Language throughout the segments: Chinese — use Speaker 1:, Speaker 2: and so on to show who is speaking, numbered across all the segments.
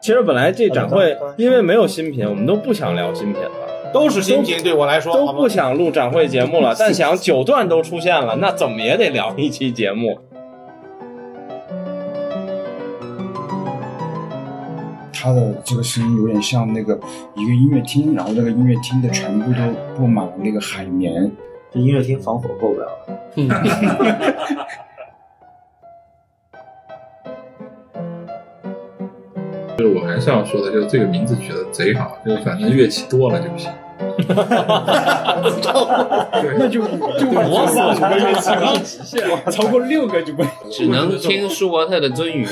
Speaker 1: 其实本来这展会因为没有新品，我们都不想聊新品了，
Speaker 2: 都是新品，对我来说
Speaker 1: 都
Speaker 2: 好吗
Speaker 1: 不想录展会节目了。但想九段都出现了，那怎么也得聊一期节目。
Speaker 3: 它的这个声音有点像那个一个音乐厅，然后那个音乐厅的全部都布满了那个海绵。
Speaker 4: 这音乐厅防火过不了了。
Speaker 5: 就是我还是要说的，就是这个名字取得贼好，就是反正乐器多了就行。
Speaker 3: 那就就
Speaker 6: 我死了
Speaker 3: 我 超过六个就不。
Speaker 6: 只能听舒伯特的《鳟鱼》。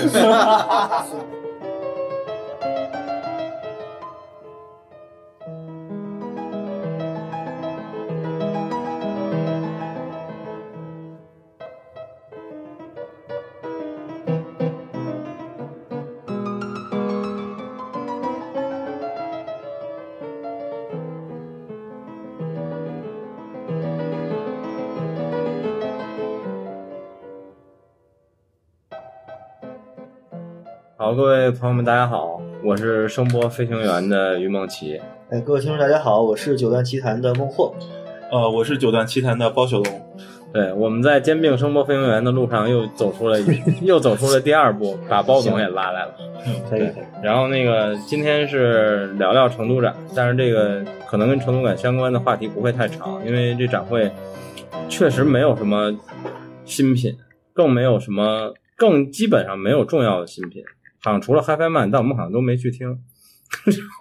Speaker 1: 好，各位朋友们，大家好，我是声波飞行员的于梦琪。
Speaker 4: 哎，各位听众大家好，我是九段奇谭的孟获。
Speaker 2: 呃，我是九段奇谭的包小龙，
Speaker 1: 对，我们在兼并声波飞行员的路上又走出了一 又走出了第二步，把包总也拉来了。
Speaker 4: 可以可以，
Speaker 1: 然后那个今天是聊聊成都展，但是这个可能跟成都展相关的话题不会太长，因为这展会确实没有什么新品，更没有什么，更基本上没有重要的新品，好像除了 HiFi Man，但我们好像都没去听。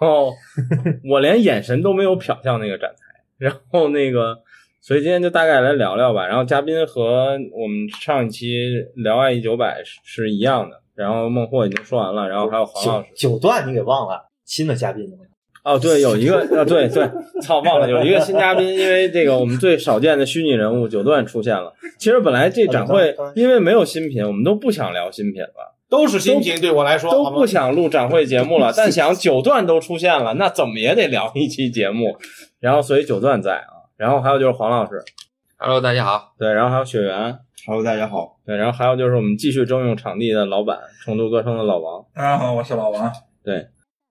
Speaker 1: 然后我连眼神都没有瞟向那个展台，然后那个，所以今天就大概来聊聊吧。然后嘉宾和我们上一期聊爱一九百是是一样的。然后孟获已经说完了，然后还有黄老
Speaker 4: 九
Speaker 1: 师。
Speaker 4: 九段你给忘了，新的嘉宾呢
Speaker 1: 哦，对，有一个，啊，对对，操，忘了有一个新嘉宾，因为这个我们最少见的虚拟人物九段出现了。其实本来这展会因为没有新品，我们都不想聊新品了，
Speaker 2: 都是新品，对我来说
Speaker 1: 都
Speaker 2: 好吗
Speaker 1: 不想录展会节目了。但想九段都出现了，那怎么也得聊一期节目。然后所以九段在啊，然后还有就是黄老师，
Speaker 6: Hello，大家好，
Speaker 1: 对，然后还有雪原，
Speaker 3: Hello，大家好，
Speaker 1: 对，然后还有就是我们继续征用场地的老板，成都歌声的老王。
Speaker 7: 大家好，我是老王。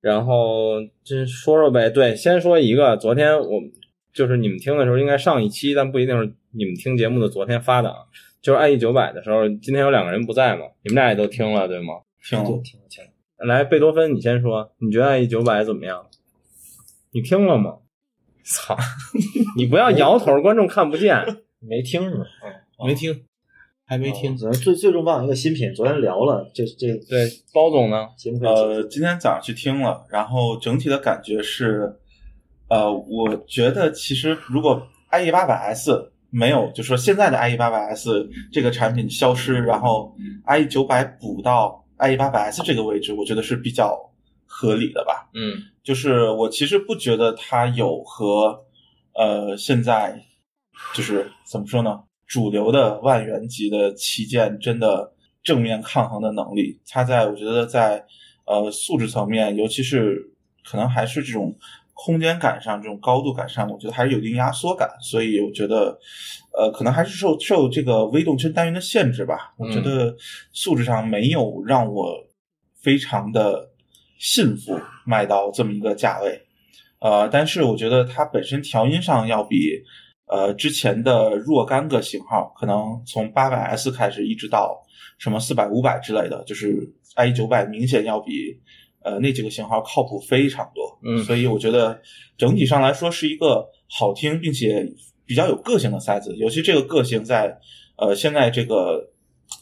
Speaker 1: 然后这说说呗，对，先说一个，昨天我们就是你们听的时候，应该上一期，但不一定是你们听节目的昨天发的啊。就是爱意九百的时候，今天有两个人不在嘛，你们俩也都听了对吗？
Speaker 7: 听
Speaker 4: 就听了前面
Speaker 1: 来，贝多芬，你先说，你觉得爱意九百怎么样？你听了吗？操，你不要摇头，观众看不见。
Speaker 4: 没听是吗？嗯
Speaker 2: 没听，还没听。
Speaker 4: 只能最最重磅一个新品，昨天聊了，这这
Speaker 1: 对，包总呢？
Speaker 4: 节目可以结束
Speaker 7: 呃，今天早上去听了，然后整体的感觉是，呃，我觉得其实如果 IE 八百 S 没有，就说现在的 IE 八百 S 这个产品消失，然后 IE 九百补到 IE 八百 S 这个位置，我觉得是比较合理的吧。
Speaker 1: 嗯，
Speaker 7: 就是我其实不觉得它有和呃现在就是怎么说呢，主流的万元级的旗舰真的正面抗衡的能力。它在我觉得在呃素质层面，尤其是可能还是这种空间感上、这种高度感上，我觉得还是有一定压缩感。所以我觉得呃可能还是受受这个微动圈单元的限制吧。我觉得素质上没有让我非常的信服卖到这么一个价位。呃，但是我觉得它本身调音上要比呃之前的若干个型号，可能从八百 S 开始一直到什么四百、五百之类的，就是 i 九百明显要比呃那几个型号靠谱非常多。
Speaker 1: 嗯
Speaker 7: 所以我觉得整体上来说是一个好听并且比较有个性的塞子，尤其这个个性在呃现在这个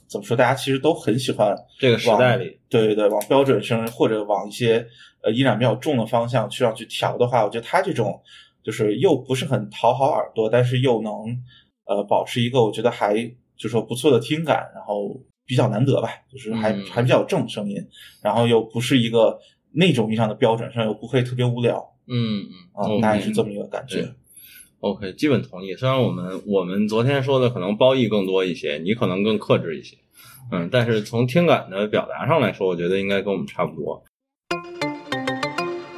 Speaker 7: 怎么说，大家其实都很喜欢
Speaker 1: 这个时代里，
Speaker 7: 对对对，往标准声或者往一些呃音染比较重的方向去让去调的话，我觉得它这种就是又不是很讨好耳朵，但是又能呃保持一个我觉得还就说不错的听感，然后比较难得吧，就是还、
Speaker 1: 嗯
Speaker 7: 还比较有这种声音，然后又不是一个那种意义上的标准声，又不会特别无聊
Speaker 1: 嗯
Speaker 7: 啊，
Speaker 1: 嗯，
Speaker 7: 大概
Speaker 1: 嗯
Speaker 7: 是这么一个感觉。
Speaker 1: 对 OK，基本同意。虽然我们我们昨天说的可能褒义更多一些，你可能更克制一些，嗯，但是从听感的表达上来说，我觉得应该跟我们差不多。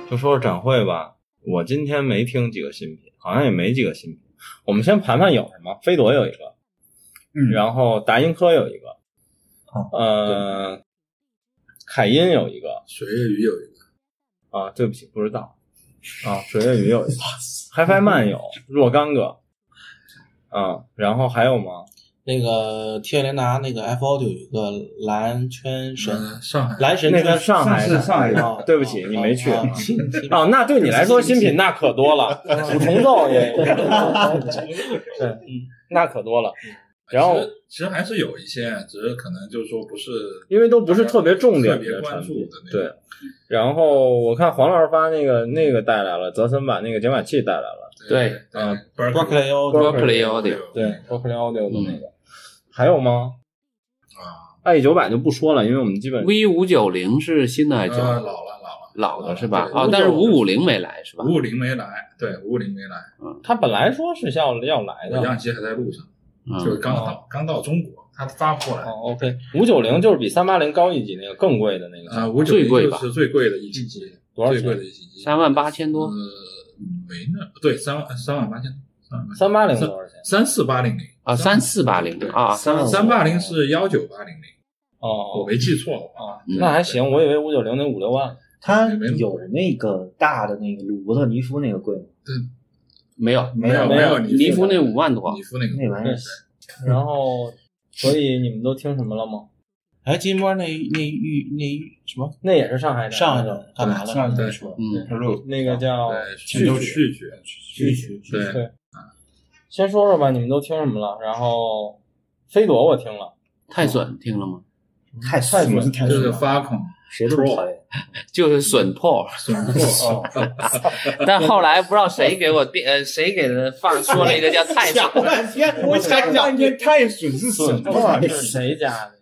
Speaker 1: 就说说展会吧，我今天没听几个新品，好像也没几个新品。我们先盘盘有什么，飞朵有一个，
Speaker 3: 嗯，
Speaker 1: 然后达音科有一个，
Speaker 7: 哦
Speaker 1: 呃，凯音有一个，
Speaker 5: 水月鱼有一个，
Speaker 1: 啊，对不起，不知道啊。水月鱼有一个，HiFi 漫有若干个啊，然后还有吗？
Speaker 2: 那个天莲拿那个 F O 就有一个蓝圈神，
Speaker 5: 嗯上海
Speaker 2: 蓝神
Speaker 1: 那
Speaker 2: 圈
Speaker 1: 个上海的
Speaker 3: 上次上海的
Speaker 2: 啊
Speaker 1: 对不起
Speaker 2: 啊
Speaker 1: 你没去
Speaker 2: 啊
Speaker 1: 哦，那对你来说新品那可 多了，五重奏也，对，
Speaker 5: 嗯
Speaker 1: 那可多了。然后
Speaker 5: 其实其实还是有一些，只是可能就是说不是，
Speaker 1: 因为都不是特别重点
Speaker 5: 特别
Speaker 1: 的
Speaker 5: 关
Speaker 1: 产
Speaker 5: 注
Speaker 1: 品
Speaker 5: 的，那
Speaker 1: 对
Speaker 5: 种。
Speaker 1: 然后我看黄老师发那个那个带来了，泽森把那个解码器带来了，
Speaker 5: 对呃
Speaker 6: 对
Speaker 5: 对
Speaker 1: 嗯
Speaker 5: ，Berkeley
Speaker 2: Berkeley Audio
Speaker 6: Berkeley Audio，
Speaker 5: Audio
Speaker 1: 对 b o c l e Audio 的那个，还有吗？
Speaker 5: 嗯啊，
Speaker 1: i 九百就不说了，因为我们基本
Speaker 6: V 五九零是新的还
Speaker 5: 啊
Speaker 6: 是
Speaker 5: 老
Speaker 6: 旧
Speaker 5: 了
Speaker 6: 的？
Speaker 5: 老了，
Speaker 6: 老的是吧？
Speaker 5: 对
Speaker 6: 啊，但是五五零没来是吧？
Speaker 5: 五五零没来，对，五五零没来，
Speaker 1: 他本来说是要要来
Speaker 5: 我
Speaker 1: 的。
Speaker 5: 样机还在路上，就是
Speaker 6: 嗯，
Speaker 5: 刚到刚到中国，它发不过来。
Speaker 1: 哦，OK，五九零就是比三八零高一级那个更贵的那
Speaker 5: 啊，
Speaker 1: 个，
Speaker 5: 五九
Speaker 6: 最贵吧
Speaker 5: 是最贵的一季机，
Speaker 1: 多少
Speaker 5: 最
Speaker 1: 钱
Speaker 5: 贵的一季机，
Speaker 6: 三万八千多
Speaker 5: 呃，没那对三万三万八千多，三万八千
Speaker 1: 三八零多少钱？
Speaker 5: 三四八零零
Speaker 6: 啊，三四八零
Speaker 5: 对
Speaker 6: 啊，
Speaker 5: 三三八零是幺九八零零，我
Speaker 1: 哦，
Speaker 5: 没记错啊。
Speaker 6: 嗯
Speaker 1: 那还行，我以为五九零得五六万。
Speaker 4: 它有那个大的那个鲁伯特尼夫那个贵吗？
Speaker 6: 没有
Speaker 5: 没有
Speaker 4: 没
Speaker 5: 有，
Speaker 6: 尼
Speaker 5: 尼
Speaker 6: 夫
Speaker 5: 夫
Speaker 6: 那五万多
Speaker 5: 尼，夫那个
Speaker 4: 那玩意儿
Speaker 1: 然后，所以你们都听什么了吗？
Speaker 2: 哎，金波那那玉那玉什么
Speaker 1: 那也是上海展
Speaker 2: 上海的干嘛
Speaker 3: 上
Speaker 2: 了？
Speaker 3: 一次说，
Speaker 6: 嗯，
Speaker 3: 他说
Speaker 1: 那个叫
Speaker 5: 对，
Speaker 1: 拒
Speaker 5: 就
Speaker 1: 绝
Speaker 5: 拒绝，
Speaker 1: 拒
Speaker 2: 绝
Speaker 5: 对
Speaker 1: 对，先说说吧，你们都听什么了？然后，飞朵我听了，
Speaker 6: 太损听了吗？
Speaker 4: 太
Speaker 1: 太
Speaker 4: 损
Speaker 1: 损
Speaker 4: 了
Speaker 1: 了，
Speaker 3: 太
Speaker 5: 就
Speaker 3: 损
Speaker 5: 是
Speaker 3: 了，
Speaker 5: 发孔
Speaker 4: 谁都
Speaker 2: 啊
Speaker 4: 不讨厌。
Speaker 6: 就是损破，
Speaker 5: 损破，
Speaker 6: 但后来不知道谁给我电呃谁给他放说了一个叫太损，
Speaker 2: 半天，我想
Speaker 3: 半天太损是损嘛？
Speaker 1: 这是谁家的？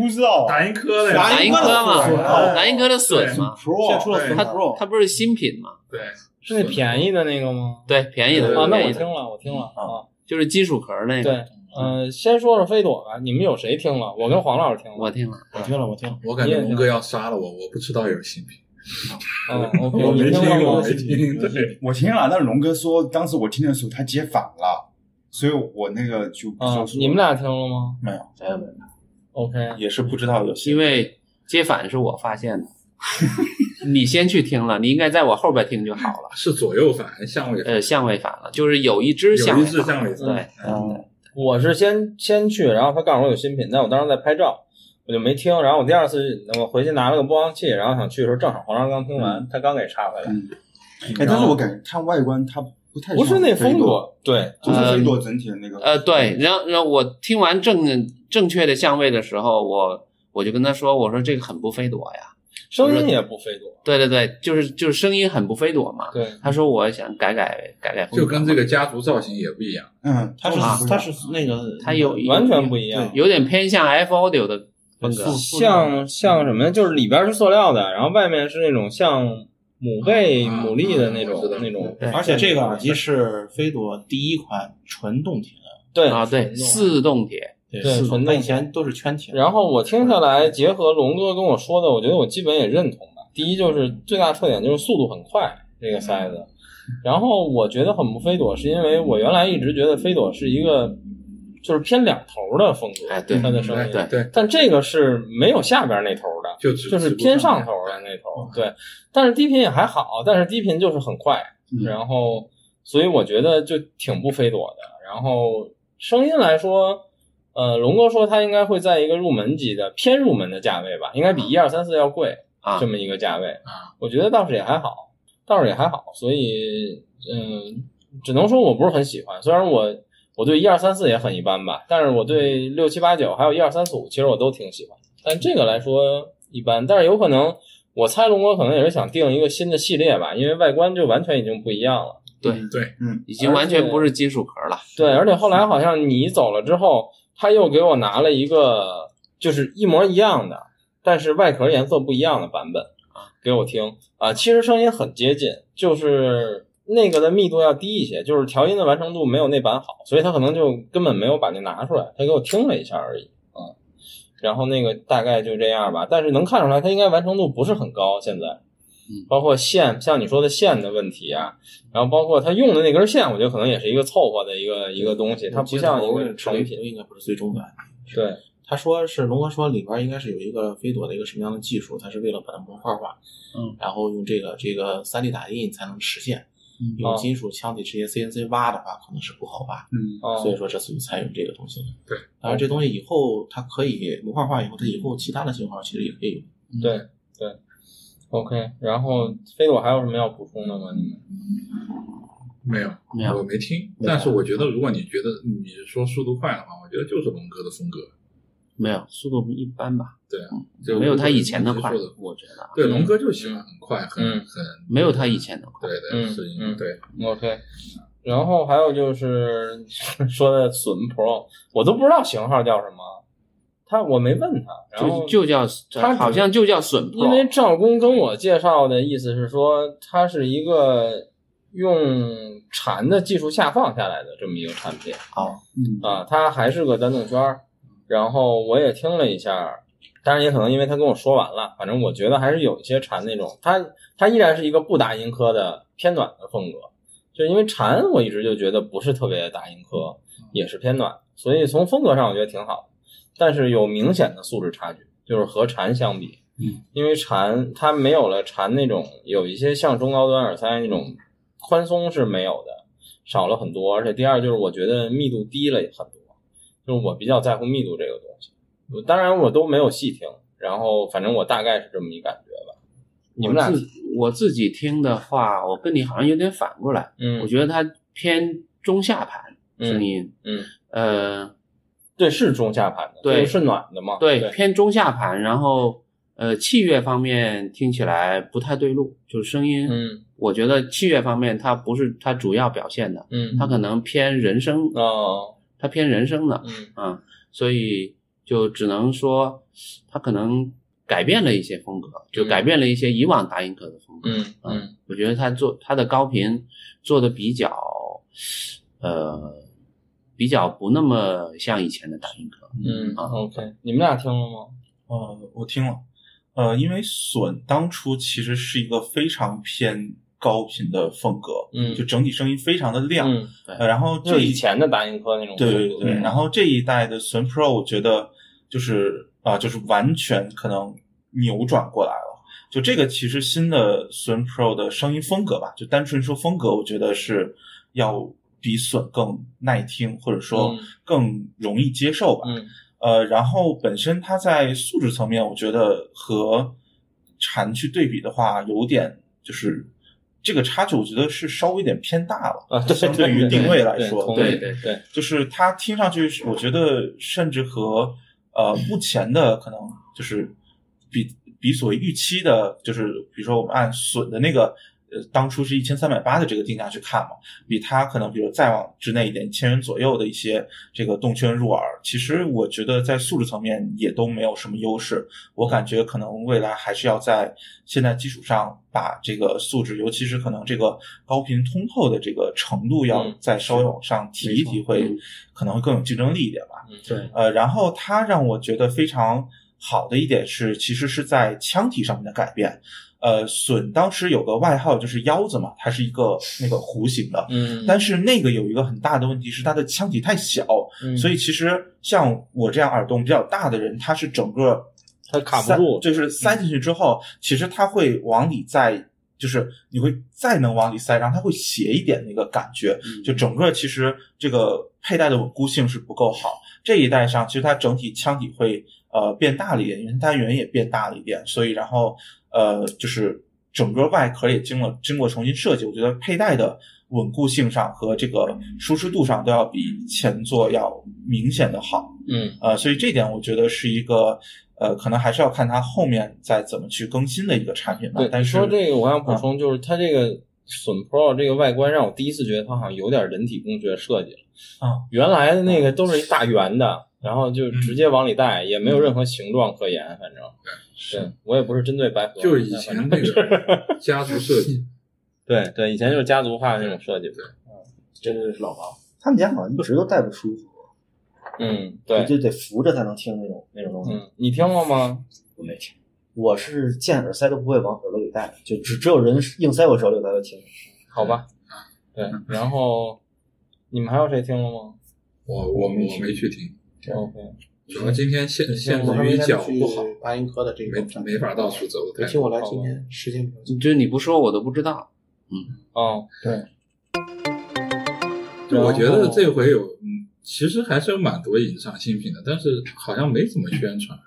Speaker 3: 不知道啊
Speaker 5: 打印科的
Speaker 2: 打
Speaker 5: 呀，
Speaker 6: 南
Speaker 2: 印
Speaker 6: 英
Speaker 2: 科
Speaker 6: 科
Speaker 2: 损
Speaker 6: 嘛，
Speaker 2: 啊
Speaker 6: 南英科的损嘛，
Speaker 2: 现在出了
Speaker 5: 对
Speaker 2: 损
Speaker 6: 它
Speaker 2: Pro，
Speaker 6: 它不是新品嘛？
Speaker 5: 对，
Speaker 1: 是那便宜的那个吗？
Speaker 6: 对，便宜的，
Speaker 1: 啊，那
Speaker 6: 便
Speaker 1: 我
Speaker 6: 宜的
Speaker 1: 听了，我听了啊。
Speaker 6: 就是金属壳儿那个，
Speaker 1: 对，嗯，先说说飞朵吧，你们有谁听了？我跟黄老师听
Speaker 6: 我
Speaker 1: 了。
Speaker 6: 听了。
Speaker 2: 我听了我听了，
Speaker 5: 我感觉龙哥要杀了我，我不知道有新品，
Speaker 1: 嗯，OK，
Speaker 5: 我没
Speaker 1: 你
Speaker 5: 听
Speaker 1: 了
Speaker 5: 过，我
Speaker 1: 吗？
Speaker 5: 没听，对，
Speaker 3: 我听了，但龙哥说当时我听的时候他接反了，所以我那个就不
Speaker 1: 啊
Speaker 3: 说，
Speaker 1: 你们俩听了吗
Speaker 4: 没有没有，
Speaker 1: ？OK，
Speaker 7: 也是不知道有些
Speaker 6: 因为接反是我发现的， 你先去听了，你应该在我后边听就好了。
Speaker 5: 是左右反还是相位反？
Speaker 6: 呃，相位反了，就是有一只相
Speaker 5: 有
Speaker 6: 位
Speaker 5: 一只
Speaker 6: 反
Speaker 5: 相位
Speaker 6: 对，
Speaker 5: 反，
Speaker 3: 嗯
Speaker 1: 我是先先去，然后他告诉我有新品，但我当时在拍照，我就没听。然后我第二次我回去拿了个播放器，然后想去的时候，正好黄章刚听完，他刚给插回来，
Speaker 3: 嗯哎，但是我感觉看外观它不太像
Speaker 1: 不是那
Speaker 3: 飞
Speaker 1: 风
Speaker 3: 朵，
Speaker 1: 格，对，
Speaker 3: 不是飞朵整体的那个
Speaker 6: 呃，
Speaker 5: 嗯
Speaker 6: 对，然后然后我听完正正确的相位的时候，我我就跟他说，我说这个很不飞朵呀，
Speaker 1: 声音也不飞朵，
Speaker 6: 对对对，就是就是声音很不飞朵嘛。
Speaker 1: 对，
Speaker 6: 他说我想改改改改风格嘛，
Speaker 5: 就跟这个家族造型也不一样，
Speaker 3: 嗯，
Speaker 2: 它是
Speaker 3: 啊
Speaker 2: 它是那个
Speaker 6: 它有一
Speaker 1: 嗯完全不一样
Speaker 2: 对
Speaker 6: 有点偏向 F Audio 的风格
Speaker 2: 对，
Speaker 1: 像像什么呀？就是里边是塑料的，然后外面是那种像母贝、
Speaker 5: 啊
Speaker 1: 牡蛎的那种
Speaker 5: 啊我知道
Speaker 1: 那种，
Speaker 6: 对
Speaker 2: 而且这个
Speaker 4: 啊
Speaker 2: 耳机是飞朵第一款纯动铁的，
Speaker 1: 对
Speaker 6: 啊，对，四动铁，
Speaker 1: 对
Speaker 2: 是
Speaker 1: 纯动
Speaker 2: 它以前都是圈铁。
Speaker 1: 然后我听下来，结合龙哥跟我说的，我觉得我基本也认同吧。第一就是最大特点就是速度很快，这个塞子。然后我觉得很不飞朵，是因为我原来一直觉得飞朵是一个就是偏两头的风格，
Speaker 6: 哎对
Speaker 1: 它的声音。
Speaker 6: 对
Speaker 5: 对，
Speaker 1: 但这个是没有下边那头的，
Speaker 5: 就只
Speaker 1: 就是偏上头的嗯那头。对，但是低频也还好，但是低频就是很快，然后所以我觉得就挺不飞朵的。然后声音来说，呃，龙哥说他应该会在一个入门级的偏入门的价位吧，应该比一二三四要贵
Speaker 6: 啊
Speaker 1: 这么一个价位。我觉得倒是也还好，倒是也还好。所以，嗯，只能说我不是很喜欢。虽然我我对一二三四也很一般吧，但是我对六七八九还有一二三四五，其实我都挺喜欢。但这个来说一般，但是有可能，我猜龙哥可能也是想定一个新的系列吧，因为外观就完全已经不一样了。
Speaker 6: 已经完全不是金属壳了。嗯
Speaker 1: 对，而且后来好像你走了之后，他又给我拿了一个就是一模一样的，但是外壳颜色不一样的版本给我听啊，其实声音很接近，就是那个的密度要低一些，就是调音的完成度没有那版好，所以他可能就根本没有把那拿出来，他给我听了一下而已啊。然后那个大概就这样吧，但是能看出来它应该完成度不是很高，现在。
Speaker 2: 嗯
Speaker 1: 包括线，像你说的线的问题啊，然后包括他用的那根线，我觉得可能也是一个凑合的一个一个东西，它不像一个成品。
Speaker 2: 应该不是最终的，
Speaker 1: 对，
Speaker 2: 他说是龙哥说里边应该是有一个飞朵的一个什么样的技术，它是为了把它模块化，
Speaker 4: 嗯，
Speaker 2: 然后用这个这个三 D 打印才能实现。
Speaker 4: 嗯
Speaker 2: 用金属腔体直接 CNC 挖的话，可能是不好挖，
Speaker 3: 嗯，
Speaker 1: 哦
Speaker 2: 所以说这次就参与这个东西了。
Speaker 5: 对，
Speaker 2: 当然这东西以后它可以模块化以后，它以后其他的型号其实也可以用。
Speaker 1: 对对，OK。然后飞朵还有什么要补充的吗？你们
Speaker 5: 没有，
Speaker 4: 没有
Speaker 5: 啊我没听。
Speaker 4: 没有
Speaker 5: 但是我觉得，如果你觉得你说速度快的话，我觉得就是龙哥的风格。
Speaker 6: 没有速度一般吧，
Speaker 1: 啊
Speaker 6: 嗯
Speaker 5: 就
Speaker 6: 没有
Speaker 5: 如果
Speaker 6: 他以前的
Speaker 5: 你
Speaker 6: 快
Speaker 5: 说的，
Speaker 6: 我觉得啊
Speaker 5: 对，龙哥就喜欢很快，很
Speaker 1: 嗯
Speaker 5: 很
Speaker 6: 没有他以前的快。
Speaker 5: 对对
Speaker 1: 嗯
Speaker 5: 是因
Speaker 1: 嗯
Speaker 5: 为对
Speaker 1: OK。然后还有就是说的损 Pro，我都不知道型号叫什么，他我没问他，然后
Speaker 6: 就就叫
Speaker 1: 他
Speaker 6: 好像就叫损 Pro，
Speaker 1: 因为赵工跟我介绍的意思是说，它是一个用蝉的技术下放下来的这么一个产品
Speaker 4: 哦，嗯
Speaker 1: 啊，它还是个单动圈儿。然后我也听了一下，当然也可能因为他跟我说完了，反正我觉得还是有一些蝉那种，它它依然是一个不打音科的偏暖的风格，就是因为蝉我一直就觉得不是特别打音科，也是偏暖，所以从风格上我觉得挺好的，但是有明显的素质差距，就是和蝉相比，因为蝉它没有了蝉那种有一些像中高端耳塞那种宽松是没有的，少了很多。而且第二就是我觉得密度低了也很多，就是我比较在乎密度这个东西。我当然我都没有细听，然后反正我大概是这么一感觉吧。你们俩
Speaker 6: 我自我自己听的话，我跟你好像有点反过来，
Speaker 1: 嗯，
Speaker 6: 我觉得它偏中下盘
Speaker 1: 嗯
Speaker 6: 声音，
Speaker 1: 嗯，
Speaker 6: 呃，
Speaker 1: 对是中下盘的，
Speaker 6: 对
Speaker 1: 这个是暖的嘛？
Speaker 6: 对，
Speaker 1: 对，
Speaker 6: 偏中下盘，然后呃，器乐方面听起来不太对路，就是声音，
Speaker 1: 嗯
Speaker 6: 我觉得器乐方面它不是它主要表现的，
Speaker 1: 嗯
Speaker 6: 它可能偏人声，
Speaker 1: 哦
Speaker 6: 它偏人声的，
Speaker 1: 嗯
Speaker 6: 啊，所以就只能说它可能改变了一些风格，就
Speaker 1: 嗯
Speaker 6: 改变了一些以往达音哥的风格。啊
Speaker 1: 嗯嗯
Speaker 6: 我觉得他做他的高频做的比较，呃，比较不那么像以前的打印课。
Speaker 1: 嗯
Speaker 6: 啊
Speaker 1: ，OK，你们俩听了吗？
Speaker 7: 呃，我听了，呃，因为笋当初其实是一个非常偏高频的风格，
Speaker 1: 嗯
Speaker 7: 就整体声音非常的亮，
Speaker 1: 嗯，
Speaker 7: 呃，然后
Speaker 1: 就
Speaker 7: 这
Speaker 1: 是
Speaker 7: 一
Speaker 1: 以前的达音嗯科那种
Speaker 7: 对
Speaker 1: 风格。
Speaker 7: 对对，然后这一代的损 Pro，我觉得就是啊、就是完全可能扭转过来了。就这个其实新的损 Pro 的声音风格吧，就单纯说风格，我觉得是要比损更耐听，或者说
Speaker 1: 嗯
Speaker 7: 更容易接受吧。
Speaker 1: 嗯
Speaker 7: 呃，然后本身它在素质层面，我觉得和蝉去对比的话，有点就是这个差距，我觉得是稍微有点偏大了。
Speaker 1: 啊，对，
Speaker 7: 相对于定位来说，
Speaker 1: 同
Speaker 6: 对
Speaker 1: 意对，
Speaker 7: 就是它听上去是，我觉得甚至和呃目前的可能就是比比所谓预期的，就是比如说我们按损的那个呃当初是一千三百八的这个定价去看嘛，比它可能比如再往之内一点，千元左右的一些这个动圈入耳，其实我觉得在素质层面也都没有什么优势。我感觉可能未来还是要在现在基础上把这个素质，尤其是可能这个高频通透的这个程度要
Speaker 1: 嗯
Speaker 7: 再稍微往上提一提，会
Speaker 6: 嗯
Speaker 7: 可能会更有竞争力一点吧。
Speaker 6: 对，
Speaker 7: 呃，然后它让我觉得非常好的一点是，其实是在腔体上面的改变。呃，笋当时有个外号就是腰子嘛，它是一个那个弧形的，
Speaker 1: 嗯，
Speaker 7: 但是那个有一个很大的问题是它的腔体太小，
Speaker 1: 嗯
Speaker 7: 所以其实像我这样耳洞比较大的人，他是整个
Speaker 1: 它卡不
Speaker 7: 塞
Speaker 1: 住嗯
Speaker 7: 就是塞进去之后，其实它会往里再，就是你会再能往里塞，然后它会斜一点那个感觉，
Speaker 1: 嗯
Speaker 7: 就整个其实这个佩戴的稳固性是不够好。这一代上，其实它整体腔体会呃变大了一点，因为单元也变大了一点，所以然后呃就是整个外壳也经过经过重新设计，我觉得佩戴的稳固性上和这
Speaker 1: 嗯
Speaker 7: 个舒适度上都要比前作要明显的好。
Speaker 1: 嗯
Speaker 7: 呃，所以这点我觉得是一个呃，可能还是要看它后面再怎么去更新的一个产品吧
Speaker 1: 对。，
Speaker 7: 啊但是啊
Speaker 1: 说这个我想补充，就是它这个损 Pro 这个外观让我第一次觉得它好像有点人体工学设计了。
Speaker 7: 啊，嗯
Speaker 1: 原来的那个都是一大圆的，然后就直接往里带，也没有任何形状可言，反正。对，我也不是针对白盒，
Speaker 5: 就是以
Speaker 1: 但反
Speaker 5: 前
Speaker 1: 正
Speaker 5: 那 个家族设计，
Speaker 1: 对对，以前就是家族化的那种设计。
Speaker 4: 这就是老王，他们家好像一直都戴不舒服，
Speaker 1: 嗯，对，
Speaker 4: 就得扶着才能听那种那种东西。
Speaker 1: 嗯，你听过吗？
Speaker 4: 我没听，我是见耳塞都不会往耳朵里戴，就只只有人硬塞我手里我才会听。
Speaker 1: 好吧，对，
Speaker 7: 嗯
Speaker 1: 然后你们还有谁听了吗
Speaker 5: 我我
Speaker 4: 我没
Speaker 5: 我没去听。
Speaker 1: ？OK，
Speaker 5: 主要今天限限制于脚不好，
Speaker 2: 八音科的这个
Speaker 5: 没没法到处走太。
Speaker 2: 尤其我来今天时间比较紧，
Speaker 6: 就是你不说我都不知道。
Speaker 1: 哦，
Speaker 5: 就我觉得这回有，
Speaker 1: 哦
Speaker 5: 嗯，其实还是有蛮多影赏新品的，但是好像没怎么宣传，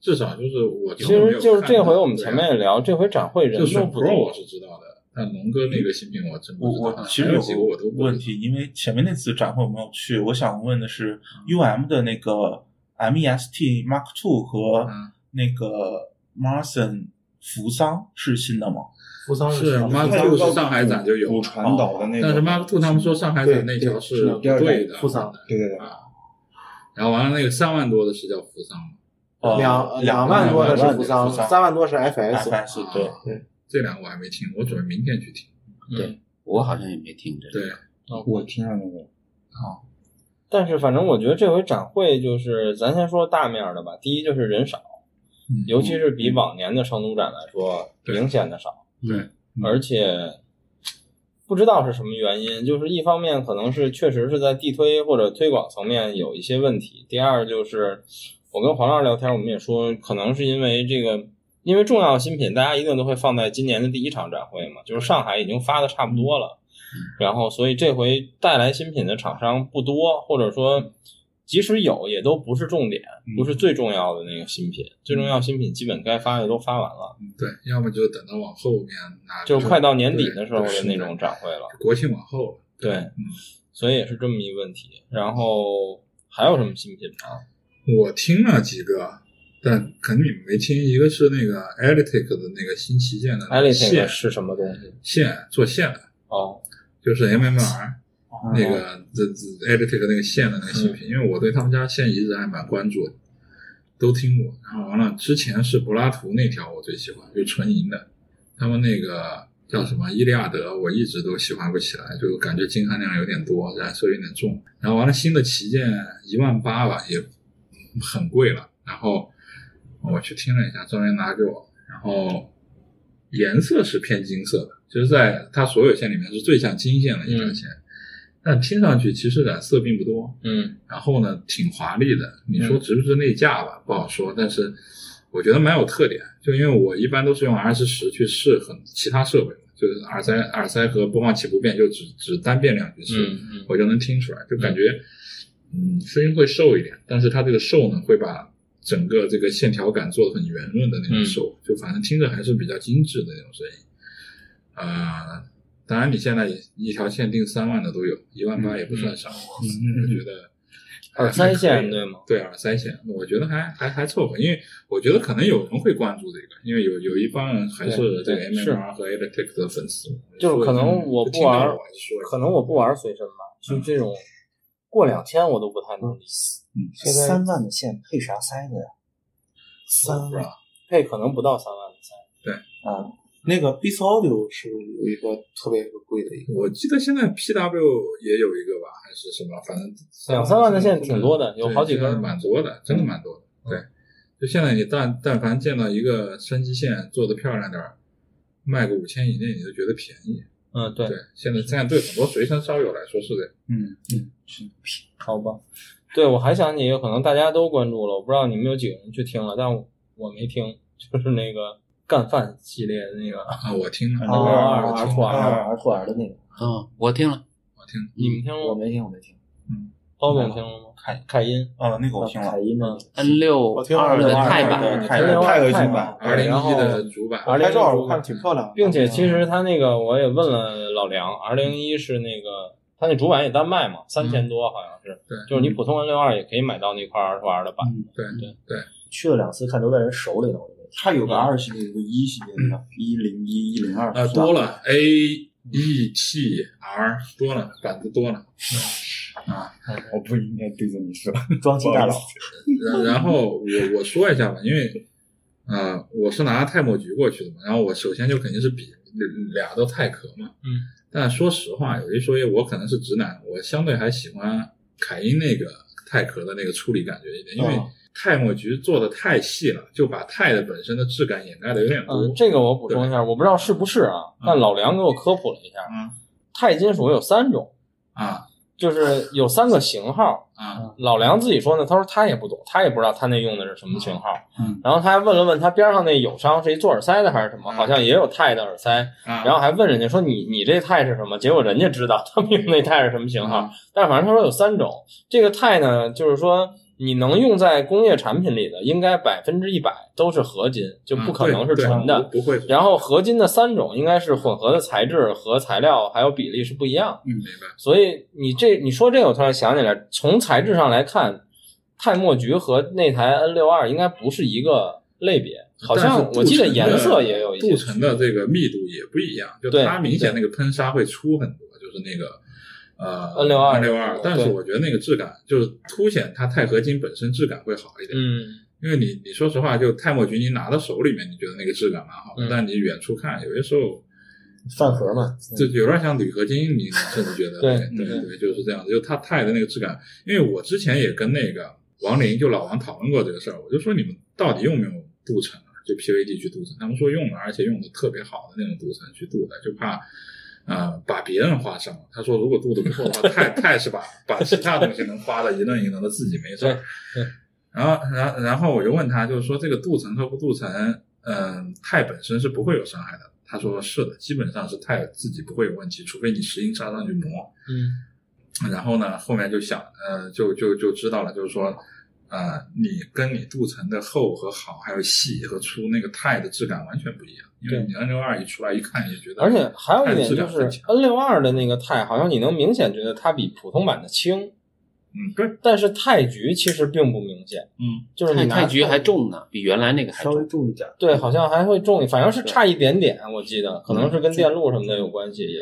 Speaker 5: 至少就是我
Speaker 1: 其
Speaker 5: 从来没
Speaker 1: 实
Speaker 5: 有
Speaker 1: 就是
Speaker 5: 看
Speaker 1: 这
Speaker 5: 到
Speaker 1: 回我们
Speaker 5: 对啊
Speaker 1: 前面也聊，这回展会人
Speaker 5: 就是
Speaker 1: 数不多
Speaker 5: Pro 我是知道的，但龙哥那个新品我真
Speaker 7: 我
Speaker 5: 不知道。
Speaker 7: 我其
Speaker 5: 还
Speaker 7: 实
Speaker 5: 有几个我都不知道
Speaker 7: 问题，因为前面那次展会我没有去，我想问的是 U M 的那个 M E S T Mark Two 和
Speaker 5: 嗯
Speaker 7: 那个 Marson 扶桑是新的吗？
Speaker 2: 扶桑
Speaker 5: 是啊
Speaker 2: 上
Speaker 5: Mark
Speaker 2: 海
Speaker 5: Two 是上海展就有
Speaker 3: 古传导的那个，
Speaker 5: 但是 Mark Two 他们说上海展那条
Speaker 3: 对
Speaker 5: 不
Speaker 3: 第二代
Speaker 5: 对的，啊
Speaker 2: 扶桑
Speaker 3: 对对对，
Speaker 5: 然后完了那个三万多的是叫扶桑吗？
Speaker 4: 哦
Speaker 7: 呃
Speaker 2: 两
Speaker 7: 两
Speaker 2: 两万多的是扶
Speaker 7: 桑，
Speaker 2: 桑，三万多是
Speaker 7: F。
Speaker 2: FS
Speaker 7: S 对，
Speaker 5: 啊嗯这两个我还没听，我准备明天去听。
Speaker 6: 我好像也没听着。
Speaker 5: 对，
Speaker 3: 我听了那个，
Speaker 1: 但是反正我觉得这回展会就是，咱先说大面儿的吧。第一就是人少，
Speaker 5: 嗯
Speaker 1: 尤其是比往年的成都展来说，
Speaker 5: 对
Speaker 1: 明显的少。
Speaker 5: 对
Speaker 3: 嗯
Speaker 1: 而且不知道是什么原因，就是一方面可能是确实是在地推或者推广层面有一些问题，第二就是我跟黄老师聊天，我们也说，可能是因为这个。因为重要新品，大家一定都会放在今年的第一场展会嘛，就是上海已经发的差不多了，然后所以这回带来新品的厂商不多，或者说即使有，也都不是重点，不是最重要的那个新品。最重要新品基本该发的都发完了，
Speaker 5: 嗯对，要么就等到往后面拿，
Speaker 1: 就快到年底的时候
Speaker 5: 对
Speaker 1: 的那种，
Speaker 5: 对
Speaker 1: 展会了。
Speaker 5: 是的国庆往后了。嗯
Speaker 1: 对，所以也是这么一个问题。然后还有什么新品吗？
Speaker 5: 我听了几个，但可能你们没听。一个是那个 e l i t i c 的那个新旗舰的那
Speaker 1: 艾
Speaker 5: 个
Speaker 1: 利那
Speaker 5: 线
Speaker 1: 个是什么东西？
Speaker 5: 线做线的，
Speaker 1: 哦，
Speaker 5: 就是 MMR 那个这这 e l i t i c 那个线的那个新品，因为我对他们家线一直还蛮关注的，都听过。然后完了，之前是柏拉图那条我最喜欢，就纯银的，他们那个。叫什么伊利亚德，我一直都喜欢不起来，就感觉金含量有点多，燃烧有点重。然后完了，新的旗舰一万八吧，也很贵了。然后我去听了一下，专门拿给我，然后颜色是偏金色的，就是在它所有线里面是最像金线的一条线，但听上去其实染色并不多。
Speaker 1: 嗯，
Speaker 5: 然后呢，挺华丽的。你说值不值内价吧，不好说，但是我觉得蛮有特点。就因为我一般都是用 R 十十去试很其他设备，就是耳塞、耳塞和播放器不变，就只只单变量去试，
Speaker 1: 嗯嗯
Speaker 5: 我就能听出来，就感觉嗯声音会瘦一点，但是它这个瘦呢会把。整个这个线条感做的很圆润的那种
Speaker 1: 嗯
Speaker 5: 瘦，就反正听着还是比较精致的那种声音。呃，当然你现在也一条线定三万的都有，一万八也不算少。
Speaker 1: 嗯
Speaker 5: 我觉得嗯
Speaker 1: 耳塞
Speaker 5: 还
Speaker 1: 线
Speaker 5: 可以
Speaker 1: 对吗？
Speaker 5: 对耳塞线，我觉得还还还凑合，因为我觉得可能有人会关注这个，因为有有一帮人还是这个
Speaker 1: 对对是
Speaker 5: MMR 和 Electric 的粉丝。
Speaker 1: 就是可能我不玩
Speaker 5: 就听到我还是说
Speaker 1: 可能我不玩随身吧，就这种过两千我都不太能理解，
Speaker 4: 三万的线配啥塞子呀？三万
Speaker 1: 配可能不到三万的塞。
Speaker 4: 啊，
Speaker 2: 那个 Beats Audio 是有一个特别贵的一个，
Speaker 5: 我记得现在 PW 也有一个吧，还是什么，反正
Speaker 1: 两三万的线
Speaker 5: 对
Speaker 1: 挺多的有好几嗯根
Speaker 5: 现在蛮多的，真的蛮多的。对，就现在你但但凡见到一个山鸡线做的漂亮点儿，卖个五千以内，你就觉得便宜。
Speaker 1: 嗯，对，
Speaker 5: 对，现在现在对很多随身烧友来说是这样。
Speaker 3: 嗯嗯，
Speaker 1: 好吧。对，我还想起一个，可能大家都关注了，我不知道你们有几个人去听了，但我我没听，就是那个干饭系列的那个，
Speaker 5: 啊，我听了，
Speaker 4: 哦
Speaker 5: 我
Speaker 1: 啊
Speaker 5: 听
Speaker 1: 错
Speaker 5: 了，
Speaker 1: 啊
Speaker 4: 二二兔儿的那个，
Speaker 6: 嗯，我听了，
Speaker 5: 我听了。
Speaker 1: 你们听
Speaker 4: 我
Speaker 1: 了吗？
Speaker 4: 没听，我没听。
Speaker 1: 包总听了吗？凯凯音，
Speaker 7: 呃，那个我听了
Speaker 4: 凯，音的，
Speaker 2: 嗯
Speaker 6: N 六
Speaker 2: 我听
Speaker 6: 二
Speaker 2: 了
Speaker 6: 的
Speaker 2: 2
Speaker 6: 钛
Speaker 2: 版
Speaker 6: 版，
Speaker 7: 对太
Speaker 1: 听了
Speaker 3: 太恶心
Speaker 1: 太
Speaker 3: 了
Speaker 5: 二零
Speaker 1: 然后
Speaker 5: 一的主板，
Speaker 1: 二零
Speaker 2: 拍
Speaker 1: 一
Speaker 2: 照我看着挺漂亮的，
Speaker 1: 并且其
Speaker 5: 嗯
Speaker 1: 实他那个我也问了老梁，二零一是那个他那主板也单卖嘛，三千多好像是，
Speaker 5: 嗯对嗯
Speaker 1: 就是你普通 N 六二也可以买到那块二十二的版，
Speaker 5: 对
Speaker 1: 对
Speaker 5: 对，
Speaker 4: 去了两次，看都在人手里呢。我就没听
Speaker 3: 它有个二系列，有个一系列的，一零一、一零二，
Speaker 5: 啊，多了 A E T R 多了，板子多了。
Speaker 3: 我不应该对着你说，
Speaker 4: 装机大佬，
Speaker 5: 然然后我我说一下吧，因为呃，我是拿泰莫局过去的嘛，然后我首先就肯定是比呃俩都泰壳嘛，
Speaker 1: 嗯，
Speaker 5: 但说实话，有一说一，我可能是直男，我相对还喜欢凯因那个泰壳的那个处理感觉一点，因为
Speaker 4: 哦
Speaker 5: 泰莫局做的太细了，就把钛的本身的质感掩盖的有点多。
Speaker 1: 嗯，这个我补充一下，我不知道是不是啊，但老梁给我科普了一下，
Speaker 5: 嗯
Speaker 1: 钛金属有三种，
Speaker 5: 啊，
Speaker 1: 就是有三个型号。
Speaker 5: 啊，
Speaker 1: 老梁自己说呢，他说他也不懂，他也不知道他那用的是什么型号。
Speaker 3: 嗯
Speaker 1: 然后他还问了问他边上那友商是一做耳塞的还是什么，
Speaker 5: 嗯
Speaker 1: 好像也有钛的耳塞。然
Speaker 5: 然
Speaker 1: 后还问人家说你你这钛是什么？结果人家知道他们用那钛是什么型
Speaker 5: 嗯
Speaker 1: 号。但是反正他说有三种，这个钛呢，就是说你能用在工业产品里的，应该百分之一百都是合金，就
Speaker 5: 嗯
Speaker 1: 不可能是纯的。
Speaker 5: 不会。
Speaker 1: 然后合金的三种应该是混合的材质和材料还有比例是不一样，
Speaker 5: 嗯明白，
Speaker 1: 所以你这你说这个我突然想起来，从材质上来看，泰墨菊和那台 N 六二应该不是一个类别，好像我记得颜色也有一些
Speaker 5: 镀层的这个密度也不一样，就
Speaker 1: 对
Speaker 5: 它明显那个喷砂会粗很多，就是那个呃
Speaker 1: N62
Speaker 5: 六二，但是
Speaker 1: 对
Speaker 5: 我觉得那个质感就是凸显它钛合金本身质感会好一点，
Speaker 1: 嗯，
Speaker 5: 因为你你说实话，就钛墨菊你拿到手里面，你觉得那个质感蛮好的，
Speaker 1: 嗯
Speaker 5: 但你远处看，有些时候
Speaker 4: 饭盒嘛，
Speaker 1: 嗯
Speaker 3: 嗯
Speaker 5: 就有点像铝合金，你甚至觉得
Speaker 1: 对
Speaker 5: 对对对，就是这样子，就它钛的那个质感。因为我之前也跟那个王林就老王讨论过这个事儿，我就说你们到底用没有镀层啊？就 PVD 去镀层，他们说用了，而且用的特别好的那种镀层去镀的，就怕。呃，把别人划伤了。他说，如果镀的不错的话，钛钛是把把其他东西能划的一愣一愣的，自己没事儿。然后，然后然后我就问他，就是说这个镀层和不镀层，嗯、钛本身是不会有伤害的。他说是的，基本上是钛自己不会有问题，除非你石英砂上去磨。
Speaker 1: 嗯，
Speaker 5: 然后呢，后面就想，呃，就就就知道了，就是说，呃，你跟你镀层的厚和好，还有细和粗，那个钛的质感完全不一样。因为
Speaker 1: 对
Speaker 5: 你 N 六二一出来一看，也觉得，
Speaker 1: 而且还有一点
Speaker 5: 质
Speaker 1: 就
Speaker 5: 感
Speaker 1: 是
Speaker 5: 很强。
Speaker 1: N 六二的那个钛，好像你能明显觉得它比普通版的轻，
Speaker 5: 嗯，对，
Speaker 1: 但是钛菊其实并不明显，
Speaker 5: 嗯，
Speaker 1: 就是你拿
Speaker 6: 太局还重呢，比原来那个还
Speaker 4: 稍
Speaker 6: 重
Speaker 4: 微。重一点。
Speaker 1: 对，好像还会重一，反正是差一点点，我记得可能是跟电路什么的有关系也。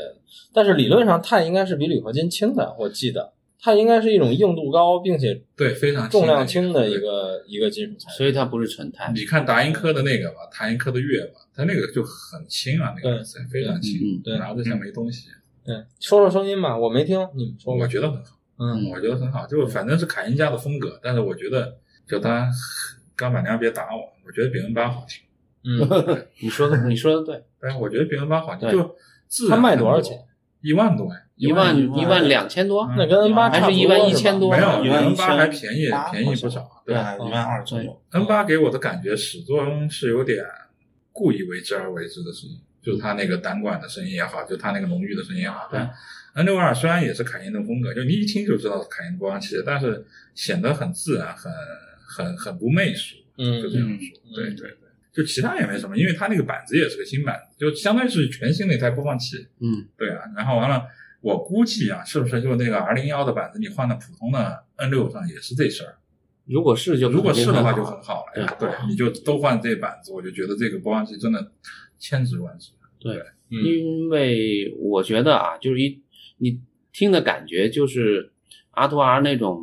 Speaker 1: 但是理论上钛应该是比铝合金轻的，我记得钛应该是一种硬度高并且
Speaker 5: 对，非常
Speaker 1: 重量轻的
Speaker 5: 一
Speaker 1: 一
Speaker 5: 个。
Speaker 1: 个一个金属材
Speaker 6: 所以它不是纯
Speaker 1: 嗯
Speaker 6: 钛。
Speaker 5: 你看达音科的那个吧，达音科的乐吧，它那个就很轻啊，那个
Speaker 1: 对
Speaker 5: 耳塞非常轻，
Speaker 6: 嗯
Speaker 1: 对
Speaker 5: 拿着像没东西。
Speaker 1: 料。对，嗯说说声音吧，我没听你们说
Speaker 5: 我
Speaker 1: 过。
Speaker 5: 觉得很好，
Speaker 1: 嗯，
Speaker 5: 我觉得很好，就是反正是凯恩家的风格，但是我觉得就他 钢板娘别打我，我觉得比 N 八好听，
Speaker 1: 嗯，
Speaker 6: 你说的，你说的对，
Speaker 5: 但是我觉得比 N 八好听，
Speaker 6: 对
Speaker 5: 就自然
Speaker 1: 它卖
Speaker 5: 很
Speaker 1: 多少钱？？
Speaker 5: 一万多呀，
Speaker 6: 一万
Speaker 5: 一
Speaker 6: 一万两千多，
Speaker 5: 嗯
Speaker 1: 那跟 N 八
Speaker 6: 还
Speaker 1: 差
Speaker 6: 是
Speaker 1: 不
Speaker 6: 一
Speaker 1: 多
Speaker 6: 万一
Speaker 1: 是吧
Speaker 6: 千多
Speaker 5: 没有
Speaker 7: 一万一
Speaker 5: ，N 八
Speaker 7: 千
Speaker 5: 还便宜
Speaker 7: 八，
Speaker 5: 便宜不少。啊
Speaker 7: 对
Speaker 5: 对
Speaker 7: 一万二左右。
Speaker 5: ，N 八给我的感觉始终是有点故意为之而为之的声音，就是它那个单管的声音也好，就它那个浓郁的声音也好，
Speaker 1: 嗯
Speaker 5: 但 N 六二虽然也是凯宴的风格，就你一听就知道是凯宴播放器，但是显得很自然，很很很不媚俗，
Speaker 1: 嗯
Speaker 5: 就这样说，对对对，就其他也没什么，因为它那个板子也是个新板子，就相当于是全新的一台播放器，
Speaker 6: 嗯，
Speaker 5: 对啊，然后完了。我估计啊，是不是就那个 R 零幺的板子，你换到普通的 N 六上也是这事儿？
Speaker 6: 如果是就
Speaker 5: 如果是的话，就
Speaker 6: 肯定
Speaker 5: 很好了
Speaker 6: 对
Speaker 5: 呀。对，你就都换这板子，我就觉得这个播放器真的千值万值。
Speaker 1: 嗯
Speaker 6: 因为我觉得啊，就是一你听的感觉就是阿图 R 那种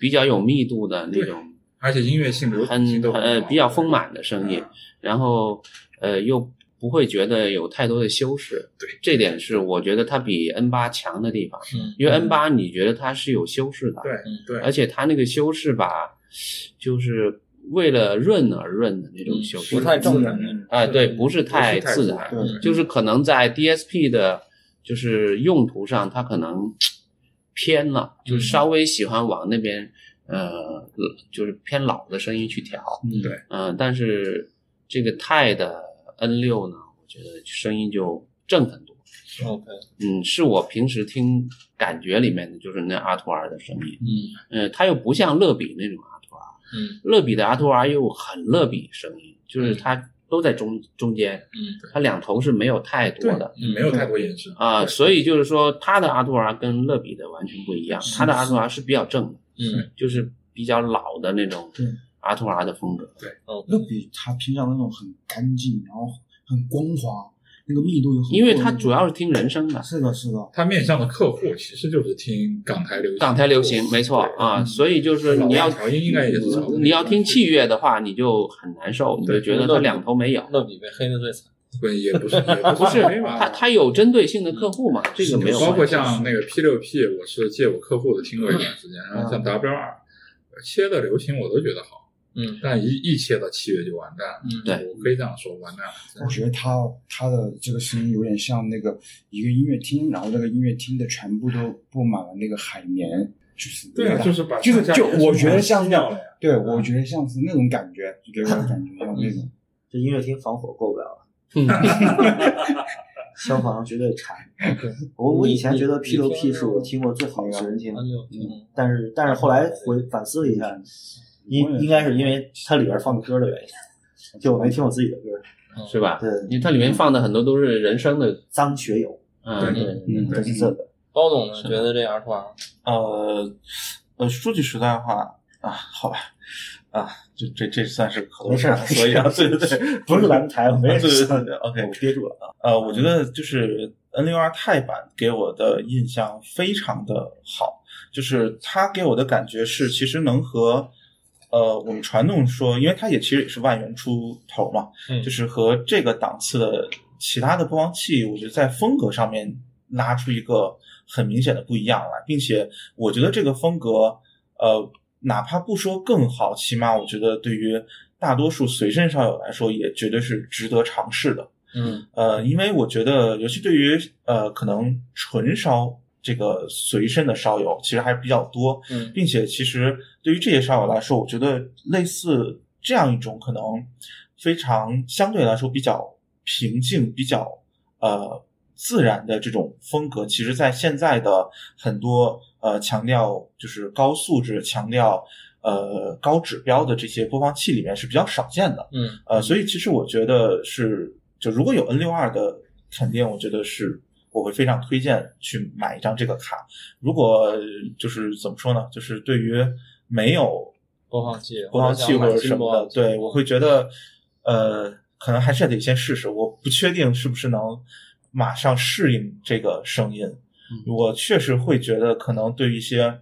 Speaker 6: 比较有密度的那种，
Speaker 5: 而且音乐性、流行性
Speaker 6: 很
Speaker 5: 都嗯很
Speaker 6: 呃
Speaker 5: 好
Speaker 6: 比较丰满的声音，然后呃又不会觉得有太多的修饰。
Speaker 5: 对，
Speaker 6: 这点是我觉得它比 N 八强的地方，
Speaker 1: 嗯
Speaker 6: 因为 N 八你觉得它是有修饰的，
Speaker 5: 对对
Speaker 6: 而且它那个修饰吧，就是为了润而润的那种修饰，
Speaker 1: 嗯不太正常。
Speaker 6: 哎，对，
Speaker 5: 嗯
Speaker 6: 不是太
Speaker 5: 太
Speaker 6: 自
Speaker 5: 自
Speaker 6: 然，
Speaker 5: 然对
Speaker 6: 就是可能在 DSP 的，就是用途上，它可能偏了，就稍微喜欢往那边，呃，就是偏老的声音去调，
Speaker 3: 嗯
Speaker 5: 对
Speaker 6: 嗯、但是这个钛的 N 六呢，我觉得声音就正很多，
Speaker 1: OK，
Speaker 6: 嗯，是我平时听感觉里面的就是那阿图尔的声音，
Speaker 1: 嗯
Speaker 6: 呃，它又不像乐比那种阿图尔，
Speaker 1: 嗯
Speaker 6: 乐比的阿图 R 又很乐比声音，就是它都在中中间，
Speaker 1: 嗯
Speaker 6: 它两头是没有太多的
Speaker 5: 嗯没有太多延伸
Speaker 6: 啊、
Speaker 5: 对
Speaker 6: 所以就是说它的阿图 R 跟乐比的完全不一样，它的阿图 R 是比较正的，
Speaker 1: 嗯
Speaker 6: 就是比较老的那种
Speaker 3: 对
Speaker 6: 阿图 R 的风格。
Speaker 1: ，OK，
Speaker 3: 乐比它偏向那种很干净，然后很光滑，那个密度又很够。
Speaker 6: 因为它主要是听人声的，
Speaker 3: 是的，是的，
Speaker 5: 它面向的客户其实就是听港台流行，
Speaker 6: 港台流行，没错
Speaker 5: 对嗯
Speaker 6: 啊，所以就是你要嗯
Speaker 5: 老调音应该也是朝那个
Speaker 6: 你要听器乐的话，你就很难受，你就觉得它两头没有。
Speaker 1: 乐比被黑的最惨。
Speaker 5: 对，也 不是，也
Speaker 6: 不是
Speaker 5: 没
Speaker 6: 它，它有针对性的客户嘛？这个没有
Speaker 5: 包括
Speaker 6: 关系。
Speaker 5: 像那个 P 六 P，我
Speaker 6: 嗯
Speaker 5: 是借我客户的听过一段时间，然后像 W 二切的流行我都觉得好，嗯，但一一切到七月就完蛋了。
Speaker 2: 嗯
Speaker 6: 对
Speaker 5: 我可以这样说，完蛋了。
Speaker 3: 我觉得他他的这个声音有点像那个一个音乐厅，然后那个音乐厅的全部都布满了那个海绵，就是
Speaker 5: 对啊，
Speaker 3: 那个
Speaker 5: 就是把
Speaker 3: 就是
Speaker 5: 上下
Speaker 3: 就
Speaker 5: 元素
Speaker 3: 我觉得像
Speaker 5: 吸
Speaker 3: 那
Speaker 5: 掉了呀。
Speaker 3: 对，我觉得像是那种感觉，就给我感觉像那种。
Speaker 4: 这音乐厅防火过不了了，
Speaker 6: 嗯，
Speaker 4: 消防绝对差。我我以前觉得
Speaker 1: 你
Speaker 4: P
Speaker 1: 你
Speaker 4: 六 P
Speaker 1: 听
Speaker 4: 是我听过最好的随身听，
Speaker 1: 嗯
Speaker 4: 但是但是后来回反思了一
Speaker 3: 嗯
Speaker 4: 下，应应该是因为它里边放歌的原
Speaker 3: 嗯
Speaker 4: 因，就我没听我自己的歌，
Speaker 6: 是吧？
Speaker 4: 对
Speaker 6: 因为它里面放的很多都是人声的，
Speaker 4: 脏学友，
Speaker 6: 嗯，
Speaker 1: 对
Speaker 4: 嗯，就是这个，
Speaker 1: 包总呢，觉得这样是吧？
Speaker 7: 呃，呃，说句实在话啊，好吧，啊，这这这算是口头
Speaker 4: 没事儿
Speaker 7: 禅，所以啊，对对对， 啊
Speaker 4: 不是咱们台，没
Speaker 7: 对
Speaker 4: 人
Speaker 7: 对
Speaker 4: 上
Speaker 7: 对
Speaker 4: 的
Speaker 7: 对，OK，
Speaker 4: 我憋住了。
Speaker 7: 呃，我觉得就是 N 六二泰版给我的印象非常的好，就是它给我的感觉是，其实能和呃我们传统说，因为它也其实也是万元出头嘛，
Speaker 1: 嗯
Speaker 7: 就是和这个档次的其他的播放器，我觉得在风格上面拉出一个很明显的不一样来，并且我觉得这个风格，呃，哪怕不说更好，起码我觉得对于大多数随身少友来说，也绝对是值得尝试的。
Speaker 1: 嗯
Speaker 7: 呃，因为我觉得，尤其对于呃可能纯烧这个随身的烧友，其实还比较多，
Speaker 1: 嗯
Speaker 7: 并且其实对于这些烧友来说，我觉得类似这样一种可能非常相对来说比较平静、比较呃自然的这种风格，其实在现在的很多呃强调就是高素质、强调呃高指标的这些播放器里面是比较少见的。
Speaker 1: 嗯
Speaker 7: 呃，所以其实我觉得是，就如果有 N 六二的沉淀，我觉得是我会非常推荐去买一张这个卡。如果呃就是怎么说呢，就是对于没有
Speaker 1: 播放器
Speaker 7: 播放器
Speaker 1: 或
Speaker 7: 或
Speaker 1: 者想买
Speaker 7: 者
Speaker 1: 新
Speaker 7: 什
Speaker 1: 播
Speaker 7: 么
Speaker 1: 放
Speaker 7: 的，
Speaker 1: 器
Speaker 7: 对我会觉得，呃，可能还是得先试试。我不确定是不是能马上适应这个声音。我确实会觉得，可能对于一些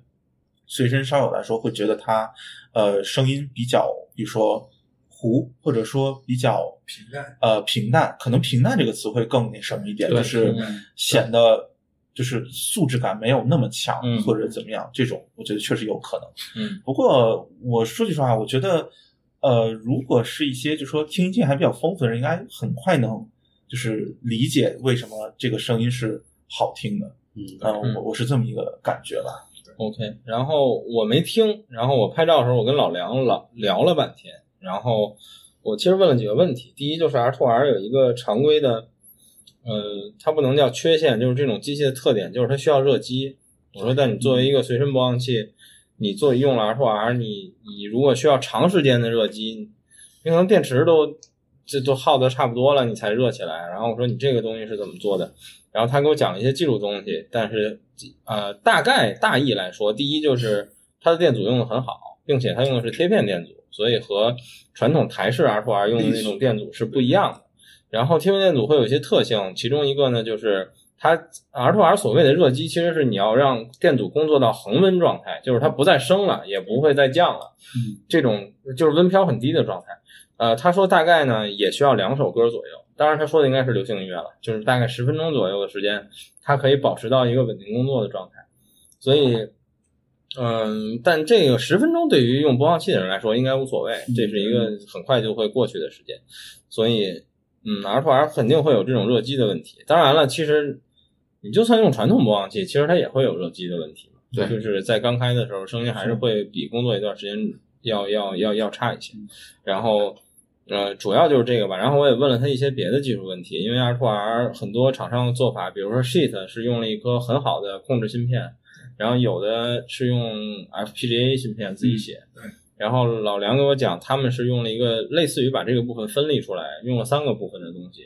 Speaker 7: 随身烧友来说，会觉得它呃声音比较，比如说糊，或者说比较
Speaker 5: 平淡，
Speaker 7: 呃平淡，可能平淡这个词汇更那什么一点，
Speaker 1: 对
Speaker 7: 就是
Speaker 1: 平淡
Speaker 7: 显得就是素质感没有那么强，
Speaker 1: 嗯
Speaker 7: 或者怎么样，这种我觉得确实有可能。
Speaker 1: 嗯
Speaker 7: 不过我说句实话，我觉得，呃，如果是一些就说听见还比较丰富的人，应该很快能就是理解为什么这个声音是好听的。
Speaker 6: 嗯
Speaker 7: 呃，
Speaker 1: 嗯
Speaker 7: 我我是这么一个感觉吧。
Speaker 1: OK，然后我没听，然后我拍照的时候，我跟老梁老聊了半天，然后我其实问了几个问题，第一就是 R2R 有一个常规的，呃，它不能叫缺陷，就是这种机器的特点，就是它需要热机。我说，但你作为一个随身播放器，你做用了 R2R，你你如果需要长时间的热机，你可能电池都这都耗的差不多了，你才热起来。然后我说你这个东西是怎么做的？然后他给我讲了一些技术东西，但是呃，大概大意来说，第一就是它的电阻用的很好，并且它用的是贴片电阻，所以和传统台式 R to R 用的那种电阻是不一样的。然后贴片电阻会有一些特性，其中一个呢就是它 R to R 所谓的热机，其实是你要让电阻工作到恒温状态，就是它不再升了，也不会再降了，
Speaker 3: 嗯
Speaker 1: 这种就是温漂很低的状态。呃，他说大概呢也需要两首歌左右，当然他说的应该是流行音乐了，就是大概十分钟左右的时间，它可以保持到一个稳定工作的状态。所以，嗯，但这个十分钟对于用播放器的人来说应该无所谓，这是一个很快就会过去的时间。所以，嗯，R to R 肯定会有这种热机的问题。当然了，其实你就算用传统播放器，其实它也会有热机的问题嘛。
Speaker 6: 对
Speaker 1: 就是在刚开的时候，声音还是会比工作一段时间要要要要差一些。然后呃，主要就是这个吧。然后我也问了他一些别的技术问题，因为 R2R 很多厂商的做法，比如说 Sheet 是用了一颗很好的控制芯片，然后有的是用 FPGA 芯片自己写。
Speaker 5: 嗯对
Speaker 1: 然后老梁给我讲，他们是用了一个类似于把这个部分分离出来，用了三个部分的东西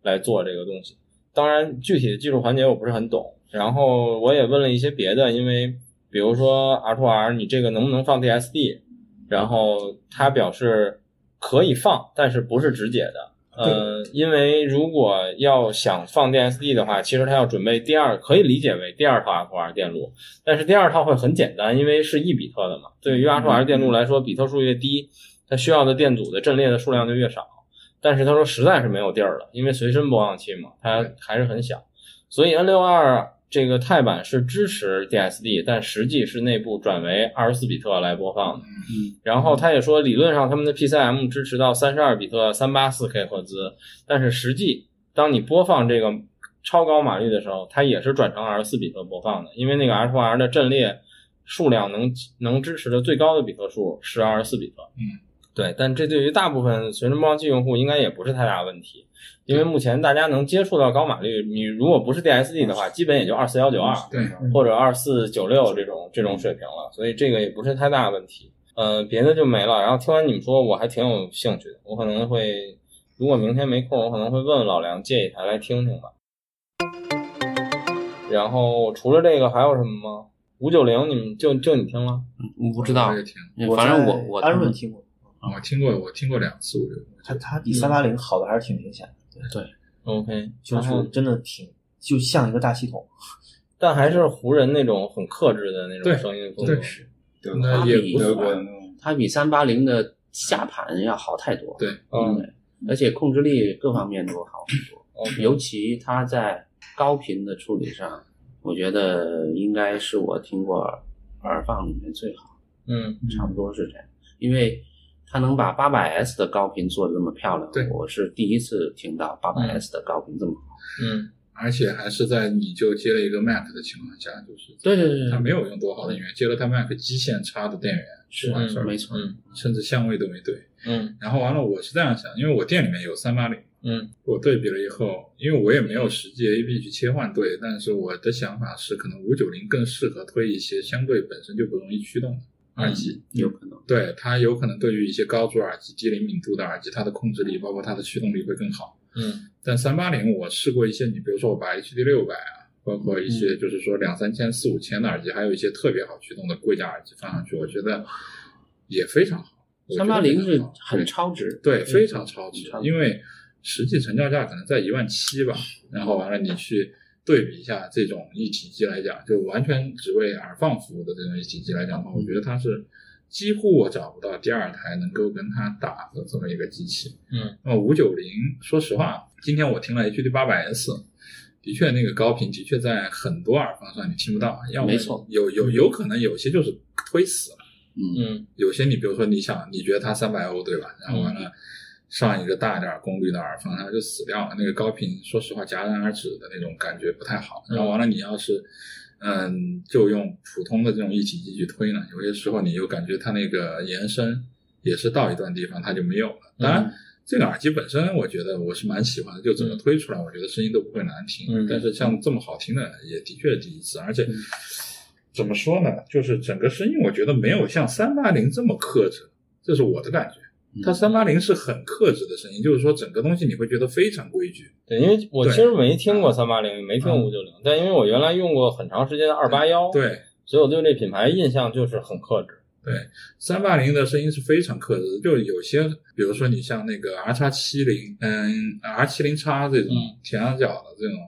Speaker 1: 来做这个东西。当然，具体的技术环节我不是很懂。然后我也问了一些别的，因为比如说 R2R，你这个能不能放 DSD？然后他表示可以放，但是不是直解的。呃，因为如果要想放 DSD 的话，其实它要准备第二，可以理解为第二套 F2R 电路，但是第二套会很简单，因为是一比特的嘛。对于 F2R 电路来说，比特数越低，它需要的电阻的阵列的数量就越少。但是他说实在是没有地儿了，因为随身播放器嘛，它还是很小，所以 N 6 2这个泰版是支持 DSD，但实际是内部转为二十四比特来播放的。
Speaker 4: 嗯，
Speaker 1: 然后他也说，理论上他们的 PCM 支持到三十二比特三八四 K 赫兹，但是实际当你播放这个超高码率的时候，它也是转成二十四比特播放的，因为那个 FR 的阵列数量能能支持的最高的比特数是二十四比特。
Speaker 5: 嗯，
Speaker 1: 对，但这对于大部分随身播放器用户应该也不是太大问题，因为目前大家能接触到高码率，你如果不是 DSD 的话，基本也就二四幺九二。
Speaker 5: 对，
Speaker 1: 或者二四九六这种这种水平了，所以这个也不是太大问题。呃，别的就没了。然后听完你们说，我还挺有兴趣的，我可能会，如果明天没空，我可能会问问老梁借一台来听听吧。然后除了这个还有什么吗？五九零，你们就就你听了？
Speaker 6: 嗯我不知道
Speaker 5: 我也，听，
Speaker 6: 反正我
Speaker 4: 在
Speaker 6: 我
Speaker 4: 安润听过，
Speaker 5: 我听过，我听过两次，我觉得
Speaker 4: 它它比三八零好的还是挺明显的，
Speaker 1: OK，
Speaker 4: 就
Speaker 1: 然后
Speaker 4: 是真的挺就像一个大系统。
Speaker 1: 但还是湖人那种很克制的那
Speaker 5: 对
Speaker 1: 种声音风格
Speaker 5: 对，。
Speaker 3: 对吧？
Speaker 5: 那也不
Speaker 3: 德
Speaker 5: 错
Speaker 3: 国的那种，
Speaker 6: 它比三八零的下盘要好太多。
Speaker 5: 对
Speaker 1: 嗯
Speaker 6: 对，而且控制力各方面都好很多，
Speaker 5: 嗯
Speaker 1: ，OK，
Speaker 6: 尤其它在高频的处理上，我觉得应该是我听过耳放里面最好，
Speaker 1: 嗯
Speaker 6: 差不多是这样，因为。它能把八百 S 的高频做的这么漂亮
Speaker 5: 对，
Speaker 6: 我是第一次听到八百 S 的高频这么好。
Speaker 1: 嗯
Speaker 5: 而且还是在你就接了一个 Mac 的情况下，就是
Speaker 6: 对对对对
Speaker 5: 他没有用多好的音源，接了他 Mac 基线差的电源，
Speaker 6: 是
Speaker 5: 完事儿了
Speaker 6: 没错
Speaker 1: 嗯
Speaker 5: 甚至相位都没对。
Speaker 1: 嗯
Speaker 5: 然后完了，我是这样想，因为我店里面有三八零，
Speaker 1: 嗯，
Speaker 5: 我对比了以后，因为我也没有实际 A B 去切换对，但是我的想法是，可能五九零更适合推一些相对本身就不容易驱动的耳机。
Speaker 6: 有可能。
Speaker 5: 对它有可能对于一些高阻耳机、低灵敏度的耳机，它的控制力包括它的驱动力会更好。
Speaker 1: 嗯
Speaker 5: 但三八零我试过一些，你比如说我把 HD 六百啊，包括一
Speaker 6: 嗯
Speaker 5: 些就是说两三千、四五千的耳机，还有一些特别好驱动的贵价耳机放上去，我觉得也非常好。我觉
Speaker 6: 三
Speaker 5: 得
Speaker 6: 八零
Speaker 5: 非
Speaker 6: 是
Speaker 5: 常好
Speaker 6: 很超值，嗯
Speaker 5: 对，非常超值
Speaker 6: 很超，值
Speaker 5: 因为实际成交价可能在一万七吧，然后完了你去对比一下这种一体机来讲，就完全只为耳放服务的这种一体机来讲的话，我
Speaker 6: 嗯
Speaker 5: 觉得它是几乎我找不到第二台能够跟它打的这么一个机器。
Speaker 1: 嗯，
Speaker 5: 那么五九零，说实话，今天我听了 HD 八百 S。的确，那个高频的确在很多耳放上你听不到，啊要么
Speaker 6: 没错
Speaker 5: 有有有可能有些就是推死了。
Speaker 6: 嗯，
Speaker 1: 嗯
Speaker 5: 有些你比如说你想，你觉得它三百欧对吧？然后完了上一个大一点儿功率的耳放，它就死掉了。那个高频，说实话戛然而止的那种感觉不太好。
Speaker 1: 嗯
Speaker 5: 然后完了，你要是嗯就用普通的这种一体机去推呢，有些时候你又感觉它那个延伸也是到一段地方它就没有了。当然。这个耳机本身，我觉得我是蛮喜欢的，就怎么推出来，我觉得声音都不会难听。
Speaker 1: 嗯
Speaker 5: 但是像这么好听的，也的确是第一次，而且怎么说呢，就是整个声音，我觉得没有像三八零这么克制，这是我的感觉。它三八零是很克制的声音，就是说整个东西你会觉得非常规矩。
Speaker 1: 对，因为我
Speaker 5: 对
Speaker 1: 其实没听过三八零，也没听五九零，但因为我原来用过很长时间的二八幺，，
Speaker 5: 对，
Speaker 1: 所以我对这品牌印象就是很克制。
Speaker 5: 三八零的声音是非常克制的，就有些，比如说你像那个 R 叉七零，嗯，R 七零叉这种
Speaker 1: 嗯
Speaker 5: 前仰角的这种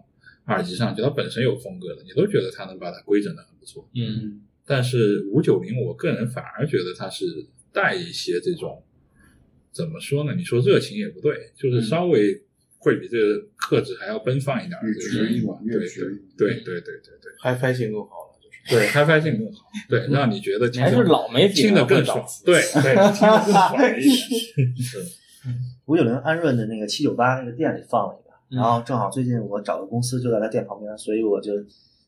Speaker 5: 耳机上去，它本身有风格的，你都觉得它能把它规整的很不错。
Speaker 1: 嗯
Speaker 5: 但是五九零，我个人反而觉得它是带一些这种，怎么说呢？你说热情也不对，
Speaker 1: 嗯
Speaker 5: 就是稍微会比这个克制还要奔放一点儿，
Speaker 3: 越
Speaker 5: 就是
Speaker 3: 绝育吧，
Speaker 5: 对
Speaker 3: 越绝育。
Speaker 5: 对对对对对对
Speaker 2: 嗨翻性更好了，就是
Speaker 5: 对，开发性更好，对，让你觉得听
Speaker 1: 嗯还是
Speaker 5: 着
Speaker 1: 老媒体
Speaker 5: 听得更爽， 对对，听得更爽一点。
Speaker 4: 五九零安润的那个七九八那个店里放了一个，
Speaker 1: 嗯
Speaker 4: 然后正好最近我找的公司就在他店旁边，所以我就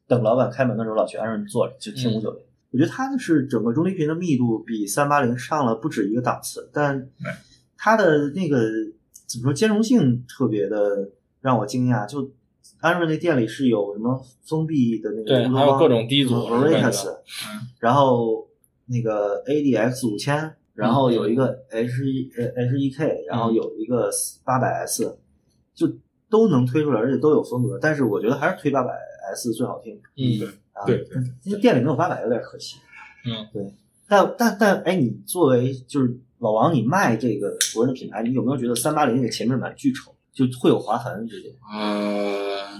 Speaker 4: 等老板开门的时候老去安润坐着，就听
Speaker 1: 嗯
Speaker 4: 五九零。我觉得它就是整个中低频的密度比三八零上了不止一个档次，但
Speaker 5: 对
Speaker 4: 它的那个嗯怎么说兼容性特别的让我惊讶，就。安润那店里是有什么封闭的那个
Speaker 1: 对
Speaker 4: 中
Speaker 1: 还有
Speaker 4: 央
Speaker 1: 各种低阻
Speaker 4: 什
Speaker 1: 我
Speaker 4: 么
Speaker 1: 知道
Speaker 4: Veritas，然后那个 ADX 五千，然后有一个
Speaker 1: 嗯
Speaker 4: H 一呃 H 一 K，然后有一个八百 S，就都能推出来，而且都有风格。但是我觉得还是推八百 S 最好听
Speaker 1: 嗯
Speaker 4: 啊。
Speaker 5: 对对，
Speaker 4: 因为店里没有八百有点可惜。
Speaker 1: 嗯，
Speaker 4: 对。但但但哎，你作为就是老王，你卖这个国人的品牌，你有没有觉得三八零这个前面板巨丑，就会有划痕直接？
Speaker 1: 呃
Speaker 5: 啊，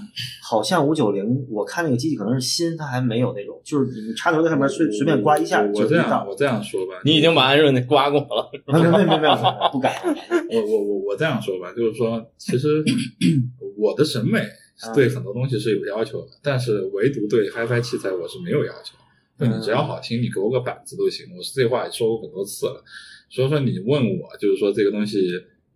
Speaker 4: 好像五九零，我看那个机器可能是新，它还没有那种，就是你插头在上面随随便刮一下
Speaker 5: 我
Speaker 4: 就
Speaker 5: 我这
Speaker 4: 一
Speaker 5: 样
Speaker 4: 档。
Speaker 5: 我这样说吧，
Speaker 1: 你已经把安润那刮过了。
Speaker 4: 没有没有没有没有，不敢。
Speaker 5: 我我我我这样说吧，就是说，其实我的审美
Speaker 4: 啊
Speaker 5: 是对很多东西是有要求的，但是唯独对 HiFi 器材我是没有要求。就
Speaker 4: 嗯
Speaker 5: 你只要好听，你给我个板子都行。我这话也说过很多次了。所以说你问我，就是说这个东西，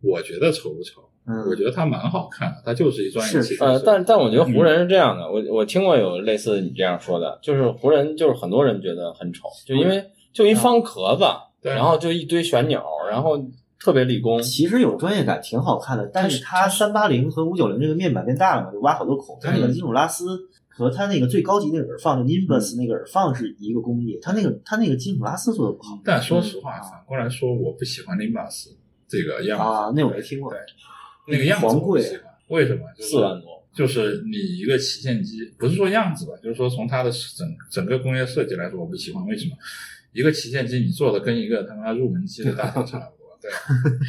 Speaker 5: 我觉得丑不丑？
Speaker 4: 嗯
Speaker 5: 我觉得它蛮好看的，它就是一嗯专业
Speaker 4: 是
Speaker 5: 器材。
Speaker 1: 呃，但但我觉得湖人是这样的，我我听过有类似你这样说的，就是湖人就是很多人觉得很丑，就因为就一方壳子，
Speaker 5: 嗯对
Speaker 1: 然后就一堆旋钮，然后特别理工。
Speaker 4: 其实有专业感挺好看的，但是它三八零和五九零这个面板变大了嘛，就挖好多孔。它那个
Speaker 5: 嗯
Speaker 4: 金属拉丝和它那个最高级那个耳放，就 Nimbus 那个耳放是一个工艺，它那个它那个金属拉丝做的不好
Speaker 5: 但说实话，反过来说，我不喜欢 Limbus 这个样子
Speaker 4: 啊，那我没听过
Speaker 5: 对。那个样子我不喜欢。为什么？就是
Speaker 1: 四万多，
Speaker 5: 就是你一个旗舰机，不是说样子吧，就是说从它的整整个工业设计来说，我不喜欢。为什么？一个旗舰机你做的跟一个他妈入门机的大小差不多，对，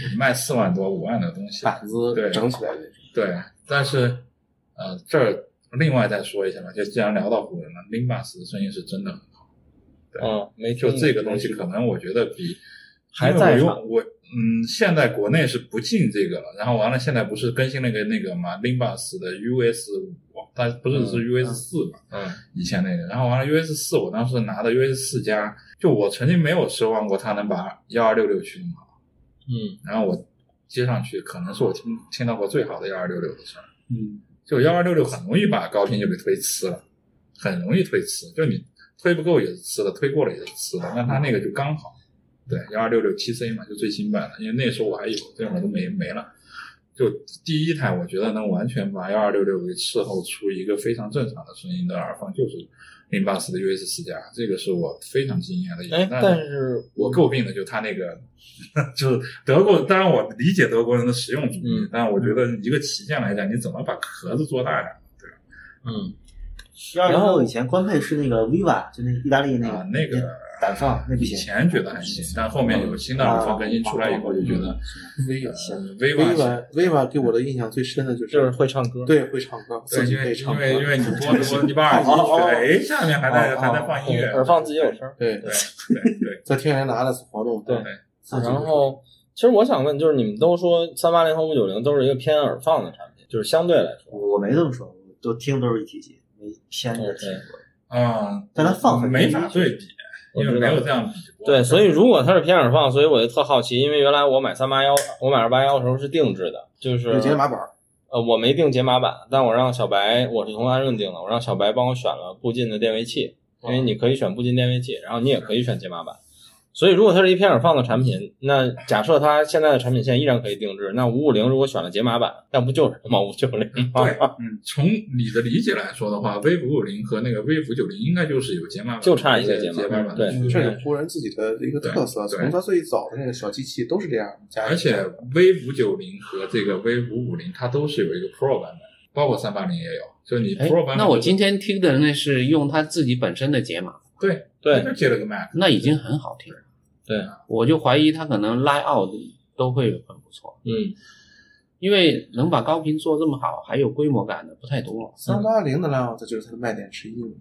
Speaker 5: 你卖四万多五万的东
Speaker 4: 哎
Speaker 5: 西，
Speaker 2: 板子
Speaker 5: 对
Speaker 2: 整起来的。
Speaker 5: 对。啊但是，呃，这儿另外再说一下吧，就既然聊到湖人了，Limbus 的声音是真的很好，对
Speaker 1: 嗯，没听
Speaker 5: 就
Speaker 1: 过
Speaker 5: 这个东西，可能我觉得比
Speaker 1: 还
Speaker 5: 因为
Speaker 1: 在
Speaker 5: 我用
Speaker 1: 场
Speaker 5: 我嗯，现在国内是不进这个了。然后完了，现在不是更新了个那个嘛 l i m b u s 的 US 五，它不是是 US 四嘛？
Speaker 1: 嗯，
Speaker 5: 以前那个。然后完了 US 四，我当时拿的 US 四加，就我曾经没有奢望过它能把幺二六六驱动好。
Speaker 1: 嗯，
Speaker 5: 然后我接上去，可能是我听听到过最好的幺二六六的声儿。
Speaker 4: 嗯，
Speaker 5: 就幺二六六很容易把高频就给推呲了，很容易推呲，就你推不够也是呲的，推过了也是呲的，那它那个就刚好。对，幺二六六七 C 嘛，就最新版的，因为那时候我还有，这会儿都没没了。就第一台，我觉得能完全把幺二六六给伺候出一个非常正常的声音的耳放，就是零八四的 US 四加，这个是我非常惊艳的一点。
Speaker 1: 哎，但是
Speaker 5: 我诟病的就是他那个，就是德国。当然，我理解德国人的实用主义，
Speaker 1: 嗯
Speaker 5: 但我觉得一个旗舰来讲，你怎么把壳子做大点？
Speaker 1: 嗯，
Speaker 4: 然
Speaker 1: 然后
Speaker 4: 后以前官配是那个 Viva，就那个意大利那
Speaker 5: 啊
Speaker 4: 个，
Speaker 5: 那个
Speaker 4: 单放嗯那不
Speaker 5: 以
Speaker 4: 行
Speaker 5: 前觉得还行，但后面有新的耳放更新出来以后，就觉得
Speaker 2: 微
Speaker 3: 嗯
Speaker 5: 呃
Speaker 2: 软
Speaker 5: ，vivo。
Speaker 2: 微软给我的印象最深的就
Speaker 1: 就是
Speaker 2: 是
Speaker 1: 会唱歌，
Speaker 2: 对会唱歌，
Speaker 5: 对，
Speaker 2: 自己
Speaker 5: 因
Speaker 2: 可
Speaker 5: 为
Speaker 2: 以唱
Speaker 5: 因
Speaker 2: 歌，
Speaker 5: 为因为你播着播着，你把耳机一
Speaker 2: 哦哦哦
Speaker 5: 吹，哎，下面还在
Speaker 2: 哦哦
Speaker 5: 还在放音乐，
Speaker 1: 耳放自己有声。
Speaker 2: 对
Speaker 5: 对对 对，
Speaker 2: 在天然拿的活动，
Speaker 1: 对
Speaker 2: 自己
Speaker 1: 然后，其实我想问，就是你们都说三八零和五九零都是一个偏耳放的产品，就是相对来说，
Speaker 4: 我我没这么说，我都听都是一体机，没偏着听过。
Speaker 5: 啊，
Speaker 4: 但它放很
Speaker 5: 没法对比，
Speaker 1: 我
Speaker 5: 因为
Speaker 1: 知道
Speaker 5: 没有这样比过。
Speaker 1: 对，所以如果它是偏耳放，所以我就特好奇，因为原来我买三八幺，我买二八幺的时候是定制的，就是
Speaker 2: 有解码板儿，
Speaker 1: 呃，我没定解码板，但我让小白，我是从安润定的，我让小白帮我选了步进的电位器，因为你可以选步进电位器，然后你也可以选解码板。所以，如果它是一偏耳放的产品，那假设它现在的产品线依然可以定制，那五五零如果选了解码板，那不就是他妈五九零吗？
Speaker 5: 对，嗯，从你的理解来说的话，V 五五零和那个 V 五九零应该就是有解码版，
Speaker 1: 就差一个
Speaker 5: 解
Speaker 1: 解码
Speaker 5: 码
Speaker 1: 版
Speaker 5: 版
Speaker 1: 对
Speaker 5: 的区
Speaker 2: 这
Speaker 5: 别
Speaker 2: 是湖人自己的一个特色。
Speaker 5: 对
Speaker 2: 从他最早的那个小机器都是这样，加
Speaker 5: 而 且 V 五九零和这个 V 五五零它都是有一个 Pro 版本，包括三八零也有，就你
Speaker 6: 哎
Speaker 5: Pro 版本就
Speaker 6: 那
Speaker 5: 是。
Speaker 6: 我今天听的那是用它自己本身的解码，
Speaker 5: 对
Speaker 1: 对
Speaker 5: 它就接了个 Mac，
Speaker 6: 那已经很好听了。
Speaker 1: 对，
Speaker 6: 我就怀疑它可能 line out 都会很不错，
Speaker 1: 嗯，
Speaker 6: 因为能把高频做这么好，还有规模感的不太多，
Speaker 2: 三八零的 layout 就是它的卖点之一嘛。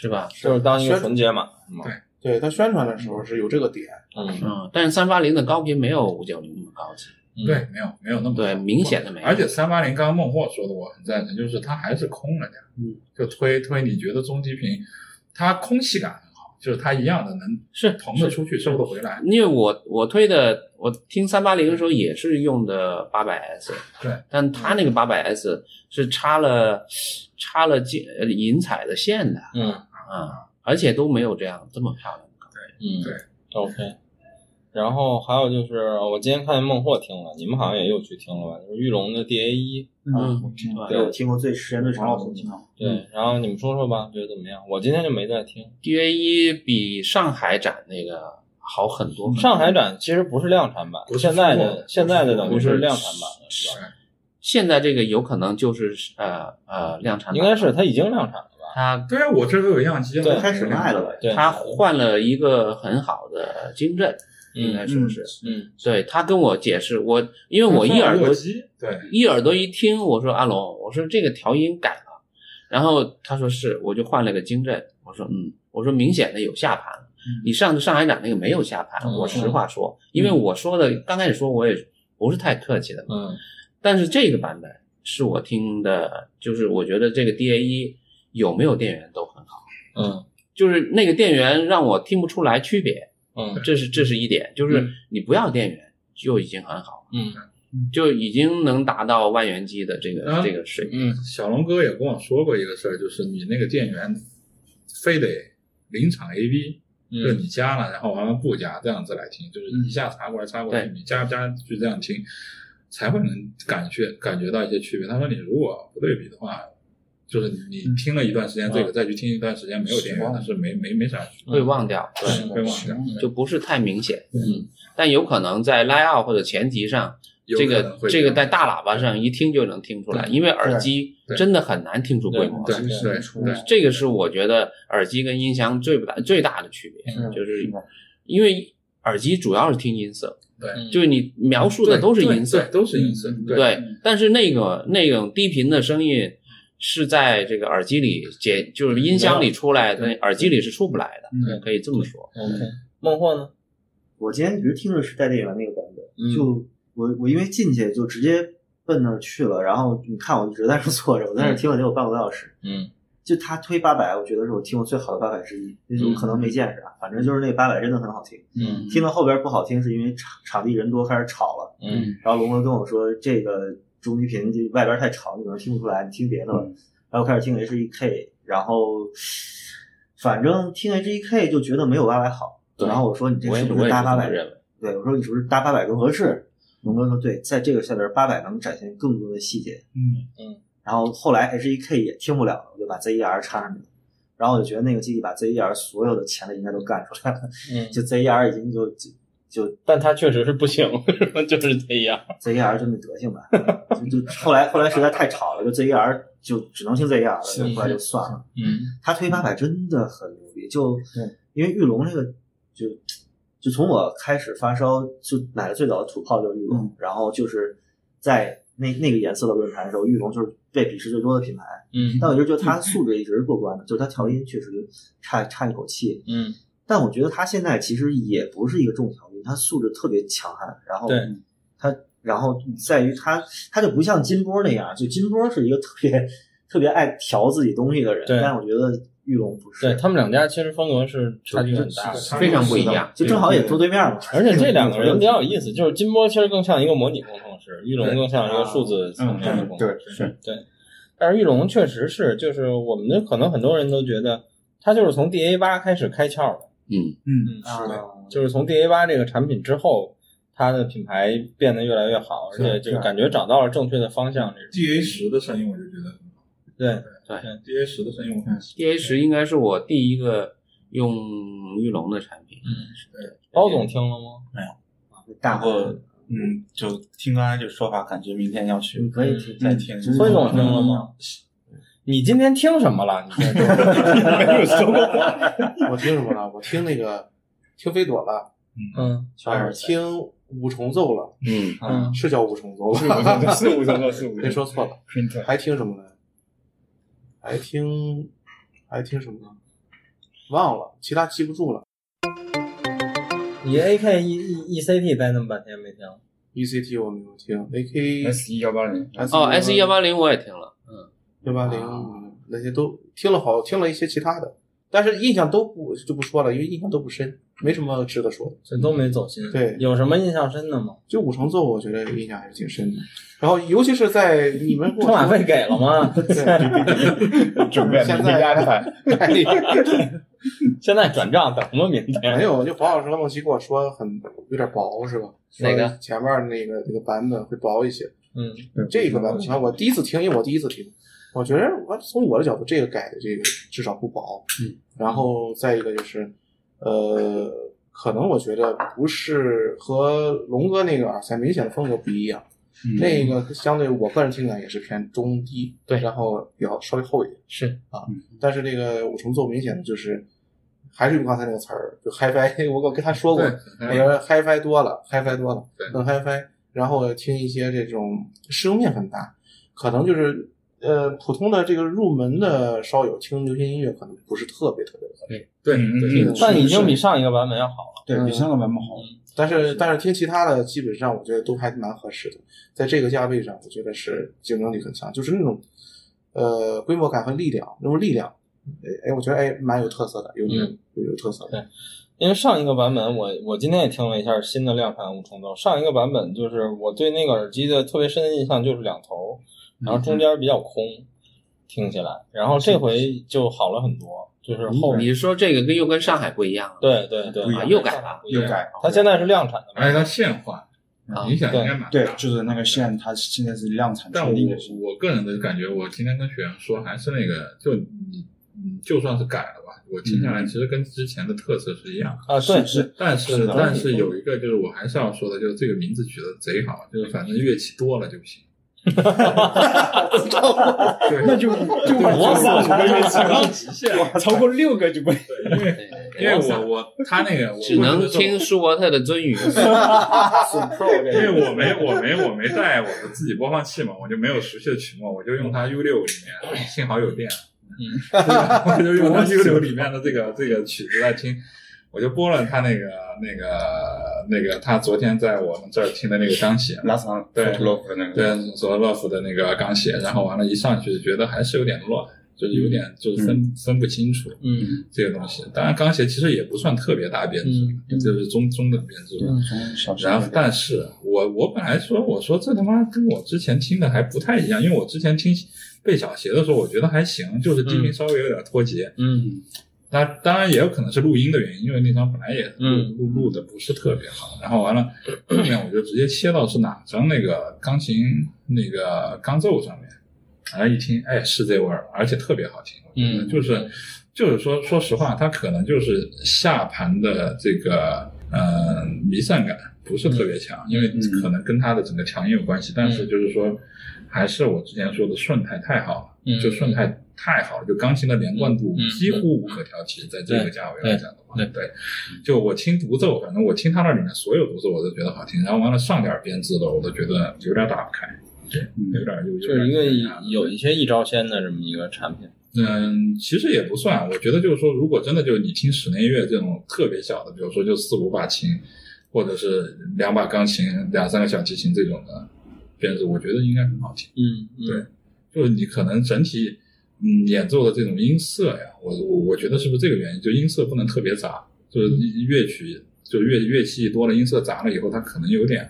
Speaker 6: 是吧？
Speaker 1: 就是当一个纯解码。
Speaker 2: 对它宣传的时候是有这个点，
Speaker 1: 嗯，
Speaker 6: 嗯，但是三八零的高频没有五九零那么高级，
Speaker 1: 嗯
Speaker 5: 对，没有没有那么
Speaker 6: 对，
Speaker 5: 多
Speaker 6: 明显的没有。
Speaker 5: 而且三八零刚刚孟获说的我很赞成，就是它还是空了点，嗯，就推推你觉得中低频，它空气感很好，就是它一样的能
Speaker 6: 是
Speaker 5: 腾得出去，收得回来，
Speaker 6: 因为我我推的，我听三八零的时候也是用的八百 S，
Speaker 5: 对，
Speaker 6: 但他那个八百 S 是插了插了金呃银彩的线的，
Speaker 1: 嗯
Speaker 6: 啊，而且都没有这样这么漂亮的高频。
Speaker 1: 嗯，
Speaker 5: 对
Speaker 1: ，OK。然后还有就是，呃我今天看见孟获听了，你们好像也有去听了吧？就是玉龙的 DA 一，
Speaker 4: 嗯，
Speaker 3: 我听
Speaker 4: 对，我听过最时间最
Speaker 5: 哦
Speaker 4: 长的我听过。
Speaker 1: 对。然后你们说说吧，觉得怎么样？我今天就没在听。
Speaker 6: DA 一 E 比上海展那个好很多，
Speaker 1: 上海展其实不是量产版
Speaker 5: 不，是
Speaker 1: 现在
Speaker 5: 出货
Speaker 1: 的现在的等于
Speaker 5: 不
Speaker 1: 是
Speaker 5: 是
Speaker 1: 量产版了，是吧？
Speaker 6: 现在这个有可能就是呃呃量产版，
Speaker 1: 应该是它已经量产了吧？
Speaker 6: 他
Speaker 5: 对啊，我这都有样机
Speaker 1: 对
Speaker 5: 了，
Speaker 4: 开始卖了吧？
Speaker 1: 对，
Speaker 6: 他换了一个很好的晶振，应该
Speaker 1: 嗯
Speaker 6: 说是，
Speaker 1: 嗯
Speaker 6: 对他跟我解释，我因为我一耳朵
Speaker 5: 耳机， 对，
Speaker 6: 一耳朵一听，我说阿龙，我说这个调音改了，然后他说是，我就换了个晶振，我说嗯，我说明显的有下盘，你上次上海展那个没有下盘，
Speaker 1: 嗯
Speaker 6: 我实话说，因为我说的刚开始说我也不是太客气的嘛，
Speaker 1: 嗯
Speaker 6: 但是这个版本是我听的，就是我觉得这个 DA 一有没有电源都很好，
Speaker 1: 嗯
Speaker 6: 就是那个电源让我听不出来区别，
Speaker 1: 嗯
Speaker 6: 这是这是一点，就是
Speaker 1: 嗯
Speaker 6: 你不要电源就已经很好了，
Speaker 1: 嗯
Speaker 6: 就已经能达到万元机的这个、
Speaker 5: 啊
Speaker 6: 这个水平。
Speaker 1: 嗯，
Speaker 5: 小龙哥也跟我说过一个事儿，就是你那个电源非得临场 AV，、就是
Speaker 1: 嗯
Speaker 6: 嗯
Speaker 5: 你加了，然后完了不加，这样子来听，就是一下插过来插过去，
Speaker 6: 对
Speaker 5: 你加不加就这样听，才会能感觉感觉到一些区别。他说你如果不对比的话，就是你你听了一段时间这
Speaker 6: 嗯
Speaker 5: 个，再去听一段时间没有电源，那是没没没啥区别，
Speaker 6: 会忘掉，
Speaker 5: 对，会忘
Speaker 3: 是的
Speaker 5: 掉，
Speaker 6: 就不是太明显。
Speaker 5: 对
Speaker 6: 嗯，但有可能在 layout 或者前提上，
Speaker 5: 有
Speaker 6: 这
Speaker 5: 可
Speaker 6: 个
Speaker 5: 能会
Speaker 6: 这个在
Speaker 5: 样
Speaker 6: 大喇叭上一听就能听出来，
Speaker 5: 对
Speaker 6: 因为耳机
Speaker 5: 对
Speaker 6: 真的很难听出规模
Speaker 5: 对
Speaker 6: 来。
Speaker 5: 对对，
Speaker 6: 这个是我觉得耳机跟音箱最不大最大的区别，
Speaker 3: 嗯
Speaker 6: 就是
Speaker 3: 是的
Speaker 6: 因为耳机主要是听音色，
Speaker 1: 嗯
Speaker 5: 对
Speaker 6: 就是你描述的都是音色
Speaker 5: 嗯对，都是音色，
Speaker 3: 嗯
Speaker 5: 对
Speaker 6: 但是那个那种低频的声音是在这个耳机里解，就是音箱里出来的，
Speaker 5: 对
Speaker 6: 耳机里是出不来的，
Speaker 3: 嗯
Speaker 6: 可以这么说。
Speaker 1: ，OK，孟获呢？
Speaker 4: 我今天一直听的是带电源那个版本，
Speaker 1: 嗯
Speaker 4: 就我我因为进去就直接奔那儿去了，然后你看我一直在那儿坐着，我在那儿听了得有半个多小时。
Speaker 1: 嗯，
Speaker 4: 就他推八百，我觉得是我听过最好的八百之一，也就
Speaker 1: 嗯
Speaker 4: 可能没见识啊，反正就是那八百真的很好听。
Speaker 1: 嗯
Speaker 4: 听到后边不好听是因为场场地人多开始吵了，
Speaker 1: 嗯
Speaker 4: 然后龙哥跟我说这个中低频这外边太吵，你可能听不出来，你听别的
Speaker 6: 嗯
Speaker 4: 吧。然后开始听 H E K，然后反正听 H E K 就觉得没有八百好。
Speaker 6: 对
Speaker 4: 然后我说你这
Speaker 6: 我也
Speaker 4: 是不
Speaker 6: 我也
Speaker 4: 是
Speaker 6: 是
Speaker 4: 搭
Speaker 6: 这
Speaker 4: 八
Speaker 6: 么
Speaker 4: 百
Speaker 6: 认为。
Speaker 4: 对，我说你是不是搭八百更合适？龙哥说对，在这个下边八百能展现更多的细节。
Speaker 3: 嗯
Speaker 4: 然后后来 H E K 也听不了了，我就把 Z E R 插上去了。然后我就觉得那个机器把 Z E R 所有的前列应该都干出来了，
Speaker 1: 嗯，
Speaker 4: 就 Z E R 已经就就
Speaker 1: 但他确实是不行，就是这样。
Speaker 4: Z E R 就那德行吧。就就后来后来实在太吵了，就 Z E R 就只能听 Z E R 了，
Speaker 3: 是
Speaker 4: 就后来就算了。
Speaker 1: 嗯
Speaker 4: 他推八百真的很牛逼，就
Speaker 3: 对
Speaker 4: 因为玉龙这个就就从我开始发烧就买的最早的土炮就是玉龙，
Speaker 3: 嗯
Speaker 4: 然后就是在那那个颜色的论坛的时候，玉龙就是被鄙视最多的品牌。
Speaker 1: 嗯
Speaker 4: 但我就觉得他素质一直是过关的，就是他调音确实差差一口气，
Speaker 1: 嗯
Speaker 4: 但我觉得他现在其实也不是一个重调音，他素质特别强悍，然后
Speaker 1: 对
Speaker 4: 他然后在于他他就不像金波那样，就金波是一个特别特别爱调自己东西的人，
Speaker 1: 对
Speaker 4: 但我觉得玉龙不是，
Speaker 1: 对他们两家其实风格是差距很大的，
Speaker 5: 是
Speaker 6: 啊非常不一样
Speaker 4: 就正好也坐对面嘛，
Speaker 1: 嗯而且这两个
Speaker 2: 嗯
Speaker 1: 人比较有意思，就是金波其实更像一个模拟工程师，玉龙更像一个数
Speaker 2: 啊
Speaker 1: 字层面的工程师。
Speaker 3: 对是
Speaker 1: 但是玉龙确实是，就是我们的可能很多人都觉得他就是从 DA 八开始开窍的，
Speaker 6: 嗯，
Speaker 3: 嗯
Speaker 4: 啊
Speaker 5: 是的
Speaker 1: 就是从 DA 八这个产品之后，它的品牌变得越来越好，而
Speaker 3: 是
Speaker 2: 啊
Speaker 1: 且就是
Speaker 3: 是
Speaker 1: 感觉找到了正确的方向。这种
Speaker 5: DA 十的声音我就觉得很好
Speaker 1: 对，
Speaker 5: ，DA 十的声音我很喜
Speaker 6: D A 十应该是我第一个用玉龙的产品，
Speaker 1: 包总听了吗？
Speaker 4: 大
Speaker 7: 不过
Speaker 1: 呃
Speaker 7: 嗯，就听刚才这说法，感觉明天要去
Speaker 4: 你可以听
Speaker 7: 再听。
Speaker 4: 嗯
Speaker 1: 崔总听了吗？你今天听什么了？你今天 没有说过。
Speaker 2: 我听什么了？我听那个听飞朵了，
Speaker 1: 嗯
Speaker 2: 呃，听五重奏了，
Speaker 6: 嗯，
Speaker 1: 嗯，
Speaker 2: 是叫五重奏吧？
Speaker 3: 是五层楼是 五
Speaker 2: 没说错了。
Speaker 3: Printer
Speaker 2: 还听什么呢？还听还听什么呢？忘了，其他记不住了。
Speaker 1: 你 AK E E E C T 待那么半天没听，
Speaker 2: ECT 我没有听，AK
Speaker 3: S 一 E 幺八零，
Speaker 6: 哦，S 幺八零我也听了，嗯，
Speaker 2: 幺八零那些都听了好，听了一些其他的，但是印象都不就不说了，因为印象都不深，没什么值得说的。
Speaker 1: 这都没走心。
Speaker 2: 对
Speaker 1: 有什么印象深的吗？
Speaker 2: 就五重奏，我觉得印象还是挺深的。然后尤其是在你们跟我
Speaker 1: 车马费给了吗？
Speaker 2: 对，
Speaker 3: 准备
Speaker 2: 现
Speaker 3: 明天
Speaker 2: 在
Speaker 3: 压台。
Speaker 1: 现在转账等什么明
Speaker 2: 没
Speaker 1: 天？
Speaker 2: 有，就黄老师和梦琪跟我说很有点薄是吧？
Speaker 6: 哪个
Speaker 2: 说前面那个那个版本会薄一些，
Speaker 1: 嗯
Speaker 5: 呃
Speaker 2: 这个版本像我第一次听，因为我第一次听，我觉得我从我的角度，这个改的这个至少不薄。
Speaker 6: 嗯，
Speaker 2: 然后再一个就是，呃，可能我觉得不是和龙哥那个耳塞明显的风格不一样，那个相对我个人听感也是偏中低，
Speaker 6: 嗯对
Speaker 2: 然后比较稍微厚一点。啊
Speaker 6: 是
Speaker 2: 但是这个五重奏明显的就是，还是用刚才那个词儿，就 HiFi，我我 跟他说过，
Speaker 5: 欢。
Speaker 2: 哎呀，HiFi 多了，HiFi 多了嗯
Speaker 5: 对，
Speaker 2: 更 HiFi，然后听一些这种适应面很大，可能就是呃，普通的这个入门的烧友听流行音乐可能不是特别特别多，
Speaker 5: 对
Speaker 3: 嗯
Speaker 5: 对
Speaker 3: 嗯
Speaker 5: 对，
Speaker 8: 但已经比上一个版本要好了。
Speaker 3: 对
Speaker 2: 嗯
Speaker 3: 比香港版本好。
Speaker 2: 但是但是听其他的，基本上我觉得都还蛮合适的，在这个价位上，我觉得是竞争力很强，就是那种呃规模感和力量，那种力量，哎哎，我觉得哎蛮有特色的，有有
Speaker 3: 嗯
Speaker 2: 有特色的，
Speaker 8: 因为上一个版本我我今天也听了一下新的量产五重奏，上一个版本就是我对那个耳机的特别深的印象就是两头，然后中间比较空，听起来，然后这回就好了很多，就是后面
Speaker 1: 嗯
Speaker 6: 你说这个跟又跟上海不一样了，
Speaker 8: 对对对
Speaker 3: 不一
Speaker 6: 啊，
Speaker 3: 样
Speaker 6: 又改了，
Speaker 3: 又改，
Speaker 8: 它现在是量产的
Speaker 5: 而
Speaker 8: 嘛，
Speaker 5: 且它现化
Speaker 6: 啊
Speaker 5: 影响应该蛮大
Speaker 3: 对，就是那个线，它现在是量产
Speaker 5: 但
Speaker 3: 确
Speaker 5: 我
Speaker 3: 定的线。
Speaker 5: 我个人的感觉，我今天跟学员说，还是那个，就你你就算是改了吧，我听
Speaker 3: 嗯
Speaker 5: 下来其实跟之前的特色是一样的。
Speaker 8: 啊对
Speaker 3: 是
Speaker 5: 但
Speaker 3: 是
Speaker 5: 是
Speaker 3: 的
Speaker 5: 但是有一个就是我还是要说的，就是这个名字取得贼好，就是反正乐器多了就 行。对，
Speaker 3: 那就就
Speaker 8: 我
Speaker 3: 我
Speaker 8: 死了
Speaker 5: 到极限。
Speaker 3: 超过六个就不
Speaker 5: 对，因为因为我我他那个我
Speaker 6: 只能听舒伯特的《鳟鱼》
Speaker 5: 因为我没我没我没带我的自己播放器嘛，我就没有熟悉的曲目，我就用它 U 六里面，哎幸好有电，嗯， 我就用它 U 六里面的这个这个曲子来听，我就播了他那个那个那个他昨天在我们这儿听的那个钢琴，
Speaker 3: 拉长
Speaker 5: 对
Speaker 3: Fotolog 的那个，
Speaker 5: 对索洛夫的那个钢琴，然后完了，一上去就觉得还是有点乱，就是有点就是分、分不清楚，
Speaker 8: 嗯，
Speaker 5: 这个东西。当然，钢琴其实也不算特别大变质，就是中中等变质吧。
Speaker 3: 从小时
Speaker 5: 然
Speaker 3: 候
Speaker 5: 后，但是我我本来说，我说这他妈跟我之前听的还不太一样，因为我之前听贝小鞋的时候，我觉得还行，就是低频稍微有点脱节。
Speaker 8: 嗯
Speaker 5: 那当然也有可能是录音的原因，因为那张本来也
Speaker 8: 嗯
Speaker 5: 录录的不是特别好，然后完了后面我就直接切到是哪张那个钢琴那个钢奏上面，然后一听，哎，是这味儿，而且特别好听，我觉得
Speaker 8: 嗯
Speaker 5: 就是就是说说实话，它可能就是下盘的这个呃弥散感不是特别强，因为可能跟它的整个强音有关系，但是就是说还是我之前说的顺态太好了。
Speaker 8: 嗯
Speaker 5: 就顺态太好了，就钢琴的连贯度
Speaker 8: 嗯
Speaker 5: 几乎无可挑剔，在这个价位来讲的话，
Speaker 8: 对
Speaker 5: 对，就我听独奏，反正我听他那里面所有独奏我都觉得好听，然后完了上点编制的我都觉得有点打不开，对，有点有
Speaker 8: 就是一个
Speaker 5: 有点
Speaker 8: 有一些一招鲜的这么一个产品，
Speaker 5: 嗯，其实也不算，我觉得就是说，如果真的就是你听室内乐这种特别小的，比如说就四五把琴，或者是两把钢琴、两三个小提琴这种的编制，我觉得应该很好听。
Speaker 8: 嗯
Speaker 5: 对就是你可能整体嗯演奏的这种音色呀，我我我觉得是不是这个原因？就音色不能特别杂，就是乐曲就乐乐器多了，音色杂了以后，它可能有点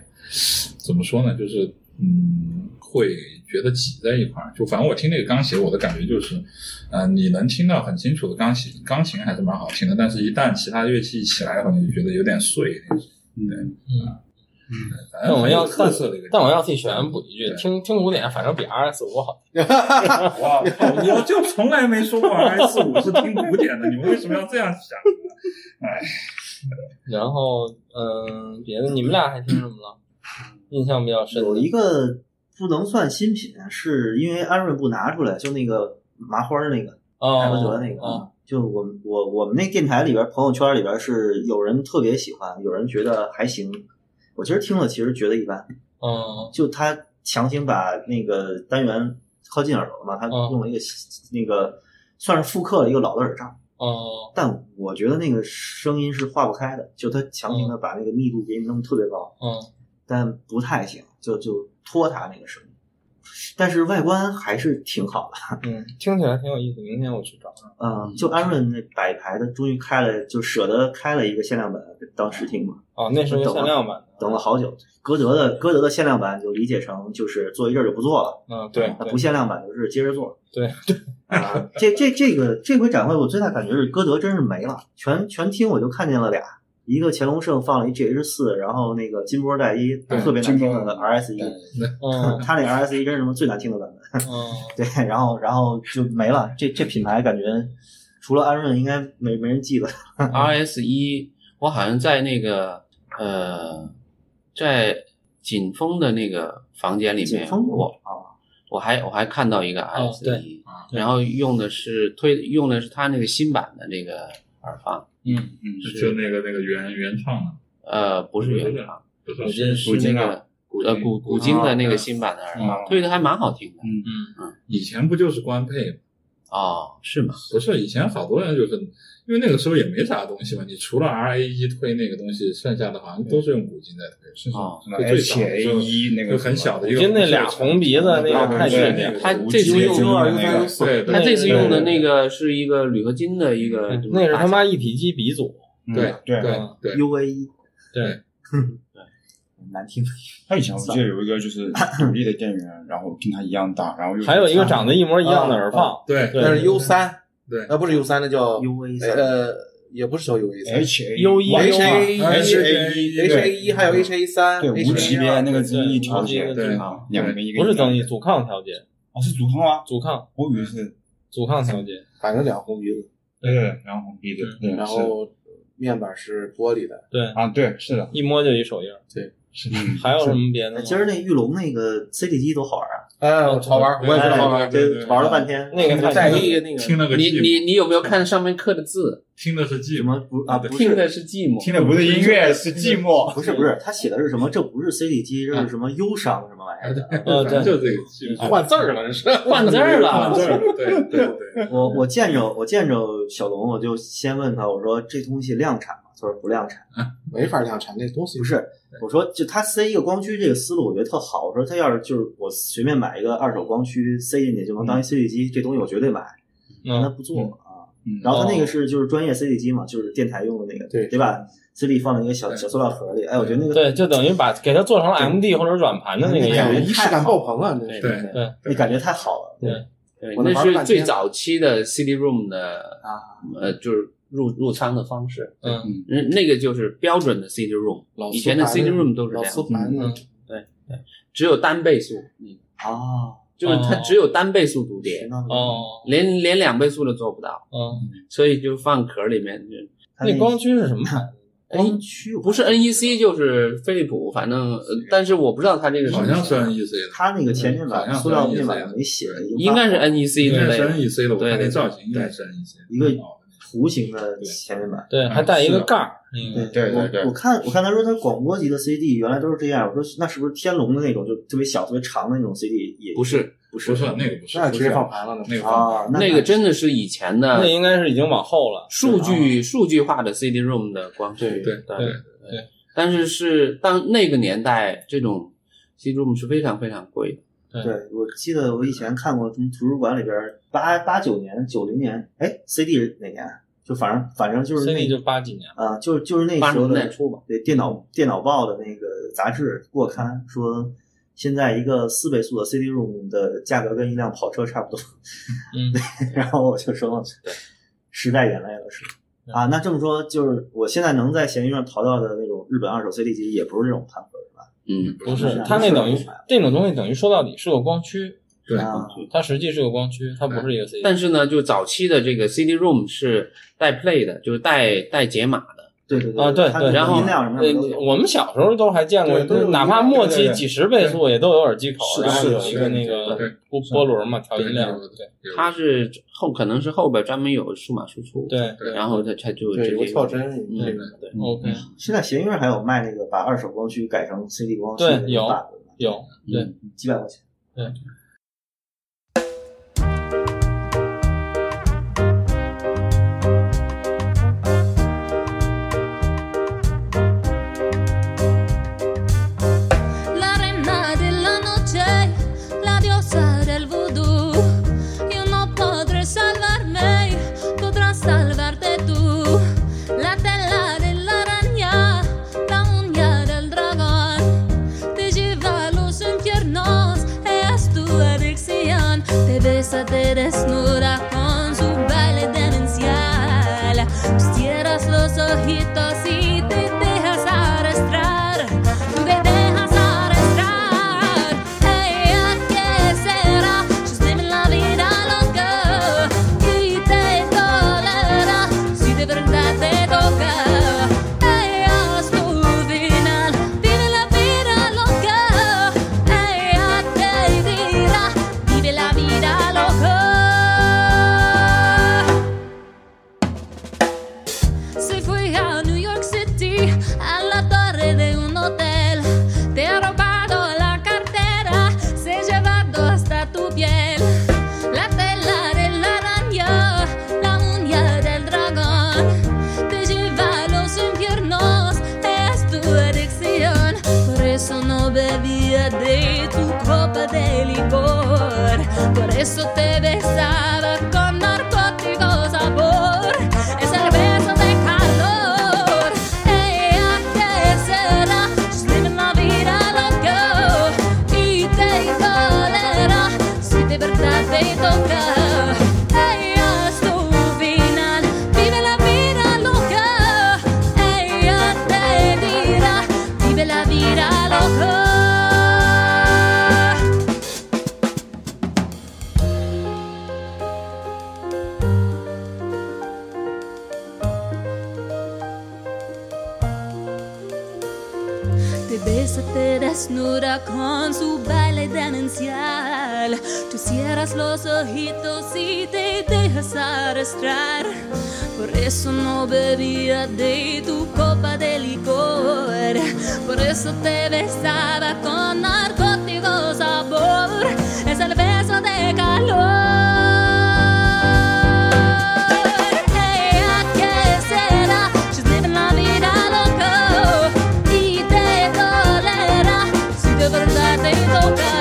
Speaker 5: 怎么说呢？就是嗯，会觉得挤在一块儿。就反正我听那个钢琴，我的感觉就是，呃，你能听到很清楚的钢琴，钢琴还是蛮好听的，但是一旦其他乐器一起来以后，你就觉得有点碎。
Speaker 3: 嗯，
Speaker 5: 啊反
Speaker 8: 但
Speaker 5: 正
Speaker 8: 我
Speaker 5: 很有
Speaker 8: 要
Speaker 5: 特色的一个，
Speaker 8: 但我要替选员补一句，
Speaker 5: 对
Speaker 8: 听听古典，反正比 RS 五好。
Speaker 5: 哇靠！我就从来没说过 i 四五是听古典的，你们为什么要这样 想？
Speaker 8: 然后，嗯、别的你们俩还听什么了？印象比较深
Speaker 4: 有
Speaker 8: 的
Speaker 4: 一个不能算新品，是因为安瑞不拿出来，就那个麻花儿那个，
Speaker 8: 哦，
Speaker 4: 艾伯德那个，
Speaker 8: 哦
Speaker 4: 就我们我我们那电台里边朋友圈里边是有人特别喜欢，有人觉得还行，我其实听了其实觉得一般，
Speaker 8: 嗯
Speaker 4: 就他强行把那个单元靠近耳朵了嘛，他
Speaker 1: 啊
Speaker 8: 嗯
Speaker 4: 用了一个、那个算是复刻了一个老的耳罩，
Speaker 8: 嗯
Speaker 4: 但我觉得那个声音是化不开的，就他强行的
Speaker 1: 嗯
Speaker 4: 把那个密度给你弄特别高，
Speaker 8: 嗯
Speaker 4: 但不太行，就就拖沓那个声音。但是外观还是挺好的，
Speaker 8: 嗯，听起来挺有意思，明天我去找找。
Speaker 4: 嗯，就安润那摆牌的，终于开了，就舍得开了一个限量版当试听嘛，
Speaker 8: 哦，那是个限量版的。
Speaker 4: 等了好久。歌德的歌德的限量版就理解成就是做一阵儿就不做了，
Speaker 8: 嗯，对
Speaker 4: 那
Speaker 8: 对
Speaker 4: 啊不限量版就是接着做。
Speaker 8: 对
Speaker 4: 啊，这这这个这回展会我最大感觉是歌德真是没了，全全厅我就看见了俩，一个乾隆盛放了一 GH 四，然后那个金波带一特别难听的 E RS 一，
Speaker 8: 嗯
Speaker 4: 他那 RS 一真是什么最难听的版本。
Speaker 6: 哦
Speaker 8: 嗯，
Speaker 4: 对，然后然后就没了。这这品牌感觉除了安润，应该没没人记了。
Speaker 6: RS 一，我好像在那个呃，在景峰的那个房间里
Speaker 4: 景
Speaker 6: 面，
Speaker 4: 峰
Speaker 6: 我
Speaker 4: 啊，
Speaker 6: 我还我还看到一个
Speaker 8: 哦
Speaker 6: RS
Speaker 8: 对
Speaker 6: 一、
Speaker 8: 对
Speaker 6: 然后用的是推用的是它那个新版的那个耳放，
Speaker 5: 就那个那个原原创的，
Speaker 6: 呃，不是原
Speaker 5: 不是
Speaker 6: 厂，
Speaker 5: 不
Speaker 6: 我
Speaker 5: 是
Speaker 6: 记得是那个
Speaker 5: 古
Speaker 6: 呃
Speaker 5: 今
Speaker 6: 古古今的那个新版的耳
Speaker 3: 嗯
Speaker 6: 放，推的还蛮好听的
Speaker 3: 嗯
Speaker 5: 以前不就是官配吗？
Speaker 6: 哦，是吗？
Speaker 5: 不是，以前好多人就是因为那个时候也没啥东西嘛，你除了 R A 一推那个东西，剩下的好像都是用古今在推，
Speaker 3: 是
Speaker 6: 哦
Speaker 3: 什么
Speaker 5: 就最
Speaker 3: H
Speaker 5: 早
Speaker 3: A
Speaker 5: 就
Speaker 3: 一那个
Speaker 5: 就很小的一
Speaker 8: 就
Speaker 5: 个。
Speaker 8: 那俩红鼻子那个太
Speaker 5: 对
Speaker 8: 炫
Speaker 5: 那
Speaker 8: 了。
Speaker 5: 个
Speaker 6: 他
Speaker 5: 无
Speaker 6: 这
Speaker 5: 极
Speaker 6: 次用
Speaker 5: 无极
Speaker 3: 的
Speaker 5: 那个
Speaker 3: 那个
Speaker 5: 对
Speaker 6: 他
Speaker 5: 对
Speaker 6: 这次用的那个是一个铝合金的一个，就是
Speaker 8: 那是他
Speaker 6: 大
Speaker 8: 妈
Speaker 6: 小
Speaker 8: 一体机鼻祖，
Speaker 5: 对
Speaker 3: 对
Speaker 5: 对
Speaker 8: 嗯
Speaker 5: 对
Speaker 4: U E A 一
Speaker 8: 对，
Speaker 4: 难听的，
Speaker 3: 他以前我记得有一个就是独立的电源，然后跟它一样大，然后又
Speaker 8: 还有一个长得一模一样的耳放，
Speaker 5: 对
Speaker 8: 对
Speaker 2: 那是 U 三，
Speaker 5: 对
Speaker 2: 呃，不是 U 三，那叫
Speaker 4: UA 三
Speaker 2: 呃，也不是叫 UA 三
Speaker 3: H A
Speaker 8: U 一
Speaker 2: H A 一
Speaker 5: H
Speaker 3: A 一
Speaker 2: H A E 一还有 H A 三，
Speaker 3: 对
Speaker 2: HA
Speaker 3: 无级别那个增益
Speaker 8: 对
Speaker 3: 调
Speaker 8: 无级
Speaker 3: 节
Speaker 8: 别
Speaker 5: 对
Speaker 6: 啊
Speaker 3: 两个一个
Speaker 8: 不是增益，
Speaker 3: 益
Speaker 8: 阻抗调节，
Speaker 3: 哦是阻抗啊，
Speaker 8: 阻抗
Speaker 3: 我以为是
Speaker 8: 阻抗调节，
Speaker 2: 反正两红鼻子，
Speaker 3: 对，然后红鼻子，对，
Speaker 2: 然后面板是玻璃的，
Speaker 8: 对
Speaker 3: 是，啊对是的，
Speaker 8: 一摸就一手印儿。
Speaker 3: 是
Speaker 8: 还有什么别
Speaker 1: 哦
Speaker 8: 的
Speaker 4: 哎
Speaker 8: 吗？
Speaker 4: 今儿那玉龙那个 C D 机多好玩啊！
Speaker 2: 嗯，好玩，我也觉得好
Speaker 8: 哎
Speaker 2: 玩，
Speaker 5: 对对
Speaker 4: 这玩了半天，
Speaker 8: 那个太
Speaker 2: 在
Speaker 8: 炫了
Speaker 2: 意
Speaker 6: 那
Speaker 5: 听了个
Speaker 6: 你你
Speaker 5: 寂寞，
Speaker 6: 你有没有看上面刻的字？
Speaker 5: 听的是寂
Speaker 4: 什
Speaker 5: 寞，
Speaker 4: 么不啊？不
Speaker 6: 听的
Speaker 4: 是
Speaker 6: 是寂寞。
Speaker 3: 听的不是音乐是寂
Speaker 7: 哦
Speaker 3: 寞，
Speaker 4: 不是不是，他写的是什么？这不是 C D 机，这是什么忧伤什么玩意儿的？
Speaker 8: 呃
Speaker 5: 反正
Speaker 8: 嗯对
Speaker 5: 就这个寂 寞。
Speaker 2: 换字儿了，这 是
Speaker 6: 换字儿
Speaker 5: 换字
Speaker 6: 了，
Speaker 5: 儿，对对对，
Speaker 4: 我我见着我见着小龙，我就先问他，我说这东西量产吗？他说不量产。
Speaker 2: 没法量产，那东西
Speaker 4: 不是，我说就他塞一个光驱这个思路，我觉得特好。我说他要是就是我随便买一个二手光驱塞进去就能当一 CD 机，这东西我绝对买。但他
Speaker 8: 嗯，哦
Speaker 4: 不做啊。
Speaker 3: 嗯
Speaker 4: 然后他那个是就是专业 CD 机嘛，就是电台用的那个，
Speaker 2: 对
Speaker 4: 对吧？CD 放在一个小
Speaker 5: 对
Speaker 4: 小塑料盒里，哎，我觉得那个
Speaker 8: 对，就等于把给它做成了 MD 或者软盘的那个
Speaker 2: 哎
Speaker 8: 样
Speaker 2: 呀
Speaker 8: 子。
Speaker 2: 仪式感爆棚啊，那是
Speaker 5: 对
Speaker 4: 那感觉太好了。
Speaker 6: 对
Speaker 2: 我能
Speaker 6: 那
Speaker 2: 玩
Speaker 6: 是
Speaker 2: 半
Speaker 6: 最
Speaker 2: 天
Speaker 6: 早期的 CD room 的
Speaker 4: 啊，
Speaker 6: 呃，就是入入仓的方式。
Speaker 8: 嗯，
Speaker 6: 嗯，那个就是标准的 CD room，
Speaker 2: 老
Speaker 6: 以前的 CD room 都是这
Speaker 2: 老磁
Speaker 6: 样，嗯
Speaker 2: 盘呢，
Speaker 6: 只有单倍速，嗯，
Speaker 4: 啊，
Speaker 6: 就是它
Speaker 8: 哦
Speaker 6: 只有单倍速读碟，
Speaker 4: 哦，
Speaker 8: 哦，
Speaker 6: 连连两倍速都做不到，
Speaker 8: 嗯，
Speaker 6: 所以就放壳里面。就
Speaker 4: 他
Speaker 8: 那光驱是什么牌子？
Speaker 4: 光驱
Speaker 6: 不是 NEC 就是飞利浦，反正呃但是我不知道它这个是
Speaker 5: 好像是 NEC 的，
Speaker 4: 他那个前面
Speaker 5: 好
Speaker 4: 版
Speaker 5: 像
Speaker 4: 塑料
Speaker 5: 是
Speaker 4: 面
Speaker 5: NEC
Speaker 4: 板没写，
Speaker 6: 应该是
Speaker 4: 一个
Speaker 6: NEC 之
Speaker 5: 应该
Speaker 6: 类
Speaker 5: 是 E
Speaker 6: 的，
Speaker 5: NEC 的，我看
Speaker 6: 对
Speaker 5: 那
Speaker 6: 对
Speaker 5: 造型应该是 NEC
Speaker 4: 一个
Speaker 5: 哦
Speaker 4: 图形的前面板。
Speaker 8: 对，还带一个盖儿。嗯，
Speaker 3: 对对
Speaker 4: 我
Speaker 3: 对
Speaker 4: 我看我看他说他广播级的 CD 原来都是这样，我说那是不是天龙的那种就特别小特别长的那种 CD 也
Speaker 6: 不是
Speaker 4: 不
Speaker 5: 不是那个不是，
Speaker 2: 那直接
Speaker 5: 不是
Speaker 2: 放盘了呢，
Speaker 5: 那个放
Speaker 4: 啊，
Speaker 6: 那个真的是以前
Speaker 8: 那
Speaker 6: 的
Speaker 8: 应该是已经往后了。
Speaker 6: 数据数据化的 CD ROM 的光驱，
Speaker 2: 对
Speaker 5: 对
Speaker 8: 对
Speaker 5: 对
Speaker 6: 但是是当那个年代这种 CD ROM 是非常非常贵的，
Speaker 4: 对，我记得我以前看过什么图书馆里边儿八八九年、九零年，哎，CD 是哪年啊？就反正反正就是那
Speaker 8: CD 就八几年，
Speaker 4: 啊、就是就是那
Speaker 6: 八
Speaker 4: 时
Speaker 6: 十
Speaker 4: 候
Speaker 6: 年代
Speaker 4: 的
Speaker 6: 初吧，
Speaker 4: 对电脑电脑报的那个杂志过刊说，现在一个四倍速的 CD ROM 的价格跟一辆跑车差不多。
Speaker 8: 嗯，
Speaker 4: 然后我就说我去，时代眼泪了是。啊，那这么说就是我现在能在闲鱼上淘到的那种日本二手 CD 机，也不是这种盘盒是吧？
Speaker 6: 嗯，
Speaker 8: 不
Speaker 4: 是
Speaker 8: 是，它那等于
Speaker 4: 是
Speaker 8: 这种东西等于说到底是个光驱，
Speaker 5: 对
Speaker 4: 啊，
Speaker 8: 它实际是个光驱，它不是一个 CD。
Speaker 6: 但是呢，就早期的这个 CD ROM 是带 play 的，就是带带解码的，
Speaker 4: 对对对
Speaker 8: 啊，对
Speaker 4: 它
Speaker 8: 对，
Speaker 4: 的
Speaker 6: 然后
Speaker 4: 音量什么
Speaker 8: 呃
Speaker 4: 的都有。
Speaker 8: 我们小时候都还见过，
Speaker 2: 对都有
Speaker 8: 哪怕末期几十倍速也都有耳机口，
Speaker 2: 是的
Speaker 8: 然后有
Speaker 2: 是的
Speaker 8: 一个那个
Speaker 5: 对
Speaker 8: 波波轮嘛，调音量
Speaker 5: 对。
Speaker 8: 对
Speaker 5: 有
Speaker 6: 它是后可能是后边专门有数码输出，，
Speaker 8: 对
Speaker 5: 对
Speaker 6: 然后它它就
Speaker 2: 对，
Speaker 6: 直
Speaker 2: 有个
Speaker 6: 接
Speaker 2: 跳针，
Speaker 6: 嗯
Speaker 2: 这个
Speaker 6: 对，
Speaker 8: ，OK，
Speaker 4: 现在闲鱼上还有卖那个把二手光驱改成 CD 光驱
Speaker 8: 对
Speaker 4: 的
Speaker 8: 有
Speaker 4: 版本的，嗯
Speaker 8: 有对。
Speaker 4: 几百块钱。
Speaker 9: la reina de la noche, la diosa del vudú. Yo no podré salvarme, podrás salvarte tú. La tela de la araña, la uña del dragón, te lleva a los infiernos, es tu eso te besaba con narcótico sabor. Es el beso de calor. Ella que será, just living la vida loca. Y te dolerá si de verdad te toca. Ella es tu final, vive la vida loca. Ella te dirá, vive la vida loca. Te besa, te desnuda con su baile demencial. Tú cierras los ojitos y te dejas arrastrar. Por eso no bebía de tu copa de licor. Por eso te besaba con narcótico sabor. Es el beso de calor. Ella que será, she's living la vida loca. Y te dolerá si de verdad te toca.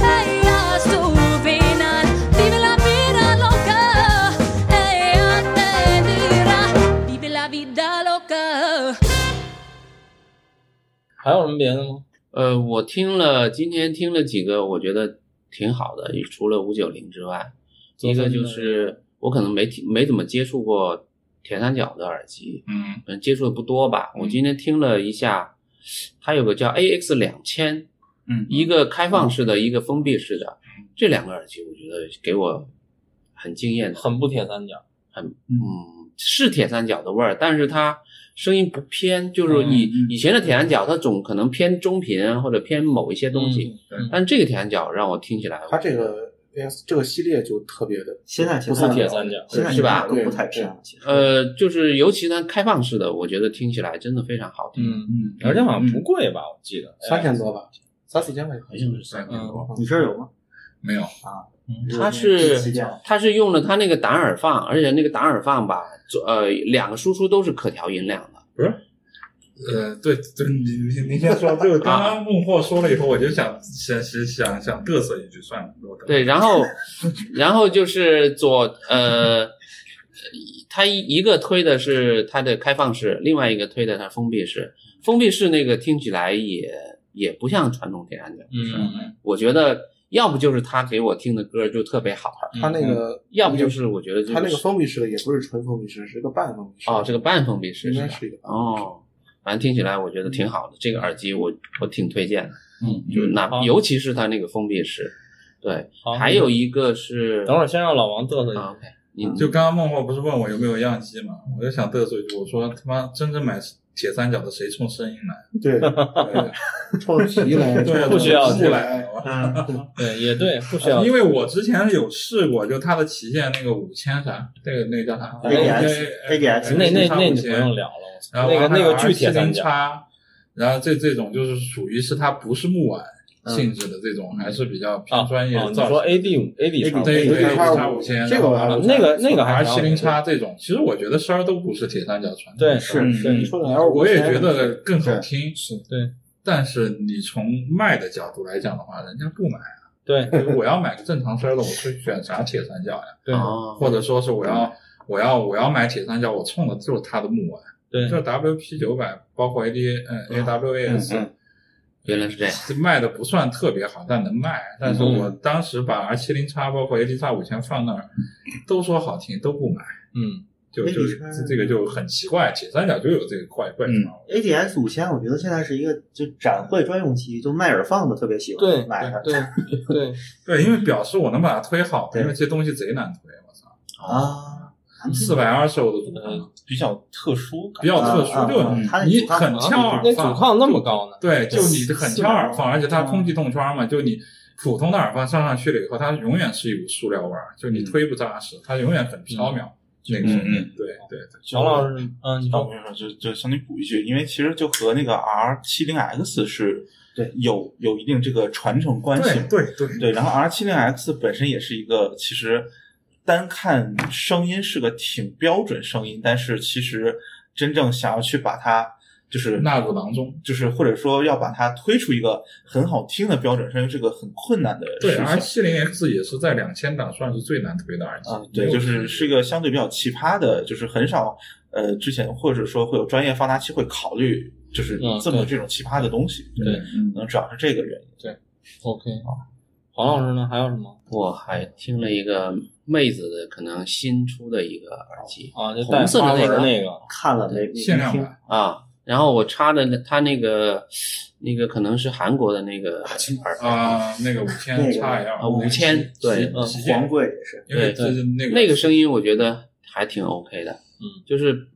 Speaker 9: Ella es tu final, vive la vida loca. Ella te dirá, vive la vida loca.
Speaker 8: 还有什么别的吗？
Speaker 6: 呃，我听了今天听了几个，我觉得挺好的，除了五九零之外，
Speaker 8: 周
Speaker 6: 一个
Speaker 8: 深
Speaker 6: 就
Speaker 8: 的
Speaker 6: 是我可能没听没怎么接触过铁三角的耳机，
Speaker 5: 嗯
Speaker 6: 嗯，接触的不多吧。我今天听了一下，它有个叫 AX 两千，
Speaker 3: 嗯
Speaker 6: 一个开放式的，一个封闭式的，这两个耳机我觉得给我很惊艳，
Speaker 8: 很不铁三角，
Speaker 6: 嗯，是铁三角的味儿，但是它声音不偏，就是以、
Speaker 3: 嗯嗯
Speaker 6: 以前的铁三角，它总可能偏中频啊或者偏某一些东西，
Speaker 8: 嗯
Speaker 6: 但这个铁三角让我听起来，
Speaker 2: 它这个 AS 这个系列就特别的，
Speaker 4: 现在
Speaker 2: 不
Speaker 4: 挺
Speaker 2: 是
Speaker 4: 好的
Speaker 8: 铁三角
Speaker 4: 现在
Speaker 6: 是吧
Speaker 4: 都不太偏了。其实，
Speaker 6: 呃，就是尤其它开放式的，我觉得听起来真的非常好听。
Speaker 8: 嗯，
Speaker 3: 嗯，
Speaker 8: 而且好像不贵吧？我记得哎
Speaker 2: 三千多吧，三四千块钱。
Speaker 6: 好像是三
Speaker 5: 嗯
Speaker 6: 千多，
Speaker 4: 你这儿有吗？
Speaker 5: 没有，
Speaker 6: 它
Speaker 4: 旗
Speaker 6: 是
Speaker 4: 舰
Speaker 6: 它是用了它那个打耳放，而且那个打耳放吧，左呃，两个输出都是可调音量的。
Speaker 5: 呃，对对，你你你先说，就刚刚孟获说了以后，我就想想想想想嘚瑟一句，算了，我等
Speaker 6: 对，然后然后就是左呃，它一一个推的是它的开放式，另外一个推的它封闭式。封闭式那个听起来也也不像传统铁三角，
Speaker 8: 嗯，
Speaker 6: 我觉得要不就是他给我听的歌就特别好，
Speaker 5: 嗯
Speaker 4: 嗯
Speaker 2: 它那个
Speaker 6: 要不就是我觉得就是
Speaker 2: 它那个封闭式的也不是纯封闭式，是个半封闭式。
Speaker 6: 哦，这个半封闭式
Speaker 2: 应
Speaker 6: 是
Speaker 2: 该
Speaker 6: 吧？
Speaker 2: 是一个半。
Speaker 6: 哦，反正听起来我觉得挺好的，这个耳机我我挺推荐的，
Speaker 3: 嗯
Speaker 6: 就哪、
Speaker 8: 好
Speaker 6: 尤其是它那个封闭式，对，
Speaker 8: 好
Speaker 6: 还有一个是
Speaker 8: 等会儿先让老王嘚瑟一
Speaker 6: 啊
Speaker 8: 下，
Speaker 6: ，OK，你
Speaker 5: 就刚刚孟获不是问我有没有样机嘛，我就想嘚瑟一句，我说他妈真正买铁三角的谁冲声音来？
Speaker 8: 嗯
Speaker 2: 对，冲着皮来，
Speaker 5: 对啊，
Speaker 8: 不需要
Speaker 5: 冲着
Speaker 8: 这个
Speaker 5: 屁来。好吧
Speaker 8: 对，也对，不需
Speaker 1: 啊
Speaker 8: 要
Speaker 5: 因为我之前有试过，就它的旗舰那个五千啥，那个那个叫啥
Speaker 4: ADX ADX
Speaker 8: 那那那你
Speaker 5: 你
Speaker 8: 不用聊了，我操，
Speaker 5: 然后
Speaker 8: 那个那个
Speaker 5: 巨
Speaker 8: 巨铁三角，
Speaker 5: 叉，然后这这种就是属于是它不是木碗性质的这种，还是比较
Speaker 8: 啊
Speaker 5: 偏专业
Speaker 8: 啊
Speaker 5: 的
Speaker 8: 你
Speaker 5: 造型。
Speaker 8: 说 A D 五 A D 叉，
Speaker 5: 对对对，
Speaker 2: 叉
Speaker 5: 五千，
Speaker 2: 这个我还
Speaker 5: 然后
Speaker 8: 那个那个还
Speaker 5: 而
Speaker 8: 挺好
Speaker 5: 麒麟叉这种，其实我觉得声儿都不是铁三角传统
Speaker 8: 对
Speaker 5: 的，
Speaker 8: 是
Speaker 2: 你
Speaker 8: 是，
Speaker 2: 说的 L
Speaker 5: 我也觉得更好
Speaker 3: 对
Speaker 5: 听。
Speaker 3: 是
Speaker 8: 对
Speaker 5: 但是你从卖的角度来讲的话，人家不买。
Speaker 8: 对
Speaker 5: 就是我要买个正常声儿的，我去选啥铁三角呀？
Speaker 8: 对
Speaker 6: 哦，
Speaker 5: 或者说是我要我要我要买铁三角，我冲的就是它的木碗，
Speaker 8: 对
Speaker 5: 就是 WP 九百，包括 AD 嗯 AWAS，、
Speaker 3: 嗯
Speaker 6: 原来是这样，
Speaker 5: 卖的不算特别好，但能卖。但是我当时把 R 7 0 x 包括 AD 叉五千放那儿，都说好听，都不买，
Speaker 8: 嗯，
Speaker 5: 就就
Speaker 4: AD
Speaker 5: 这这个就很奇怪，铁三角就有这个怪怪地方。
Speaker 4: ADX 五千，我觉得现在是一个就展会专用机，就卖耳放的特别喜
Speaker 8: 对
Speaker 4: 欢买它
Speaker 8: 对对，
Speaker 5: 对，因为表示我能把它推好，
Speaker 4: 对
Speaker 5: 因为这东西贼难推，我操，
Speaker 4: 啊，
Speaker 5: 四百二十我都推不上
Speaker 7: 呃，比较特殊感
Speaker 5: 比较特殊，
Speaker 4: 啊啊
Speaker 5: 就
Speaker 4: 啊它那
Speaker 5: 你
Speaker 4: 阻抗
Speaker 5: 很翘耳
Speaker 8: 那
Speaker 5: 放
Speaker 8: 阻，抗那么高呢？
Speaker 5: 对，就你很
Speaker 4: 四
Speaker 5: 翘
Speaker 4: 百
Speaker 5: 耳放，而且它空气动圈嘛，就你普通的耳放上上去了以后，它永远是一股塑料味儿，就你推不扎实，它永远很飘渺。那个声
Speaker 3: 嗯
Speaker 5: 音，对对对，
Speaker 8: 王老师，嗯，你
Speaker 7: 那我
Speaker 8: 说
Speaker 7: 跟你说，就就相当于补一句，因为其实就和那个 R 7 0 X 是
Speaker 4: 对
Speaker 7: 有有一定这个传承关系嘛。
Speaker 5: 对对
Speaker 7: 对，然后 R 7 0 X 本身也是一个，其实单看声音是个挺标准声音，但是其实真正想要去把它就是
Speaker 5: 纳入囊中。
Speaker 7: 就是或者说要把它推出一个很好听的标准，甚至是个很困难的
Speaker 5: 对
Speaker 7: 事
Speaker 5: ，R
Speaker 7: 情。
Speaker 5: 七零 X 也是在两千档算是最难推的 R
Speaker 7: 啊
Speaker 5: G，，
Speaker 7: 对，就是是一个相对比较奇葩的，就是很少呃之前或者说会有专业放大器会考虑，就是
Speaker 8: 嗯
Speaker 7: 这么这种奇葩的东西。
Speaker 8: 对，
Speaker 7: 可能主要是这个原因。
Speaker 8: OK 黄老师呢？还有什么
Speaker 6: 我还听了一个妹子的可能新出的一个耳机
Speaker 8: 啊？就带
Speaker 6: 红色
Speaker 8: 花
Speaker 6: 的那
Speaker 8: 纹
Speaker 6: 个
Speaker 8: 那个，
Speaker 4: 看了没？
Speaker 5: 限量
Speaker 4: 没听
Speaker 5: 版。
Speaker 6: 啊，然后我插的那他那个那个可能是韩国的那个耳
Speaker 5: 啊，那个五千 x
Speaker 6: 嗯啊
Speaker 5: L，
Speaker 6: 五千对
Speaker 8: 嗯
Speaker 5: 旗
Speaker 4: 黄
Speaker 5: 舰，
Speaker 4: 贵也是，
Speaker 5: 因为这是那个
Speaker 6: 那个声音，我觉得还挺 OK 的，
Speaker 8: 嗯，
Speaker 6: 就是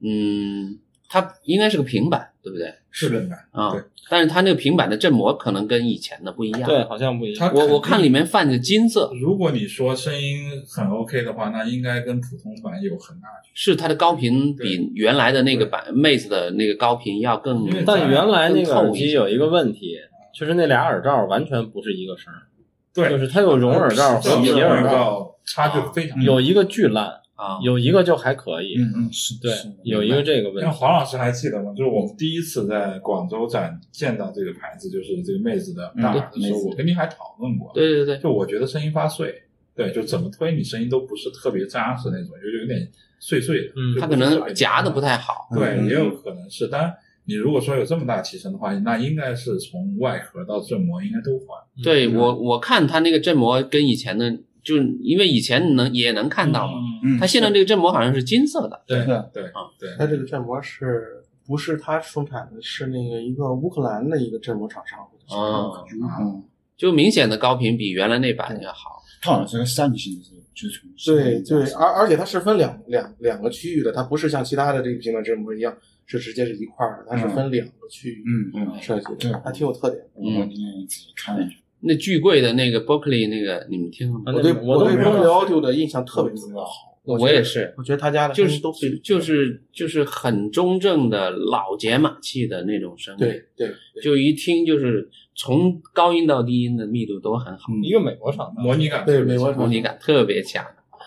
Speaker 6: 嗯，它应该是个平板，对不对？
Speaker 5: 是本版，
Speaker 6: 啊
Speaker 5: 对，
Speaker 6: 但是它那个平板的振膜可能跟以前的不一样，
Speaker 8: 对，，好像不一样。
Speaker 5: 它
Speaker 6: 我
Speaker 5: 肯定
Speaker 6: 我看里面泛着金色，
Speaker 5: 如果你说声音很 OK 的话，那应该跟普通版有很大的区
Speaker 6: 是它的高频
Speaker 5: 对
Speaker 6: 比原来的那个版妹子的那个高频要更
Speaker 5: 因为，
Speaker 8: 但原来那个耳
Speaker 6: 更透一
Speaker 8: 机
Speaker 6: 些
Speaker 8: 有一个问题，就是那俩耳罩完全不是一个声儿，
Speaker 5: 别。
Speaker 8: 就
Speaker 5: 对，
Speaker 8: 是它有绒耳
Speaker 1: 啊
Speaker 8: 罩和
Speaker 5: 和
Speaker 8: 皮
Speaker 5: 耳
Speaker 8: 耳罩，
Speaker 5: 差距非常大。
Speaker 8: 有一个巨烂，
Speaker 6: 啊，
Speaker 8: 有一个就还可以。
Speaker 3: 嗯嗯，是
Speaker 8: 对
Speaker 3: 是，
Speaker 8: 有一个这个问
Speaker 5: 像
Speaker 8: 题。
Speaker 5: 黄老师还记得吗？就是我们第一次在广州展见到这个牌子，就是这个妹子的大耳的时候，
Speaker 3: 嗯
Speaker 5: 我跟你还讨论过。
Speaker 6: 对对对，
Speaker 5: 就我觉得声音发碎，对，就怎么推你声音都不是特别扎实那种，就有点碎碎的。
Speaker 8: 嗯
Speaker 5: 就
Speaker 6: 它
Speaker 5: 不
Speaker 6: 可
Speaker 5: 是特
Speaker 6: 能
Speaker 5: 别
Speaker 6: 夹的不太好，
Speaker 5: 对，
Speaker 3: 嗯
Speaker 5: 也有可能是。当然，你如果说有这么大提升的话，那应该是从外壳到振膜应该都换。
Speaker 6: 对我我看它那个振膜跟以前的，就是因为以前能也能看到嘛，
Speaker 5: 嗯
Speaker 3: 嗯，
Speaker 6: 它现在这个振膜好像是金色的，
Speaker 5: 对
Speaker 3: 是的
Speaker 5: 对
Speaker 6: 啊
Speaker 5: 对，
Speaker 2: 它这个振膜是不是它生产的？是那个一个乌克兰的一个振膜厂商。
Speaker 8: 啊
Speaker 6: 哦
Speaker 3: 嗯，
Speaker 6: 就明显的高频比原来那版要好。
Speaker 3: 它好像是个扇形的，就是从
Speaker 2: 对对，而而且它是分两两两个区域的，它不是像其他的这个平板振膜一样是直接是一块儿的，它
Speaker 5: 嗯
Speaker 2: 是分两个区域
Speaker 3: 嗯嗯，
Speaker 2: 设计
Speaker 3: 对
Speaker 2: 的，还挺有特点。
Speaker 3: 我那天自己看了一下，
Speaker 6: 嗯那巨贵的那个 Berkeley 那个，你们听了
Speaker 8: 啊
Speaker 6: 吗？
Speaker 2: 我
Speaker 8: 那
Speaker 2: 对
Speaker 8: 我
Speaker 2: 我
Speaker 8: 都
Speaker 2: 对
Speaker 8: 没
Speaker 2: b
Speaker 8: 有
Speaker 2: e r k e l Audio 的印象特别特别好，
Speaker 6: 我也是，
Speaker 2: 我觉得他家的
Speaker 6: 就
Speaker 2: 声
Speaker 6: 是
Speaker 2: 音都非
Speaker 6: 就是就是很中正的老解码器的那种声音，
Speaker 8: 嗯
Speaker 2: 对对对，
Speaker 6: 就一听就是从高音到低音的密度都很好，
Speaker 1: 嗯
Speaker 8: 一个美国厂的，
Speaker 5: 模拟感
Speaker 2: 对美国
Speaker 6: 模拟感特别强。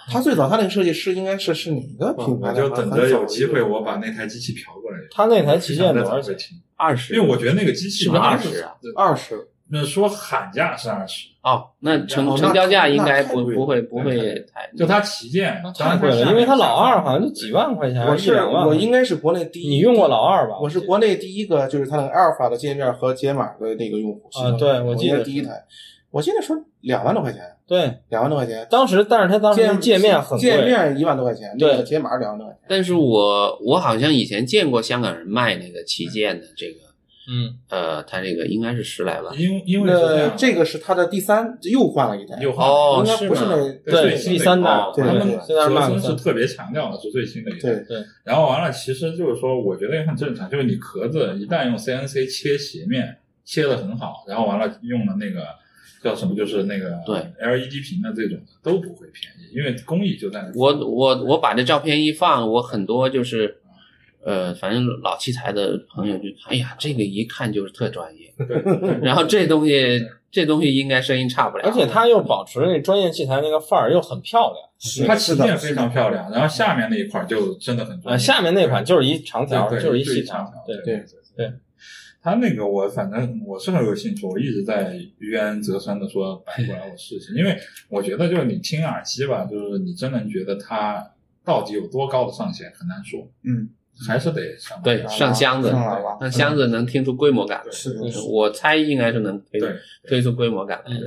Speaker 2: 他最早他那个设计师应该是是哪个品
Speaker 5: 嗯
Speaker 2: 牌
Speaker 5: 我
Speaker 2: 的？
Speaker 5: 就等着有机会我把
Speaker 2: 那
Speaker 5: 那台机器嫖过来。
Speaker 8: 它那台旗舰多少钱？
Speaker 5: 钱？
Speaker 6: 二十，
Speaker 5: 因为我觉得那个机器
Speaker 6: 是不是
Speaker 5: 应该
Speaker 6: 二十啊？
Speaker 2: 二十，
Speaker 5: 那说喊价是二十，
Speaker 6: 哦，那成
Speaker 2: 哦
Speaker 6: 成
Speaker 2: 那
Speaker 6: 交价应
Speaker 2: 那
Speaker 6: 该
Speaker 2: 太
Speaker 6: 不
Speaker 2: 贵了
Speaker 6: 不会不
Speaker 5: 对
Speaker 6: 会太
Speaker 5: 就它旗舰，当
Speaker 8: 太
Speaker 5: 然它
Speaker 8: 贵
Speaker 5: 下
Speaker 8: 了，
Speaker 5: 面
Speaker 8: 因为它老二好像就几万块钱，
Speaker 2: 我
Speaker 8: 哎一
Speaker 2: 是
Speaker 8: 两万。
Speaker 2: 我应该是国内第一，
Speaker 8: 你用过老二吧？
Speaker 2: 我是国内第一个，就是它那个阿尔法的界面和解码的那个用户
Speaker 8: 啊对我
Speaker 2: 我
Speaker 8: 记得
Speaker 2: 应该第一台，我记得说两万多块钱，
Speaker 8: 对，
Speaker 2: 两万多块钱，
Speaker 8: 当时但是它当时界面很贵，
Speaker 2: 界面一万多块钱，那
Speaker 8: 对
Speaker 2: 个解码两万多块钱，
Speaker 6: 但是我我好像以前见过香港人卖那个旗舰的这个，
Speaker 8: 嗯，
Speaker 6: 呃，他这个应该是十来万。
Speaker 5: 因因为是
Speaker 3: 呃
Speaker 5: 这
Speaker 2: 那
Speaker 5: 样，
Speaker 2: 这个是它的第三，又换了一台，
Speaker 5: 又换了
Speaker 6: 哦，
Speaker 2: 应该
Speaker 6: 是
Speaker 2: 不是
Speaker 6: 吗？
Speaker 2: 那
Speaker 8: 对，
Speaker 5: 最新的
Speaker 8: 第三代，
Speaker 2: 对
Speaker 5: 他们
Speaker 2: 对
Speaker 8: 现在卖
Speaker 5: 泽森
Speaker 8: 的
Speaker 5: 是特别强调的是最新的一代。
Speaker 2: 对
Speaker 8: 对。
Speaker 5: 然后完了，其实就是说，我觉得也很正常，就是你壳子一旦用 CNC 切斜面，切的很好，然后完了用了那个叫什么，就是那个
Speaker 6: 对
Speaker 5: LED 屏的这种的都不会便宜，因为工艺就在那。
Speaker 6: 我我我把这照片一放，我很多就是，呃，反正老器材的朋友就，哎呀，这个一看就是特专业， 然后这东西这东西应该声音差不了，
Speaker 8: 而且它又保持那专业器材那个范儿，又很漂亮。
Speaker 5: 它旗舰非常漂亮，然后下面那一块就真的很专
Speaker 8: 啊，
Speaker 5: 业。
Speaker 8: 下面那款就是一长条，
Speaker 5: 对对
Speaker 8: 就是一细
Speaker 5: 长
Speaker 8: 长
Speaker 5: 条，，
Speaker 8: 对，
Speaker 5: 对
Speaker 8: 对。
Speaker 5: 他那个我反正我是很有兴趣，我一直在冤折山的说摆过来我试试，因为我觉得就是你听耳机吧，就是你真能觉得它到底有多高的上限很难说，
Speaker 3: 嗯，
Speaker 5: 还是得上班
Speaker 6: 对上箱子，
Speaker 2: 上嗯喇叭
Speaker 6: 上箱子能听出规模感，
Speaker 3: 是的，
Speaker 6: 我猜应该是能推
Speaker 5: 对，
Speaker 6: 推出规模感来的。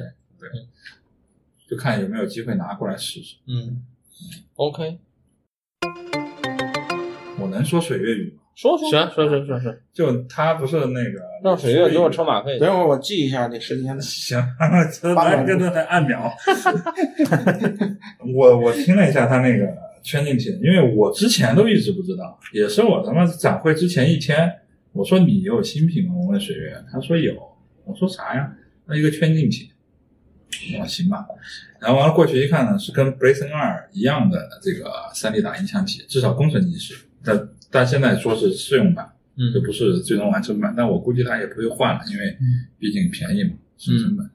Speaker 5: 就看有没有机会拿过来试试。
Speaker 8: 嗯，OK，
Speaker 5: 我能说水月雨吗？
Speaker 8: 说说
Speaker 6: 说说说说说，
Speaker 5: 就他不是那个
Speaker 8: 让水月给我车马费，
Speaker 2: 等会儿我记一下那时间的。
Speaker 5: 行，咱跟他来按秒。 我我听了一下他那个圈进去，因为我之前都一直不知道，也是我他妈展会之前一天，我说你有新品吗？我问水月，他说有，我说啥呀？那一个圈进去，我说行吧。然后完了过去一看呢，是跟 Brazen 二一样的这个三 D 打印枪体，至少工程机是，但但现在说是试用版。
Speaker 8: 嗯
Speaker 5: 这不是最终完成版，但我估计他也不会换了，因为
Speaker 6: 嗯
Speaker 5: 毕竟便宜嘛，是成本。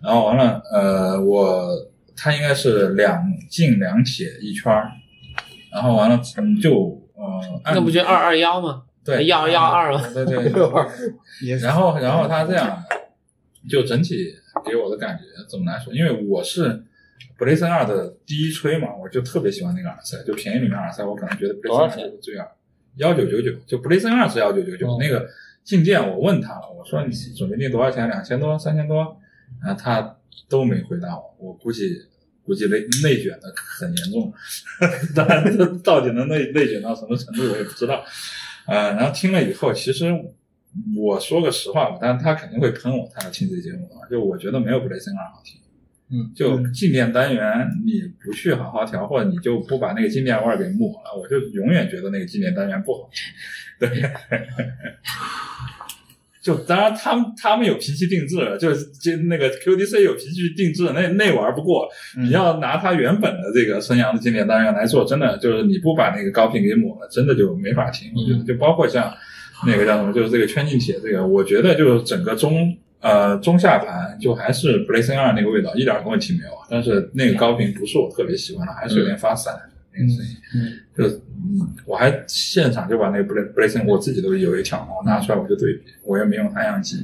Speaker 5: 然后完了，呃，我他应该是两进两铁一圈儿，然后完了，嗯，就呃，按
Speaker 6: 那不就二二幺吗？
Speaker 5: 对
Speaker 6: 幺幺二嘛，
Speaker 5: 对对对，然后然后他这样，就整体给我的感觉怎么来说？因为我是 Blazer 二的第一吹嘛，我就特别喜欢那个耳塞，就便宜里面耳塞，我可能觉得
Speaker 8: 多
Speaker 5: Blazer
Speaker 8: 少
Speaker 5: 二
Speaker 8: 钱哦
Speaker 5: 是最耳，幺九九九，就 Blazer 二是幺九九九，那个进店我问他了，我说你准备定多少钱？两千多、三千多？然后他都没回答我，我估计。估计内内卷的很严重， 当然这到底能内内卷到什么程度我也不知道。呃，然后听了以后，其实我说个实话吧，但他肯定会喷我，他要听这节目的话，就我觉得没有 Blazing 二好听。
Speaker 8: 嗯，
Speaker 5: 就静电单元，你不去好好调，或者你就不把那个静电味儿给抹了，我就永远觉得那个静电单元不好听。对，就当然他们他们有脾气定制了，就是就那个 QDC 有脾气定制，那那玩不过，
Speaker 8: 嗯
Speaker 5: 你要拿它原本的这个升阳的经典单元来做，真的就是你不把那个高频给抹了，真的就没法听。我觉
Speaker 8: 嗯
Speaker 5: 得就包括像那个叫什么，就是这个圈进铁这个，我觉得就是整个中呃中下盘就还是 Blazing 二那个味道，一点问题没有。啊但是那个高频不是我特别喜欢的，还是有点发散。那个声音，就嗯我还现场就把那个 Bla- Blazing 我自己都有一条毛拿出来，我就对比，我也没用太阳机，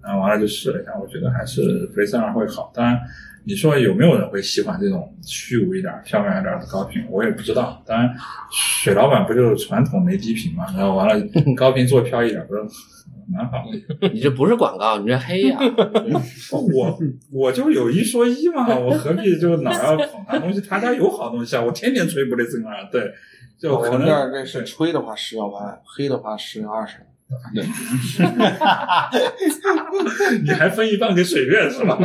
Speaker 5: 然后完了就试了一下，我觉得还是 Blazing 二会好。当然，你说有没有人会喜欢这种虚无一点、飘渺一点的高频，我也不知道。当然，水老板不就是传统没低频嘛，然后完了高频做飘一点，不是蛮好的。
Speaker 6: 你这不是广告，你这黑呀、
Speaker 5: 哦我我就有一说一嘛，我何必就老要捧他东西？他家有好东西啊，我天天吹 Blazing 二，啊对，就
Speaker 2: 我
Speaker 5: 可
Speaker 2: 们
Speaker 5: 能
Speaker 2: 这
Speaker 3: 哦
Speaker 2: 儿这是吹的话十要万，黑的话十要二十。
Speaker 5: 你还分一半给水月 是吗？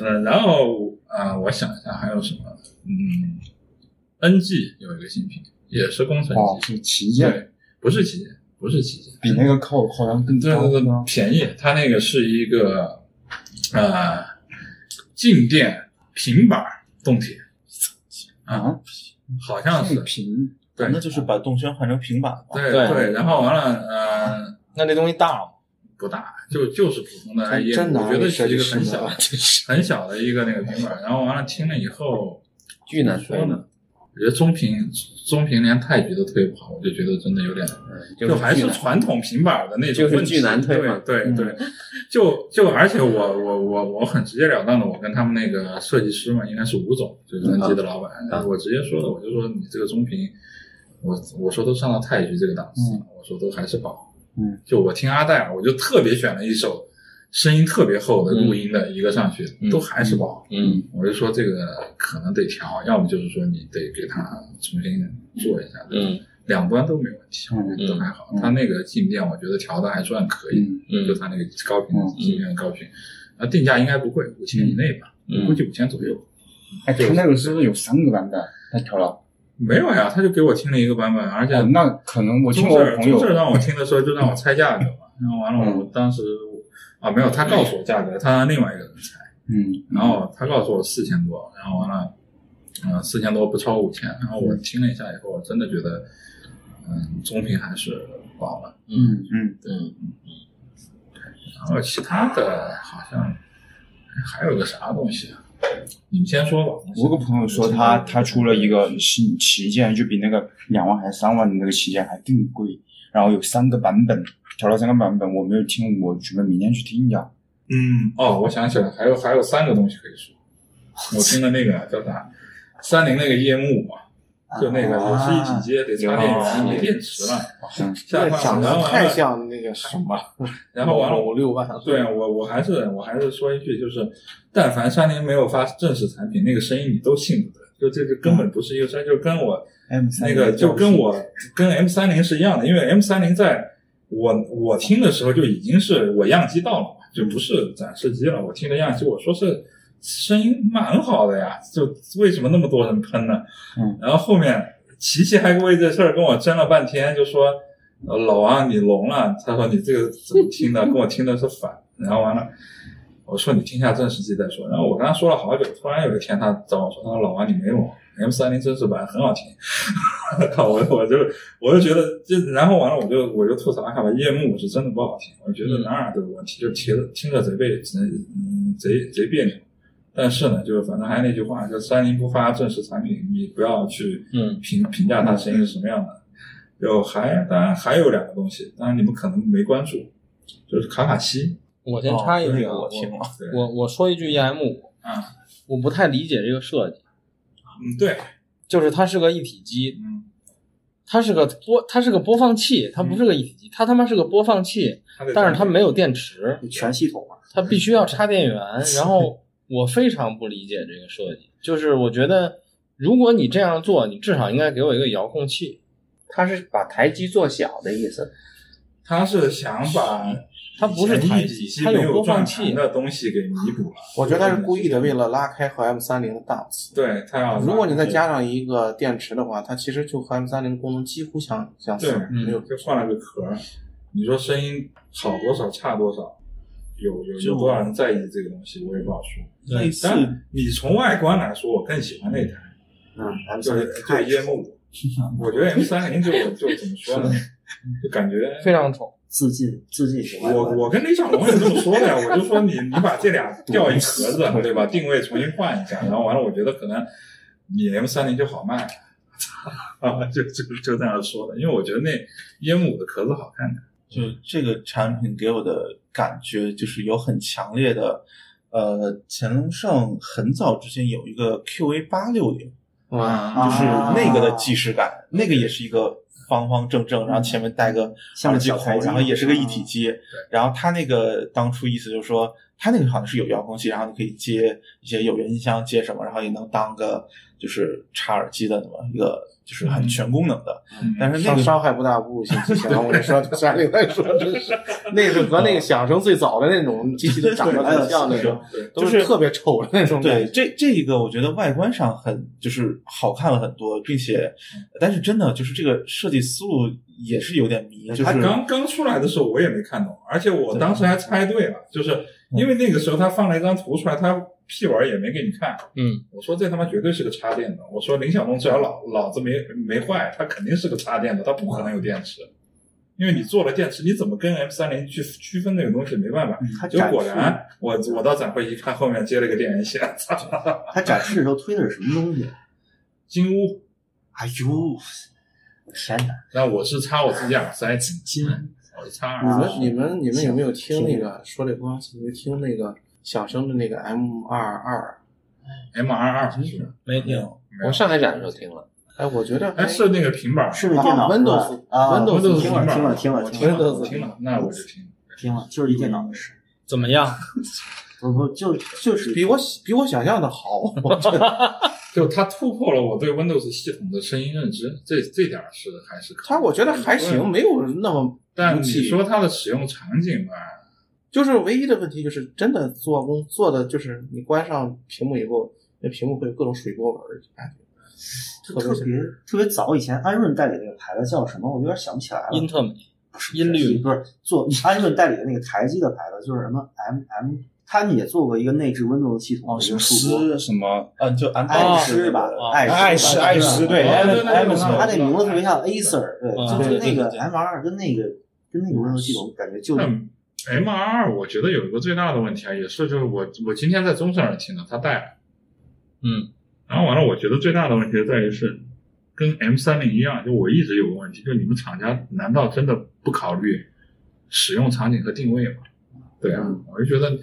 Speaker 5: 嗯，然后啊、呃我想一下还有什么？嗯，NG 有一个新品，也是工程机，
Speaker 3: 哦，是旗舰，
Speaker 5: 对，不是旗舰，不是旗舰，
Speaker 3: 比那个扣好像更
Speaker 5: 对
Speaker 3: 高
Speaker 5: 对对
Speaker 3: 呢，。
Speaker 5: 便宜。它那个是一个呃静电平板动铁，
Speaker 3: 啊，
Speaker 5: 好像是
Speaker 3: 这屏
Speaker 5: 对
Speaker 7: 那就是把动圈换成平板嘛。
Speaker 5: 对
Speaker 8: 对
Speaker 5: 对。然后完了，呃，
Speaker 8: 那这东西大吗？
Speaker 5: 不大，就就是普通的 IE，
Speaker 2: 真拿
Speaker 5: 我觉得是一个
Speaker 2: 设
Speaker 5: 很
Speaker 2: 计师
Speaker 5: 小的
Speaker 2: 们
Speaker 5: 很小的一个那个平板儿，然后完了听了以后，
Speaker 6: 巨难吹呢，
Speaker 5: 我觉得中频中频连泰局都推不好，我就觉得真的有点，
Speaker 6: 嗯就是
Speaker 5: 还
Speaker 6: 巨
Speaker 5: 是
Speaker 6: 难
Speaker 5: 传统平板儿的那种
Speaker 6: 就是
Speaker 5: 问题
Speaker 6: 巨难推嘛嗯
Speaker 5: 对对对，就就而且我我我我很直截了当的，我跟他们那个设计师嘛，应该是吴总，就是南极的老板，
Speaker 6: 啊
Speaker 5: 我直接说的，我就说你这个中频，我我说都上到泰局这个档次
Speaker 6: 嗯
Speaker 5: 了，我说都还是宝，
Speaker 3: 嗯，
Speaker 5: 就我听阿黛尔，我就特别选了一首声音特别厚的
Speaker 6: 嗯
Speaker 5: 录音的一个上去，
Speaker 8: 嗯
Speaker 5: 都还是宝，
Speaker 8: 嗯，
Speaker 5: 我就说这个可能得调，要么就是说你得给它重新做一下，
Speaker 8: 嗯，
Speaker 5: 两端都没问题，我觉得都还好。它那个静电，我觉得调的还算可以，
Speaker 3: 嗯
Speaker 5: 就它那个高频的静电高频，那定价应该不贵，五千以内吧，
Speaker 8: 嗯
Speaker 5: 估计五千左右。
Speaker 3: 哎，他那个是不是有三个版本？他调了，
Speaker 5: 没有呀，他就给我听了一个版本，而且
Speaker 3: 哦，那可能我听
Speaker 5: 中
Speaker 3: 过
Speaker 5: 事
Speaker 3: 我朋友嗯
Speaker 5: 中事让我听的时候就让我猜价格嘛，然后完了我当时啊没有，他告诉我价格，他让另外一个人猜。
Speaker 3: 嗯，
Speaker 5: 然后他告诉我四千多，然后完了，嗯，四千多不超五千，然后
Speaker 3: 嗯
Speaker 5: 我听了一下以后，我真的觉得，嗯，中频还是薄了。
Speaker 3: 嗯嗯
Speaker 5: 然后其他的好像哎还有个啥东西啊？你们先说吧。
Speaker 3: 我有个朋友说他他出了一个新旗舰，就比那个两万还是三万的那个旗舰还更贵，然后有三个版本，调了三个版本，我没有听，我准备明天去听一下。
Speaker 5: 嗯，哦，我想起来，还有还有三个东西可以说。我听的那个啊叫啥？三菱那个 EM 五啊，就那个也是一体机，得插电源，没电池了。
Speaker 3: 嗯，
Speaker 5: 下
Speaker 2: 这
Speaker 5: 换
Speaker 2: 长
Speaker 5: 然
Speaker 2: 得
Speaker 5: 后完
Speaker 2: 太
Speaker 5: 了，
Speaker 2: 像那个什么了，
Speaker 5: 然后完了，
Speaker 2: 五六万。
Speaker 5: 对啊我，我还是我还是说一句，就是但凡三菱没有发正式产品，那个声音你都信不得，就这就根本不是一个声，就跟我
Speaker 3: M 三
Speaker 5: 那个就跟我 跟 M 三零是一样的，因为 M 三零在我我听的时候就已经是我样机到了嘛，就不是展示机了，我听的样机，我说是声音蛮好的呀，就为什么那么多人喷呢？
Speaker 3: 嗯，
Speaker 5: 然后后面琪琪还为这事儿跟我争了半天，就说呃老王你聋了，他说你这个怎么听的，跟我听的是反，然后完了。我说你听下正式机再说，然后我跟他说了好久，突然有一天他找我说，他说老王你没聋，M 三零正式版很好听， 靠，我我就我就觉得这，然后完了我就我就吐槽看吧，夜幕是真的不好听，我觉得哪哪都有问题，就听着听着贼别贼嗯贼贼别扭。但是呢，就是反正还是那句话，就三菱不发正式产品，你不要去
Speaker 8: 嗯
Speaker 5: 评评价它声音是什么样的。就还当然还有两个东西，当然你们可能没关注，就是卡卡西，
Speaker 8: 我先插一
Speaker 7: 哦
Speaker 8: 句
Speaker 7: 这
Speaker 8: 啊，
Speaker 7: 个我
Speaker 8: 我
Speaker 7: 听了，
Speaker 5: 对，
Speaker 8: 我我说一句 EM 五，
Speaker 5: 啊，
Speaker 8: 我不太理解这个设计，
Speaker 5: 嗯，对，
Speaker 8: 就是它是个一体机，
Speaker 5: 嗯，
Speaker 8: 它是个播，它是个播放器，它不是个一体机，它他妈是个播放器，
Speaker 5: 它得
Speaker 8: 但是它没有电池，
Speaker 4: 全系统啊嘛，
Speaker 8: 它必须要插电源。然后我非常不理解这个设计，就是我觉得如果你这样做，你至少应该给我一个遥控器。
Speaker 6: 它是把台机做小的意思。
Speaker 5: 他是想把
Speaker 8: 它不是台
Speaker 5: 机
Speaker 8: 机，它
Speaker 5: 没
Speaker 8: 播
Speaker 5: 转
Speaker 8: 放
Speaker 5: 盘
Speaker 8: 器。
Speaker 5: 的东西给弥补了。
Speaker 2: 我觉得他是故意的，为了拉开和 M 三零的档次。
Speaker 5: 对，他要
Speaker 2: 如果你再加上一个电池的话，它其实就和 M 三零功能几乎相相
Speaker 5: 对
Speaker 2: 似，，没有
Speaker 5: 就换了个壳儿。你说声音好多少，差多少？有有
Speaker 7: 就
Speaker 5: 有多少人在意这个东西，我也不好说。
Speaker 7: 类似
Speaker 5: 但是你从外观来说，我更喜欢那台，
Speaker 4: 嗯，M
Speaker 5: 就
Speaker 4: 三
Speaker 5: 是
Speaker 4: 零
Speaker 5: 就是 EM 五。我觉得 M 三零就就怎么说呢，就感觉
Speaker 8: 非常丑，
Speaker 4: 自尽自尽型外
Speaker 5: 我
Speaker 4: 观，
Speaker 5: 我跟李小龙也这么说的呀，我就说你你把这俩掉一盒子，对吧？定位重新换一下，然后完了，我觉得可能你 M 三零就好卖，啊， 就就就这样说的，因为我觉得那烟母的壳子好看点，
Speaker 7: 就这个产品给我的感觉就是有很强烈的，呃，乾隆盛很早之前有一个 QA 八六零，
Speaker 2: 啊，
Speaker 7: 就是
Speaker 4: 啊
Speaker 7: 那个的既视感，那个也是一个方方正正，然后前面带个
Speaker 4: 像个
Speaker 7: 耳机
Speaker 4: 小
Speaker 7: 孔
Speaker 4: 台，机嗯
Speaker 7: 然后也是个一体机。然后它那个当初意思就是说，它那个好像是有遥控器，然后你可以接一些有源音箱，接什么，然后也能当个就是插耳机的那么一个，就是
Speaker 4: 嗯
Speaker 7: 很全功能的。但是那
Speaker 2: 伤
Speaker 7: 个
Speaker 2: 伤害不大，侮辱性极强。我跟你说， 对三菱来说，真是那是和那个响声最早的那种机器都长得很像那种，都
Speaker 7: 就是是
Speaker 2: 特别丑的那种感
Speaker 7: 对
Speaker 2: 觉。
Speaker 7: 这这一个，我觉得外观上很就是好看了很多，并且，但是真的就是这个设计思路也是有点迷，就是
Speaker 4: 嗯
Speaker 5: 它刚刚出来的时候我也没看懂，而且我当时还猜对
Speaker 4: 嗯
Speaker 5: 了，就是因为那个时候他放了一张图出来，他屁玩意儿也没给你看，
Speaker 8: 嗯，
Speaker 5: 我说这他妈绝对是个插电的，我说林小龙只要脑脑子没没坏，他肯定是个插电的，他不可能有电池，
Speaker 4: 嗯
Speaker 5: 因为你做了电池，你怎么跟 M 三零去区分那个东西没办法。
Speaker 4: 它
Speaker 5: 结果果
Speaker 4: 嗯展示
Speaker 5: 然，我我到展会一看，后面接了个电源线，操，
Speaker 4: 它展示的时候推的是什么东西？
Speaker 5: 金乌。
Speaker 4: 哎呦，天哪！
Speaker 5: 那我是插我自己耳塞，金，我是插
Speaker 2: 你
Speaker 4: 啊
Speaker 5: 耳
Speaker 2: 们
Speaker 5: 塞。
Speaker 2: 你们你们有没有听那个说这光？你们听那个响声的那个 M 二二？
Speaker 5: M 二二是吧？
Speaker 8: 没听。
Speaker 6: 我上海展的时候听了，
Speaker 2: 哎，我觉得
Speaker 5: 哎，是那个平板儿，
Speaker 4: 是电脑
Speaker 2: 啊
Speaker 4: 是吧
Speaker 2: Windows，
Speaker 4: 啊
Speaker 2: Windows
Speaker 4: 听了听了听
Speaker 5: 平板儿
Speaker 4: 了听了
Speaker 5: 我听了，那我就听了。
Speaker 4: 听了，就是一电脑的事。
Speaker 8: 怎么
Speaker 4: 啊
Speaker 8: 样？
Speaker 4: 不不，就就是
Speaker 2: 比我比我想象的好。我觉得
Speaker 5: 就它突破了我对 Windows 系统的声音认知，这这点儿是还是可以
Speaker 2: 它我觉得还
Speaker 5: 嗯
Speaker 2: 行，没有那么。
Speaker 5: 但你说它的使用场景吧，
Speaker 2: 就是唯一的问题就是真的做工做的就是你关上屏幕以后，那屏幕会有各种水波纹儿，哎感觉
Speaker 4: 特
Speaker 2: 像
Speaker 4: 别特别早以前安润代理那个牌子叫什么？我有点想不起来了。
Speaker 8: 英特美，
Speaker 4: 不是
Speaker 8: 音律
Speaker 4: 不是做安润代理的那个台机的牌子，就是什么 M M，他们也做过一个内置 Windows 系统
Speaker 3: 哦，
Speaker 4: 的
Speaker 3: 什
Speaker 4: 一个
Speaker 3: 么
Speaker 4: 触摸，
Speaker 3: 诗什么
Speaker 7: 嗯就安
Speaker 4: 爱
Speaker 7: 爱
Speaker 4: 诗吧，
Speaker 7: 哦
Speaker 3: 爱
Speaker 4: 诗
Speaker 3: 诗
Speaker 4: 吧
Speaker 3: 爱诗，对
Speaker 5: 哦对对对
Speaker 3: ，Amazon
Speaker 4: 它那名字特别像 Acer，对，
Speaker 8: 嗯
Speaker 4: 就是
Speaker 8: 对
Speaker 4: 那
Speaker 8: 对
Speaker 4: 个
Speaker 8: 对
Speaker 4: M 二跟那个跟那个 Windows 系统感觉就
Speaker 5: 但 M 二二我觉得有一个最大的问题啊，也是就是我我今天在中盛耳听的，它带了，
Speaker 8: 嗯，
Speaker 5: 然后完了，我觉得最大的问题在于是跟 M 三零一样，就我一直有个问题，就你们厂家难道真的不考虑使用场景和定位吗？对啊，我就觉得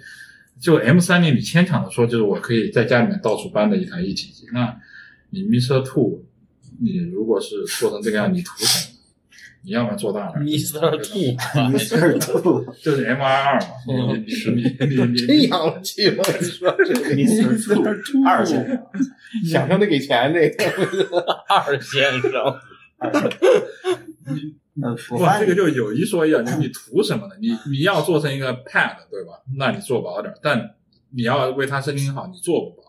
Speaker 5: 就 M 三零你牵强的说就是我可以在家里面到处搬的一台一体机，那你 Mr. Two 你如果是做成这个样，你图什么？你要么做大点
Speaker 8: Mr. Two
Speaker 4: 没事儿吐，
Speaker 5: 就是 M 二二嘛，
Speaker 3: 嗯
Speaker 5: 你你你你
Speaker 2: 真洋气！我跟你说，
Speaker 4: 没事儿吐，二线
Speaker 2: 想象得给钱这个。
Speaker 8: 二先生，
Speaker 4: 二线，呃，我发
Speaker 5: 哇，这
Speaker 4: 现
Speaker 5: 个就有一说一啊，你你图什么呢？你你要做成一个 pad 对吧？那你做薄点儿，但你要为它声音好，你做不薄，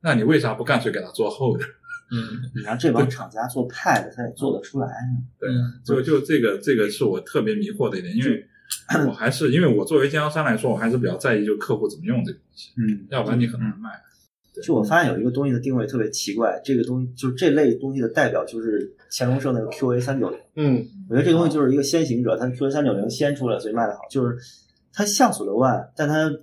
Speaker 5: 那你为啥不干脆给它做厚点儿？
Speaker 8: 嗯，
Speaker 4: 你让这帮厂家做 Pad，他也做得出来呢。
Speaker 5: 就就这个这个是我特别迷惑的一点，因为我还是因为我作为经销商来说，我还是比较在意就客户怎么用这个东西，
Speaker 3: 嗯，
Speaker 5: 要不然你很难卖。
Speaker 4: 就我发现有一个东西的定位特别奇怪，这个东就是这类东西的代表就是乾隆盛那个 QA 三九零，
Speaker 2: 嗯，
Speaker 4: 我觉得这东西就是一个先行者，它 QA 三九零先出来，所以卖的好，就是它像索六万，但它它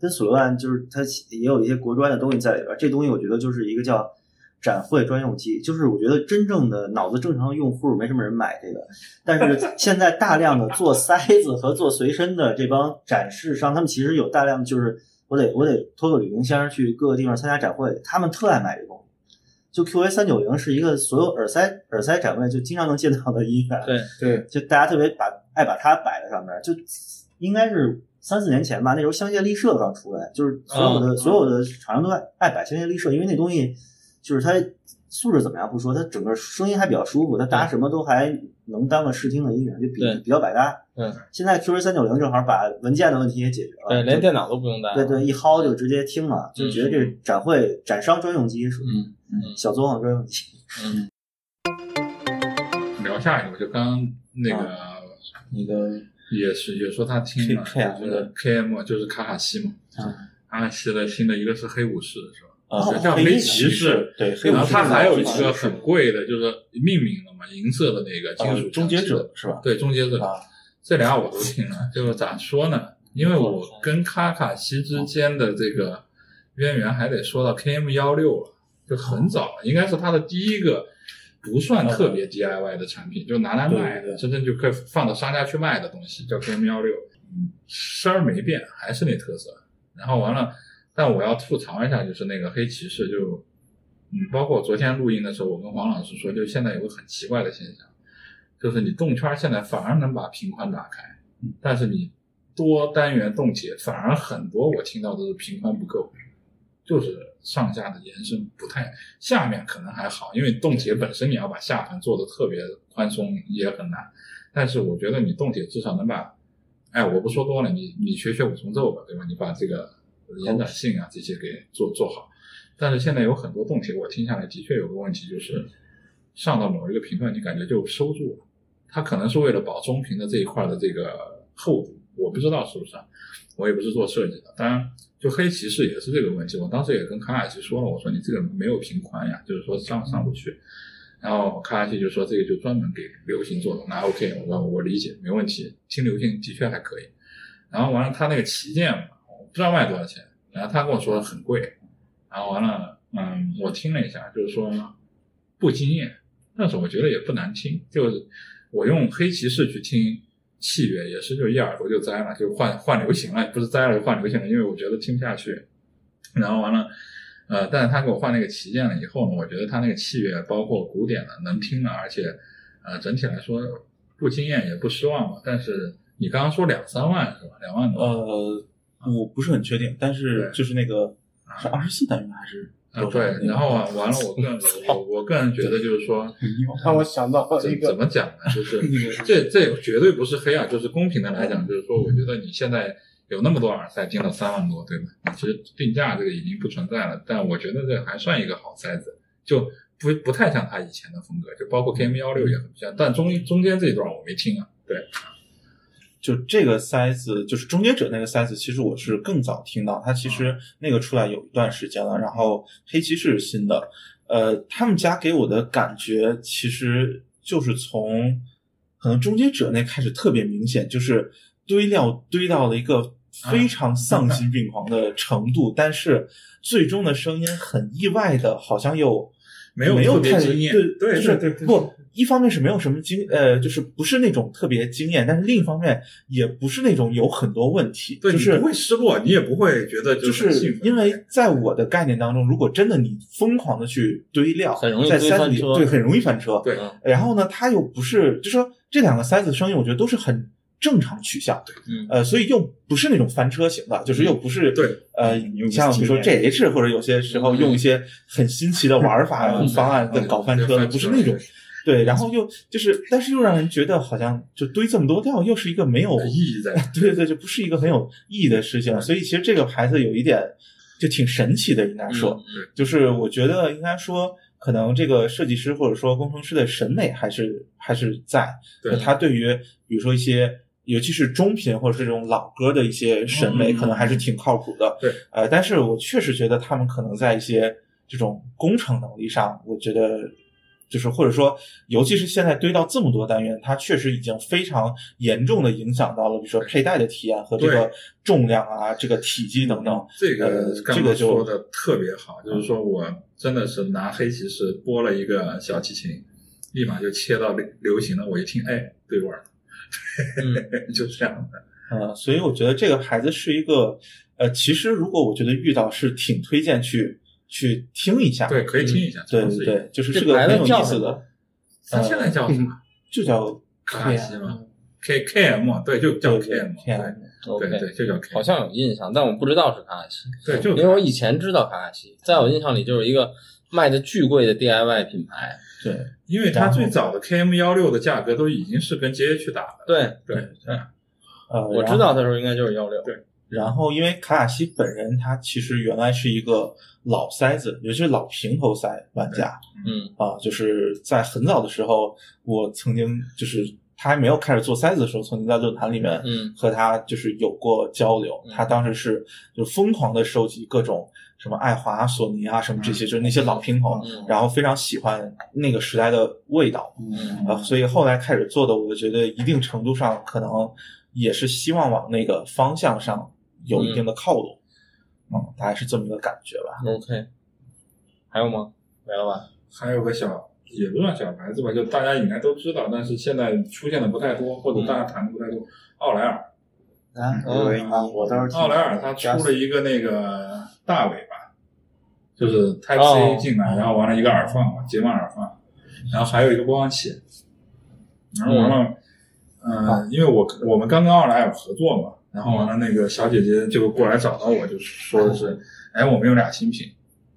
Speaker 4: 跟索罗兰就是它也有一些国专的东西在里边儿。这东西我觉得就是一个叫展会专用机，就是我觉得真正的脑子正常的用户没什么人买这个，但是现在大量的做塞子和做随身的这帮展示商，他们其实有大量就是我得我得托个旅行箱去各个地方参加展会，他们特爱买这东西。就 QA 三九零是一个所有耳塞耳塞展位就经常能见到的音乐，
Speaker 8: 对
Speaker 2: 对，
Speaker 4: 就大家特别把爱把它摆在上面儿，就应该是三四年前吧，那时候香榭丽舍刚出来，就是所有的、所有的厂商都爱爱摆香榭丽舍，因为那东西就是它素质怎么样不说，它整个声音还比较舒服，它搭什么都还能当个试听的音乐，就比
Speaker 8: 对
Speaker 4: 比较百搭。
Speaker 8: 对，
Speaker 4: 现在 QA 三九零正好把文件的问题也解决了，
Speaker 8: 对，连
Speaker 4: 就
Speaker 8: 电脑都不用带。
Speaker 4: 对对，一薅就直接听了，就
Speaker 8: 嗯
Speaker 4: 觉得这是展会展商专用机属于
Speaker 8: 嗯嗯
Speaker 4: 小作坊专用机。
Speaker 8: 嗯，
Speaker 5: 聊下一个，就刚刚那个、
Speaker 3: 啊
Speaker 7: 你的
Speaker 5: 也是也说他听了，
Speaker 7: K- KM
Speaker 5: 就是 KM 就是卡卡西嘛，卡卡西的新的一个是黑武士是吧？
Speaker 7: 啊
Speaker 5: 对叫哦黑骑士，
Speaker 7: 对，黑
Speaker 5: 然
Speaker 7: 武
Speaker 5: 后
Speaker 7: 士
Speaker 5: 它还有一
Speaker 7: 是
Speaker 5: 个很贵的，就是命名的嘛，银色的那个金
Speaker 7: 呃
Speaker 5: 属
Speaker 7: 终结
Speaker 5: 枪支的
Speaker 7: 者是吧？
Speaker 5: 对，终结者，
Speaker 7: 啊
Speaker 5: 这俩我都听了。就是咋说呢？因为我跟卡卡西
Speaker 7: 嗯
Speaker 5: 之间的这个渊源还得说到 KM 幺六了，就很早，应该是他的第一个不算特别 DIY 的产品，就拿来卖
Speaker 7: 嗯对对
Speaker 5: 的，真正就可以放到商家去卖的东西，叫 KM 幺六。嗯声儿没变，还是那特色。然后完了，但我要吐槽一下，就是那个黑骑士就，嗯，包括昨天录音的时候，我跟黄老师说，就现在有个很奇怪的现象，就是你动圈现在反而能把频宽打开，但是你多单元动解反而很多我听到的是频宽不够，就是上下的延伸不太，下面可能还好，因为动解本身你要把下盘做的特别宽松也很难，但是我觉得你动解至少能把，哎，我不说多了，你你学学五重奏吧，对吧？你把这个延展性啊这些给做做好。但是现在有很多动解，我听下来的确有个问题，就是上到某一个频段，你感觉就收住了。它可能是为了保中频的这一块的这个厚度，我不知道是不是，啊，我也不是做设计的。当然，就黑骑士也是这个问题，我当时也跟卡卡西说了，我说你这个没有频宽呀，就是说上上不去。然后卡卡西就说这个就专门给流行做的，那 OK，我说我理解，没问题，听流行的确还可以。然后完了，他那个旗舰嘛，我不知道卖多少钱，然后他跟我说很贵，然后完了，嗯，我听了一下，就是说不惊艳，但是我觉得也不难听，就是我用黑骑士去听器乐，也是就一耳朵就栽了，就换换流行了，不是栽了就换流行了，因为我觉得听不下去。然后完了，呃，但是他给我换那个旗舰了以后呢，我觉得他那个器乐包括古典的能听了，而且呃整体来说不惊艳也不失望吧。但是你刚刚说两三万是吧？两万多，
Speaker 7: 呃，我不是很确定，但是
Speaker 5: 对
Speaker 7: 就是那个是二十四单元还是
Speaker 5: 啊
Speaker 7: 多少？
Speaker 5: 对。然后啊完了，我个人我我个人觉得就是说。
Speaker 2: 让我想到了一
Speaker 5: 怎怎
Speaker 2: 个，
Speaker 5: 么讲呢？就是这这绝对不是黑啊，就是公平的来讲，就是说，我觉得你现在有那么多耳塞进到三万多，对吧？你其实定价这个已经不存在了，但我觉得这还算一个好塞子，就不不太像他以前的风格，就包括 KM 幺六也很像，但中中间这一段我没听啊，对，
Speaker 7: 就这个塞子，就是终结者那个塞子，其实我是更早听到，它
Speaker 5: 啊
Speaker 7: 其实那个出来有一段时间了。然后黑骑士是新的，呃，他们家给我的感觉其实就是从可能终结者那开始特别明显，就是堆料堆到了一个
Speaker 5: 啊
Speaker 7: 非常丧心病狂的程度，但是最终的声音很意外的，好像又。
Speaker 5: 没有
Speaker 7: 没有
Speaker 5: 特别
Speaker 7: 太
Speaker 5: 惊艳
Speaker 7: 对
Speaker 5: 对
Speaker 7: 就是
Speaker 5: 对对对
Speaker 7: 不，一方面是没有什么经呃，就是不是那种特别惊艳，但是另一方面也不是那种有很多问题，
Speaker 5: 对
Speaker 7: 就
Speaker 5: 你
Speaker 7: 是
Speaker 5: 不会失落，你也不会觉得
Speaker 7: 就
Speaker 5: 很兴
Speaker 7: 是
Speaker 5: 奋，
Speaker 7: 因为在我的概念当中，如果真的你疯狂的去堆料，
Speaker 8: 很容易
Speaker 7: 在
Speaker 8: 堆
Speaker 7: 塞
Speaker 8: 翻
Speaker 7: 里
Speaker 8: 车
Speaker 7: 对很容易翻车。
Speaker 5: 对
Speaker 8: 嗯
Speaker 7: 然后呢，它又不是，就说这两个塞子声音，我觉得都是很正常取向，
Speaker 8: 嗯
Speaker 7: 呃，所以又不是那种翻车型的，就是又不是
Speaker 5: 对，
Speaker 7: 呃，
Speaker 3: 又不是
Speaker 7: 像比如说
Speaker 3: 经
Speaker 7: GH 或者有些时候用一些很新奇的玩法、
Speaker 5: 嗯
Speaker 7: 方案在搞翻车的，
Speaker 5: 对
Speaker 7: 不是那种。对，然后又就是，但是又让人觉得好像就堆这么多料，又是一个没有
Speaker 5: 意义在。
Speaker 7: 对对，这不是一个很有意义的事情。所以其实这个牌子有一点就挺神奇的，应该说，
Speaker 5: 嗯
Speaker 7: 就是我觉得应该说，可能这个设计师或者说工程师的审美还是还是在，
Speaker 5: 对
Speaker 7: 就他对于比如说一些。尤其是中频或者是这种老歌的一些审美，
Speaker 5: 嗯
Speaker 7: 可能还是挺靠谱的。
Speaker 5: 对，
Speaker 7: 呃，但是我确实觉得他们可能在一些这种工程能力上，我觉得就是或者说，尤其是现在堆到这么多单元，它确实已经非常严重的影响到了，比如说佩戴的体验和这个
Speaker 5: 对
Speaker 7: 重量啊、这个体积等等。
Speaker 5: 嗯这
Speaker 7: 呃
Speaker 5: 个嗯刚
Speaker 7: 这个
Speaker 5: 刚
Speaker 7: 就
Speaker 5: 说的特别好，就是说我真的是拿黑骑士拨了一个小提琴，立马就切到流流行了。我一听，哎，对味儿，
Speaker 8: 嗯
Speaker 5: 哎就这样的。
Speaker 7: 呃，所以我觉得这个牌子是一个，呃，其实如果我觉得遇到是挺推荐去去听一下，
Speaker 5: 嗯对，可以听一下，
Speaker 7: 对
Speaker 5: 尝试
Speaker 7: 对
Speaker 5: 一下。
Speaker 7: 对，就是
Speaker 1: 这
Speaker 7: 是个
Speaker 1: 牌子
Speaker 7: 很有
Speaker 1: 叫
Speaker 7: 意思
Speaker 1: 什么
Speaker 7: 的，
Speaker 5: 它现在叫什
Speaker 1: 嗯
Speaker 5: 么？
Speaker 7: 就叫
Speaker 5: 卡卡西吗？K K M 对，就叫
Speaker 7: 对
Speaker 5: K
Speaker 7: 对
Speaker 5: M，
Speaker 7: ，KM
Speaker 5: 对
Speaker 1: OK，
Speaker 5: 对，就叫 K，
Speaker 1: 好像有印象，但我不知道是卡卡西，
Speaker 5: 对，就
Speaker 1: 因为我以前知道卡卡西，在我印象里就是一个卖的巨贵的 DIY 品牌。
Speaker 7: 对，
Speaker 5: 因为它最早的 K M 幺六的价格都已经是跟 J H 打的，
Speaker 1: 对，
Speaker 5: 对，
Speaker 7: 呃，
Speaker 1: 我
Speaker 7: 然
Speaker 1: 知
Speaker 7: 后
Speaker 1: 道的时候应该就是幺六。
Speaker 7: 然后，因为卡卡西本人他其实原来是一个老塞子，尤其是老平头塞玩家
Speaker 1: 嗯
Speaker 7: 啊，就是在很早的时候，我曾经就是他还没有开始做塞子的时候，曾经在论坛里面
Speaker 1: 嗯
Speaker 7: 和他就是有过交流。
Speaker 1: 嗯
Speaker 7: 他当时是就疯狂的收集各种什么爱华、索尼啊什么这些，就是那些老平头，
Speaker 1: 嗯
Speaker 7: 然后非常喜欢那个时代的味道。
Speaker 1: 嗯
Speaker 7: 啊，所以后来开始做的，我觉得一定程度上可能也是希望往那个方向上有一定的靠拢，嗯，大概是这么一个感觉吧。
Speaker 1: ，OK，还有吗？没了吧？
Speaker 5: 还有个小，也不算小牌子吧，就大家应该都知道，但是现在出现的不太多，或者大家谈的不太多。奥莱尔，
Speaker 4: 啊，
Speaker 10: 对
Speaker 4: 啊，我倒是听
Speaker 5: 奥莱尔它出了一个那个大尾巴，就是 Type
Speaker 1: 哦
Speaker 5: C 进来，然后完了一个耳放嘛，睫毛耳放，然后还有一个播放器，然后完了，嗯，因为我我们刚跟奥莱尔合作嘛，然后完了那个小姐姐就过来找到我，就说的是，哎，我们有俩新品，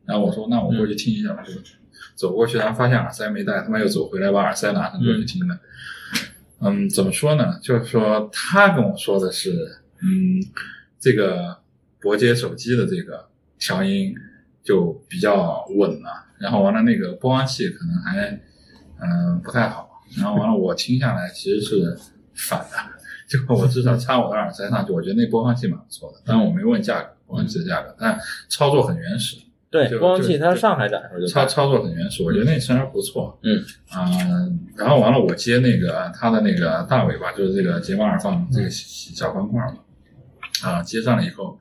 Speaker 5: 然后我说那我过去听一下吧，就走过去，然后发现耳塞没带，他妈又走回来把耳塞拿上过去听的。嗯，怎么说呢？就是说他跟我说的是，嗯，这个伯爵手机的这个调音就比较稳了，然后完了那个播放器可能还嗯、不太好，然后完了我听下来其实是反的， 就我至少插我的耳塞上去，我觉得那播放器蛮不错的，但我没问价格，播放器的价格，但操作很原始。
Speaker 1: 对，
Speaker 5: 就
Speaker 1: 播放器
Speaker 5: 就
Speaker 1: 它
Speaker 5: 就
Speaker 1: 上海展的时候就
Speaker 5: 操
Speaker 1: 开
Speaker 5: 操作很原始，我觉得那声儿不错。
Speaker 1: 嗯
Speaker 5: 啊、然后完了，我接那个它的那个大尾巴，就是这个睫毛耳放这个小小方块儿嘛。啊、接上了以后，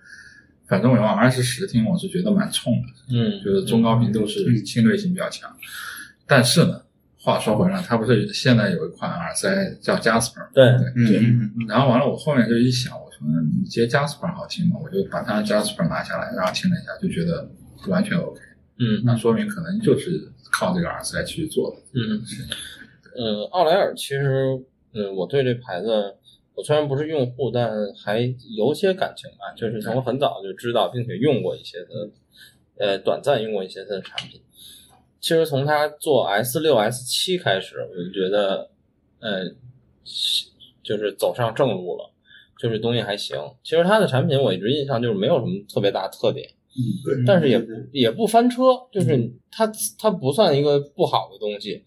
Speaker 5: 反正我用 R 十十听，我是觉得蛮冲的。
Speaker 1: 嗯
Speaker 5: 就是中高频都是侵略性比较强。但是呢，话说回来，它不是现在有一款耳塞叫 Jasper 吗
Speaker 1: 对
Speaker 5: 对
Speaker 10: 嗯嗯
Speaker 5: 然后完了，我后面就一想，我说嗯你接 Jasper 好听吗？我就把它 Jasper 拿下来，然后听了一下，就觉得完全 OK。
Speaker 1: 嗯
Speaker 5: 那说明可能就是靠这个耳塞去做的。
Speaker 1: 嗯，呃，奥莱尔其实，嗯，我对这牌子，我虽然不是用户，但还有些感情吧，就是从很早就知道，并且用过一些它的，呃，短暂用过一些它的产品。其实从它做 S 六、S 七开始，我就觉得，呃，就是走上正路了，就是东西还行。其实它的产品我一直印象就是没有什么特别大特点。
Speaker 4: 嗯
Speaker 1: 但是也不也不翻车，就是它它不算一个不好的东西，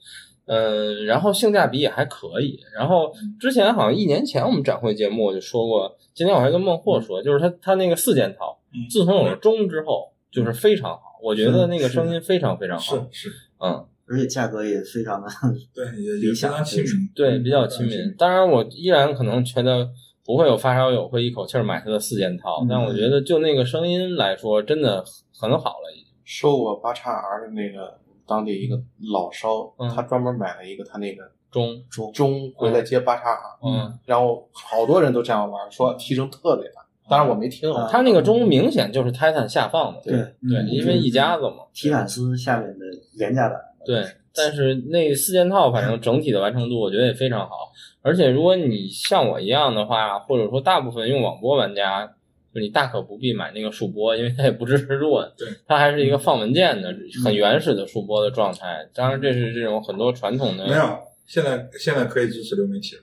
Speaker 1: 嗯，然后性价比也还可以。然后
Speaker 4: 嗯
Speaker 1: 之前好像一年前我们展会节目我就说过，今天我还跟孟
Speaker 4: 嗯
Speaker 1: 获说，就是它它那个四件套，自从有了钟之后，就是非常好，我觉得那个声音非常非常好，
Speaker 5: 是，
Speaker 1: 嗯，
Speaker 4: 而且价格也非常的，
Speaker 5: 啊 对，也也非常亲民，
Speaker 4: 嗯
Speaker 1: 对，比较亲民。当然，我依然可能觉得。不会有发烧友会一口气儿买它的四件套，
Speaker 4: 嗯
Speaker 1: 但我觉得就那个声音来说，真的很好了，已经。
Speaker 2: 收我八叉 R 的那个当地一个老烧，
Speaker 1: 嗯
Speaker 2: 他专门买了一个他那个
Speaker 1: 中，
Speaker 2: 钟回来接八叉 R，
Speaker 1: 嗯，
Speaker 2: 然后好多人都这样玩，说提升特别大。当然我没听啊，
Speaker 1: 它那个钟明显就是 Titan 下放的，
Speaker 4: 对
Speaker 1: 对，
Speaker 5: 嗯
Speaker 1: 因为一家子嘛，
Speaker 4: 提坦斯下面的廉价版，
Speaker 1: 对。但是那四件套，反正整体的完成度我觉得也非常好。而且如果你像我一样的话，或者说大部分用网播玩家，就你大可不必买那个数播，因为它也不支持 Run，
Speaker 5: 对，
Speaker 1: 它还是一个放文件的很原始的数播的状态。当然，这是这种很多传统的
Speaker 5: 没，有。现在现在可以支持流媒体了。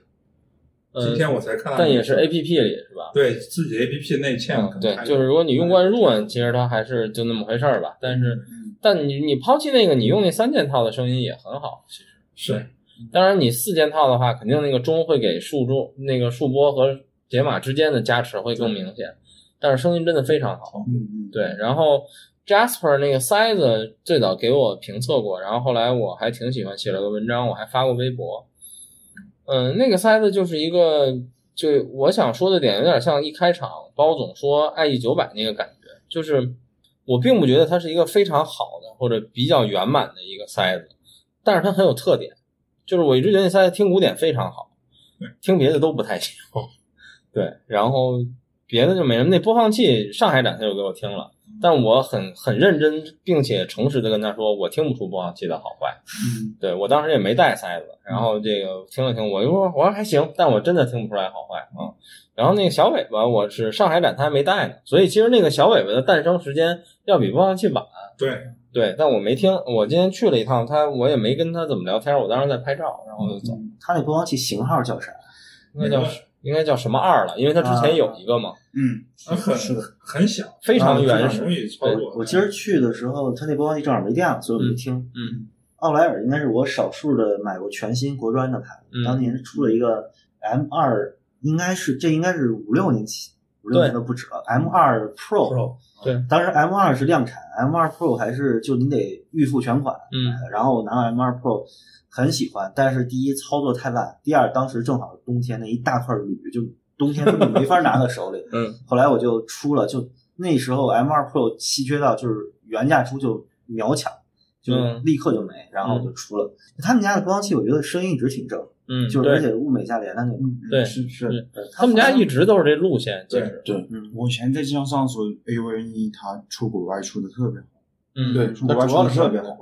Speaker 5: 今
Speaker 1: 呃，
Speaker 5: 天我才看到，
Speaker 1: 但也是 A P P 里是吧？
Speaker 5: 对自己 A P P 内嵌，可能
Speaker 1: 对
Speaker 5: 还，
Speaker 1: 就是如果你用惯 Run，其实它还是就那么回事儿
Speaker 5: 嗯
Speaker 1: 吧。但是，但你你抛弃那个，你用那三件套的声音也很好。
Speaker 5: 是
Speaker 1: 当然，你四件套的话，肯定那个钟会给数钟、那个数波和解码之间的加持会更明显，但是声音真的非常好。
Speaker 10: 嗯
Speaker 1: 对，然后 Jasper 那个塞子最早给我评测过，然后后来我还挺喜欢，写了个文章，我还发过微博。嗯，那个塞子就是一个，就我想说的点有点像一开场包总说爱意九百那个感觉，就是我并不觉得它是一个非常好的或者比较圆满的一个塞子，但是它很有特点，就是我一直觉得那塞子听古典非常好，听别的都不太行。对，然后别的就没什么。那播放器上海展他就给我听了，
Speaker 4: 嗯
Speaker 1: 但我很很认真并且诚实的跟他说，我听不出播放器的好坏。
Speaker 4: 嗯
Speaker 1: 对我当时也没带塞子，然后这个听了听，我就说我说还行，但我真的听不出来好坏啊、嗯然后那个小尾巴，我是上海展他还没带呢，所以其实那个小尾巴的诞生时间要比播放器晚。
Speaker 5: 对，
Speaker 1: 对，但我没听，我今天去了一趟，他我也没跟他怎么聊天，我当时在拍照，然后
Speaker 4: 嗯
Speaker 1: 我就走。
Speaker 4: 他那播放器型号叫啥？
Speaker 1: 应该叫应该叫什么二了，因为他
Speaker 4: 啊
Speaker 1: 之前有一个嘛，
Speaker 3: 嗯，
Speaker 5: 它很
Speaker 4: 是的
Speaker 5: 很小，
Speaker 1: 非常原
Speaker 5: 很
Speaker 1: 始。
Speaker 5: 容易操作。啊
Speaker 4: 我今儿去的时候，他那播放器正好没电了，所以我没听。
Speaker 1: 嗯
Speaker 4: 奥莱尔应该是我少数的买过全新国专的牌子，
Speaker 1: 嗯
Speaker 4: 当年出了一个 M 二，应该是这应该是五六年前，五六
Speaker 1: 对
Speaker 4: 年都不止了。M 二 Pro，
Speaker 1: 对，
Speaker 4: 当时 M 二是量产，M 二 Pro 还是就你得预付全款，
Speaker 1: 嗯
Speaker 4: 然后我拿到 M 二 Pro 很喜欢，但是第一操作太烂，第二当时正好冬天那一大块铝就冬天根本没法拿到手里，
Speaker 1: 嗯，
Speaker 4: 后来我就出了，就那时候 M 二 Pro 稀缺到就是原价出就秒抢，就
Speaker 1: 嗯
Speaker 4: 立刻就没，然后我就出了。他们家的播放器，我觉得声音一直挺正，
Speaker 1: 嗯，
Speaker 4: 就是
Speaker 1: 对
Speaker 4: 而且物美价廉的那种。
Speaker 3: 嗯
Speaker 1: 对
Speaker 4: 是是
Speaker 1: 是，
Speaker 4: 呃
Speaker 1: 他们家一直都是这路线，其实，
Speaker 3: 对，
Speaker 4: 嗯
Speaker 3: 我以前在经销商的时候，A O N E 它出国外出的特别好，
Speaker 1: 嗯，
Speaker 2: 对，
Speaker 3: 出
Speaker 2: 它
Speaker 3: 国外
Speaker 2: 主
Speaker 3: 出
Speaker 2: 要
Speaker 3: 的
Speaker 2: 是
Speaker 3: 特
Speaker 2: 特
Speaker 3: 别
Speaker 2: 别
Speaker 3: 好，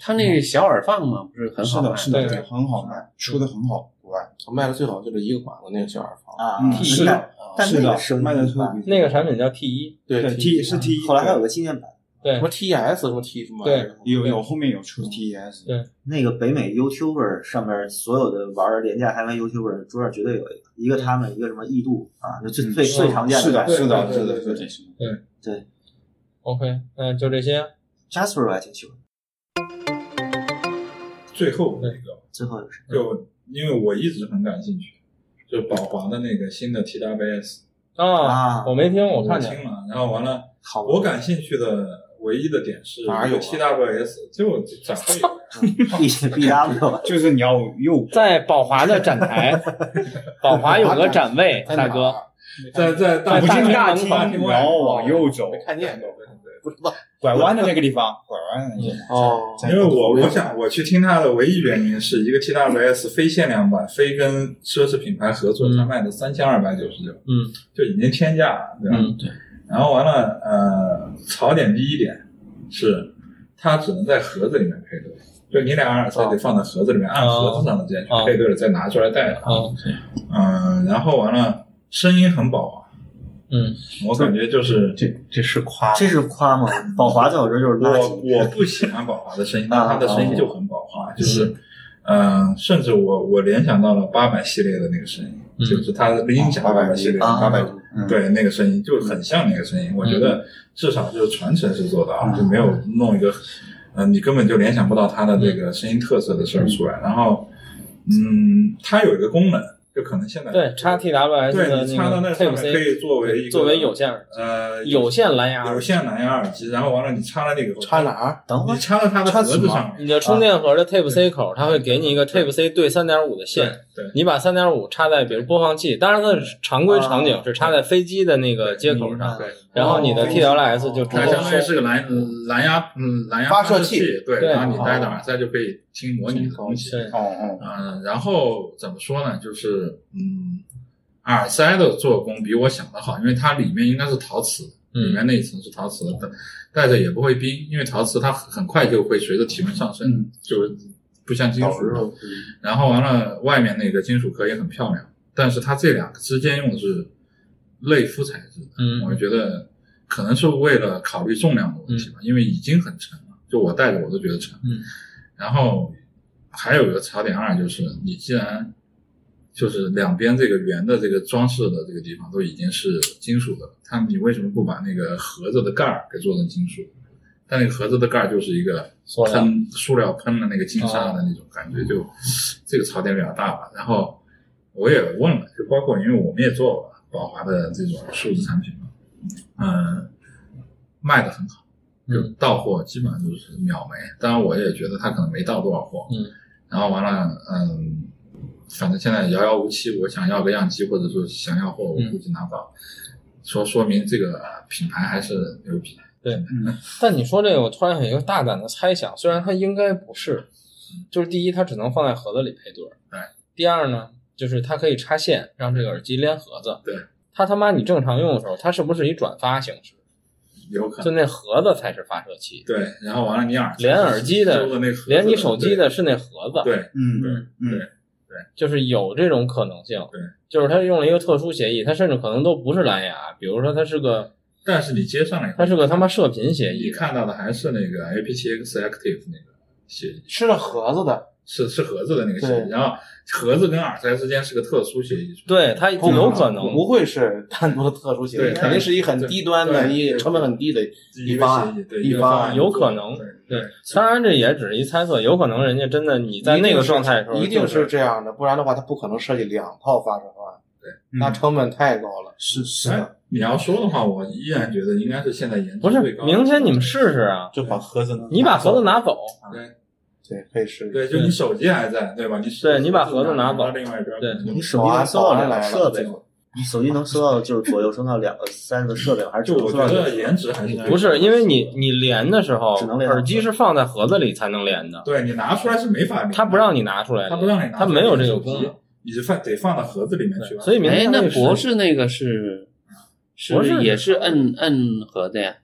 Speaker 6: 他那个小耳放嘛，哎不是很
Speaker 3: 是
Speaker 6: 好
Speaker 3: 的，
Speaker 6: 卖。
Speaker 3: 是的，
Speaker 1: 对
Speaker 3: 很好卖，出的很好，国外，
Speaker 2: 我卖的最好就是一个管子那个小耳房，
Speaker 4: 啊
Speaker 3: 嗯，
Speaker 4: 但
Speaker 3: 是的，
Speaker 4: 但
Speaker 3: 是
Speaker 4: 那个
Speaker 3: 的
Speaker 4: 声，音
Speaker 3: 卖的
Speaker 4: 一
Speaker 3: 特
Speaker 4: 般
Speaker 3: 别
Speaker 1: 那个产品叫 T 一，
Speaker 3: 对
Speaker 2: T
Speaker 3: T 是 T，
Speaker 4: 后来还有
Speaker 3: 对
Speaker 4: 个纪念版，
Speaker 1: 对
Speaker 2: 什么 TES 什么 T 什么玩意儿，
Speaker 3: 有有后面有
Speaker 4: 嗯
Speaker 3: 出 T E S，
Speaker 1: 对
Speaker 4: 那个北美 YouTuber 上面所有的玩廉价台湾 YouTuber 桌上绝对有一个，一个他们，一个什么异度啊，就最
Speaker 3: 嗯
Speaker 4: 最
Speaker 3: 是
Speaker 4: 最常见
Speaker 3: 是的，
Speaker 4: 牌子
Speaker 3: 是的，
Speaker 2: 对
Speaker 3: 是
Speaker 2: 对
Speaker 3: 的，
Speaker 2: 对
Speaker 3: 是的，是的。
Speaker 1: ，OK，嗯，就这些，
Speaker 4: Jasper 我还挺喜欢。
Speaker 5: 最后那个，
Speaker 4: 最后就是
Speaker 5: 就因为我一直很感兴趣，就宝华的那个新的 TWS，
Speaker 1: 啊，
Speaker 4: 啊
Speaker 1: 我没听，我看见了，
Speaker 5: 听了，然后完了，
Speaker 4: 好玩
Speaker 5: 我感兴趣的唯一的点是
Speaker 2: 哪儿有啊
Speaker 5: TWS，就展会有。
Speaker 4: B B W 吧，
Speaker 3: 就是你要又
Speaker 1: 在宝华的展 台，宝华有个展位，
Speaker 2: 在哪
Speaker 1: 大
Speaker 2: 儿啊
Speaker 1: 哥，
Speaker 5: 在在大
Speaker 1: 不
Speaker 3: 不
Speaker 1: 进
Speaker 3: 进
Speaker 1: 大
Speaker 3: 大
Speaker 1: 厅
Speaker 3: 厅，哦
Speaker 5: 大厅外
Speaker 3: 然后往右走，
Speaker 2: 没看见过。不知道
Speaker 3: 拐弯的那个地方，拐弯的那个地方。
Speaker 2: 哦
Speaker 3: 在
Speaker 5: 因为我我想我去听它的唯一原因是一个 TWS 非限量版，非跟奢侈品牌合作，它卖的三千二百九十九，
Speaker 1: 嗯，
Speaker 5: 就已经天价了，对吧？
Speaker 1: 嗯
Speaker 5: 对。然后完了，呃，槽点第一点是，它只能在盒子里面配对，就你俩耳塞得放在盒子里面，按盒子上的键去配对了，再拿出来戴。
Speaker 1: 嗯
Speaker 5: 嗯，然后完了，声音很饱啊和，
Speaker 1: 嗯，
Speaker 5: 我感觉就是
Speaker 11: 这这是夸
Speaker 4: 这是夸吗？宝华在我这就是垃
Speaker 5: 我
Speaker 4: 圾。
Speaker 5: 我不喜欢宝华的声音，但
Speaker 4: 啊
Speaker 5: 他的声音就很宝华，就是，嗯、甚至我我联想到了八百系列的那个声音，
Speaker 1: 嗯
Speaker 5: 就是他的音响八百系列的
Speaker 4: 啊
Speaker 5: 那个
Speaker 3: 800
Speaker 5: 声音
Speaker 3: 嗯
Speaker 5: 对那个声音就很像那个声音，我觉得至少就是传承是做到了，就没有弄一个，嗯、你根本就联想不到它的这个声音特色的事儿出来。然后，嗯，它有一个功能，就可能现在
Speaker 1: 对，叉 TWS
Speaker 5: 对
Speaker 1: 的
Speaker 5: 你插到那
Speaker 1: 那个
Speaker 5: 上
Speaker 1: Type
Speaker 5: 面可
Speaker 1: C
Speaker 5: 以作为一个
Speaker 1: 作为有线耳
Speaker 5: 呃
Speaker 1: 有线蓝牙耳
Speaker 5: 有
Speaker 1: 机，
Speaker 5: 线蓝牙耳机，然后完了你插了那个
Speaker 2: 插哪儿？
Speaker 4: 等
Speaker 5: 你
Speaker 4: 会儿
Speaker 5: 插到它的盒子上面，
Speaker 1: 你的充电
Speaker 5: 啊
Speaker 1: 盒的 Type C 口，它会给你一个 Type C 对3.5的线。
Speaker 5: 对，
Speaker 1: 你把三点五插在比如播放器，当然它的常规场景是插在飞机的那个接口上，
Speaker 5: 嗯啊对，
Speaker 1: 然后你
Speaker 5: 哦
Speaker 1: 的 TLS 就直
Speaker 5: 它
Speaker 1: 接
Speaker 5: 相当于
Speaker 1: 收。
Speaker 5: 是个蓝蓝牙嗯蓝牙
Speaker 2: 发
Speaker 5: 射
Speaker 2: 射器，
Speaker 5: 对，
Speaker 1: 对
Speaker 5: 然后你戴着耳塞就可以听模拟的东西。
Speaker 1: 对，
Speaker 3: 哦哦，
Speaker 5: 嗯，然后怎么说呢？就是嗯，耳塞的做工比我想的好，因为它里面应该是陶瓷，
Speaker 1: 嗯
Speaker 5: 里面那一层是陶瓷
Speaker 3: 嗯
Speaker 5: 的，戴着也不会冰，因为陶瓷它很快就会随着体温上升，
Speaker 3: 嗯
Speaker 5: 就是不像金
Speaker 3: 导
Speaker 5: 属。
Speaker 3: 入
Speaker 5: 然后完了，外面那个金属壳也很漂亮，但是它这两个之间用的是类肤材质的，
Speaker 1: 嗯
Speaker 5: 我觉得可能是为了考虑重量的问题吧，因为已经很沉了，就我戴着我都觉得沉。
Speaker 1: 嗯，
Speaker 5: 然后还有一个槽点二就是，你既然就是两边这个圆的这个装饰的这个地方都已经是金属的了，它你为什么不把那个盒子的盖儿给做成金属？它那个盒子的盖儿就是一个
Speaker 1: 塑料
Speaker 5: 喷塑料喷的那个金沙的那种感觉，就这个槽点比较大吧。然后我也问了，就包括因为我们也做宝华的这种数字产品嘛，嗯，卖的很好，就到货基本上就是秒没。当然，我也觉得他可能没到多少货。
Speaker 1: 嗯，
Speaker 5: 然后完了，嗯，反正现在遥遥无期。我想要个样机，或者说想要货，我估计拿不到。说说明这个品牌还是牛逼。
Speaker 1: 但你说这个，我突然有一个大胆的猜想，虽然它应该不是，就是第一，它只能放在盒子里配对儿
Speaker 5: 对。
Speaker 1: 第二呢，就是它可以插线，让这个耳机连盒子。
Speaker 5: 对。
Speaker 1: 它他妈你正常用的时候，它是不是以转发形式？
Speaker 5: 有可
Speaker 1: 就
Speaker 5: 能。
Speaker 1: 那盒子才是发射器，
Speaker 5: 对，然后完了，你耳
Speaker 1: 连耳机的
Speaker 5: 收那盒子
Speaker 1: 连你手机的是那盒子。
Speaker 5: 对，对
Speaker 4: 嗯
Speaker 5: 对
Speaker 4: 嗯
Speaker 5: 对
Speaker 1: 就是有这种可能性。
Speaker 5: 对。
Speaker 1: 就是它用了一个特殊协议，它甚至可能都不是蓝牙，比如说它是个
Speaker 5: 但是你接上了以后，
Speaker 1: 它是个他妈射频协
Speaker 5: 你
Speaker 1: 议。
Speaker 5: 看到的还是那个 aptX Active 那个协议，
Speaker 2: 吃了盒子的，
Speaker 5: 是是盒子的那个协议，
Speaker 2: 对
Speaker 5: 然后盒子跟耳塞之间是个特殊协议，
Speaker 1: 对，它
Speaker 2: 不
Speaker 1: 有可能。
Speaker 2: 不会是 单独的特殊协
Speaker 5: 对
Speaker 2: 议，肯定是一很低端的、
Speaker 5: 对
Speaker 2: 一
Speaker 5: 对
Speaker 2: 成本很低的。
Speaker 5: 一
Speaker 2: 一
Speaker 5: 个
Speaker 2: 方
Speaker 5: 协
Speaker 2: 案
Speaker 5: 议，对
Speaker 2: 一
Speaker 5: 一个
Speaker 2: 方
Speaker 5: 方
Speaker 2: 案
Speaker 1: 有可能
Speaker 5: 对
Speaker 1: 对
Speaker 5: 对，
Speaker 1: 当然，这也只是一猜测，有可能人家真的你在那个状态的时候、
Speaker 2: 一定
Speaker 1: 是
Speaker 2: 是这样的，不然的话，他不可能设计两套发射方案，
Speaker 12: 嗯
Speaker 2: 那成本太高了。
Speaker 12: 是是
Speaker 5: 哎，你要说的话，我依然觉得应该是现在研究
Speaker 1: 不
Speaker 5: 最
Speaker 1: 是？
Speaker 5: 高的
Speaker 1: 明天你们试试啊！
Speaker 7: 就把盒子拿
Speaker 1: 你把盒子拿走，
Speaker 2: 对，可以试一下。
Speaker 5: 对，就你手机还在，对吧？你手
Speaker 1: 对你把盒子拿
Speaker 5: 拿
Speaker 1: 走
Speaker 5: 到另外一边，
Speaker 1: 对
Speaker 5: 可能
Speaker 4: 你手
Speaker 2: 保
Speaker 4: 机
Speaker 2: 安
Speaker 4: 能搜到
Speaker 2: 保安
Speaker 4: 两个
Speaker 2: 来了
Speaker 4: 设备
Speaker 2: 最
Speaker 4: 吗
Speaker 2: 后？
Speaker 4: 你手机能搜到就是左右升到两个、三个设备吗，还是只
Speaker 5: 就
Speaker 4: 能
Speaker 5: 我
Speaker 4: 搜到
Speaker 5: 觉
Speaker 4: 两个
Speaker 5: 得颜值还是最高的
Speaker 1: 不是因为你你连的时候
Speaker 4: 只能，连
Speaker 1: 耳机是放在盒子里才能连的，
Speaker 5: 对你拿出来是没法连的，
Speaker 1: 它不让你拿出来，
Speaker 5: 他不让你拿，
Speaker 1: 它没有这个功能，，
Speaker 5: 你是放得放到盒子里面去吧。
Speaker 1: 所以明
Speaker 6: 哎
Speaker 1: 天，
Speaker 6: 那
Speaker 1: 可以试
Speaker 6: 博，士那个是是
Speaker 1: 博士
Speaker 6: 也是摁摁盒的呀？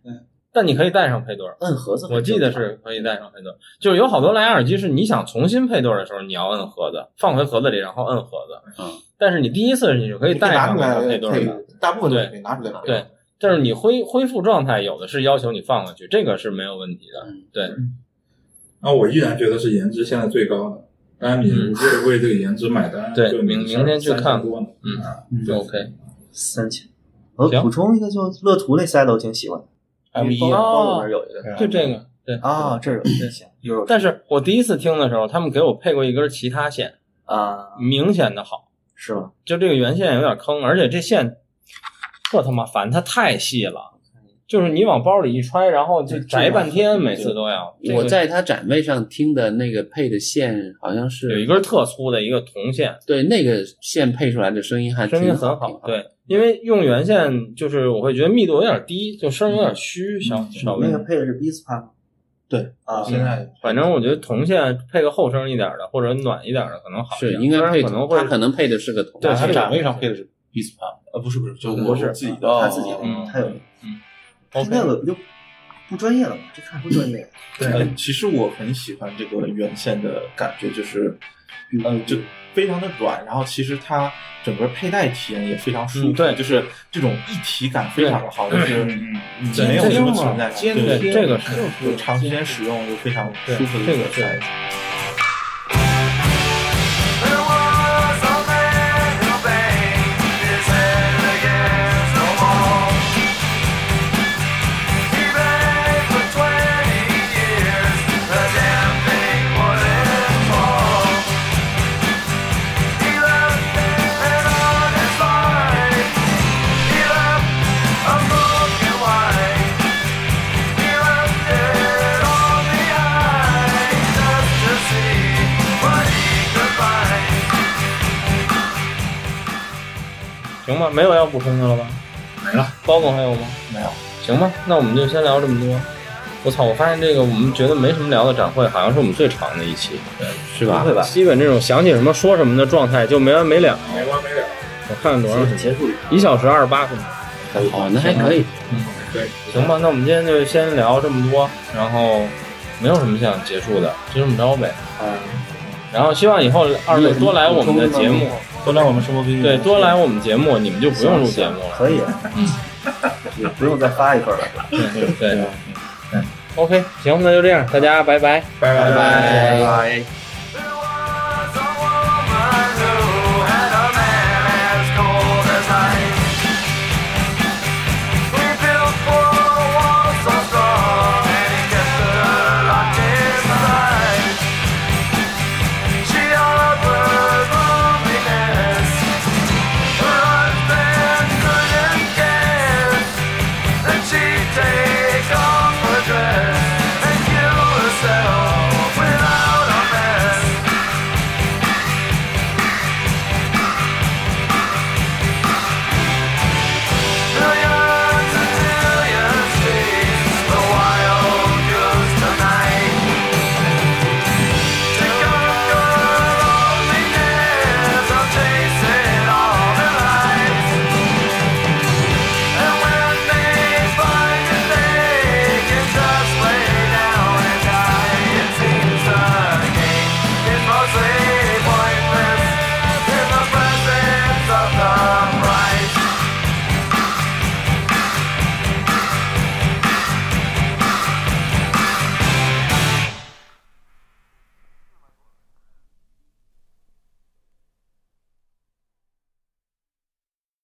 Speaker 1: 但你可以带上配对儿。
Speaker 4: 摁盒子很
Speaker 1: 我记得
Speaker 4: 正常
Speaker 1: 是可以带上配对儿，就是有好多蓝牙耳机是你想重新配对儿的时候，你要摁盒子，放回盒子里，然后摁盒子。
Speaker 6: 嗯，
Speaker 1: 但是你第一次你就可以
Speaker 2: 你可以
Speaker 1: 带
Speaker 2: 拿
Speaker 1: 上
Speaker 2: 出来
Speaker 1: 配对儿的。
Speaker 2: 可以大部分都可以拿出来。
Speaker 3: 啊
Speaker 1: 对，但是你恢恢复状态，有的是要求你放回去，这个是没有问题的。对，
Speaker 5: 那我依然觉得是颜值现在最高的。当然，你
Speaker 1: 嗯
Speaker 5: 为为这个颜值买单，
Speaker 1: 对
Speaker 5: 就你
Speaker 1: 明明天去看
Speaker 5: 30多呢。
Speaker 1: 嗯
Speaker 5: 啊，
Speaker 1: 就 OK。
Speaker 4: 三千。我
Speaker 1: 行
Speaker 4: 补充一个，就乐图那仨都挺喜欢的。
Speaker 2: M 一
Speaker 4: 包
Speaker 1: 啊
Speaker 4: 包我们有一个
Speaker 1: 就这个，对。
Speaker 4: 啊，这有行，有
Speaker 1: 但是我第一次听的时候，他们给我配过一根其他线，
Speaker 4: 啊，
Speaker 1: 明显的好，
Speaker 4: 是吗？
Speaker 1: 就这个原线有点坑，而且这线特他妈烦，它太细了，就是你往包里一揣，然后就摘半天，每次都要。这个
Speaker 6: 我在他展位上听的那个配的线好像
Speaker 1: 有
Speaker 6: 是，
Speaker 1: 一根特粗的一个铜线，
Speaker 6: 对那个线配出来的声音还
Speaker 1: 声音
Speaker 6: 挺
Speaker 1: 很
Speaker 6: 好啊
Speaker 1: 好，，对，因为用原线就是我会觉得密度有点低，就声儿有点虚，小稍微
Speaker 4: 那。个配的是 b e a s p a 吗？
Speaker 7: 对
Speaker 4: 啊，
Speaker 7: 现在
Speaker 1: 反正我觉得铜线配个厚声一点的或者暖一点的可能好一
Speaker 6: 是
Speaker 1: 点，
Speaker 6: 应该配，
Speaker 1: 可能
Speaker 6: 他
Speaker 1: 会
Speaker 6: 可能配的是个头，
Speaker 1: 对
Speaker 7: 它
Speaker 1: 是
Speaker 7: 展位上配的是 b e a s p a 呃，不是不是，就我自己的，
Speaker 4: 他自己
Speaker 1: 嗯
Speaker 4: 的，他有一个，他
Speaker 1: OK
Speaker 4: 那个不就不专业了吗？这看不专业。
Speaker 7: 呃，其实我很喜欢这个原线的感觉，就是，呃，就非常的软，然后其实它整个佩戴体验也非常舒服，
Speaker 1: 嗯对
Speaker 7: 就是这种一体感非常的好，就是
Speaker 12: 嗯
Speaker 7: 没有什么存在感，
Speaker 1: 对
Speaker 7: 对，
Speaker 1: 这个是
Speaker 7: 就长时间使用又非常
Speaker 1: 对
Speaker 7: 舒服的
Speaker 1: 这
Speaker 7: 一
Speaker 1: 个
Speaker 7: 材质。
Speaker 1: 行吧，没有要补充的了吧？
Speaker 5: 没了，
Speaker 1: 包总还有吗？
Speaker 7: 没有。
Speaker 1: 行吧，那我们就先聊这么多。我操！我发现这个我们觉得没什么聊的展会，好像是我们最长的一期，是吧？
Speaker 4: 不会吧
Speaker 1: 基本这种想起什么说什么的状态就没完没了。
Speaker 5: 嗯没完没了，
Speaker 1: 我看看多长时间，
Speaker 4: 结束一下。
Speaker 1: 一小时二十八分钟。
Speaker 6: 好，哦那还可以，
Speaker 5: 对，
Speaker 1: 行吧，那我们今天就先聊这么多，然后没有什么想结束的，就这么着呗。然后希望以后二位多来我们的节目，
Speaker 7: 多来我们生活规
Speaker 1: 对，多来我们节目，你们就不用录节目了。
Speaker 4: 可以，
Speaker 1: 啊
Speaker 4: 也不用再发一份了。
Speaker 1: 对，嗯，OK，行，那就这样，大家拜拜。
Speaker 5: 拜拜
Speaker 4: 拜拜。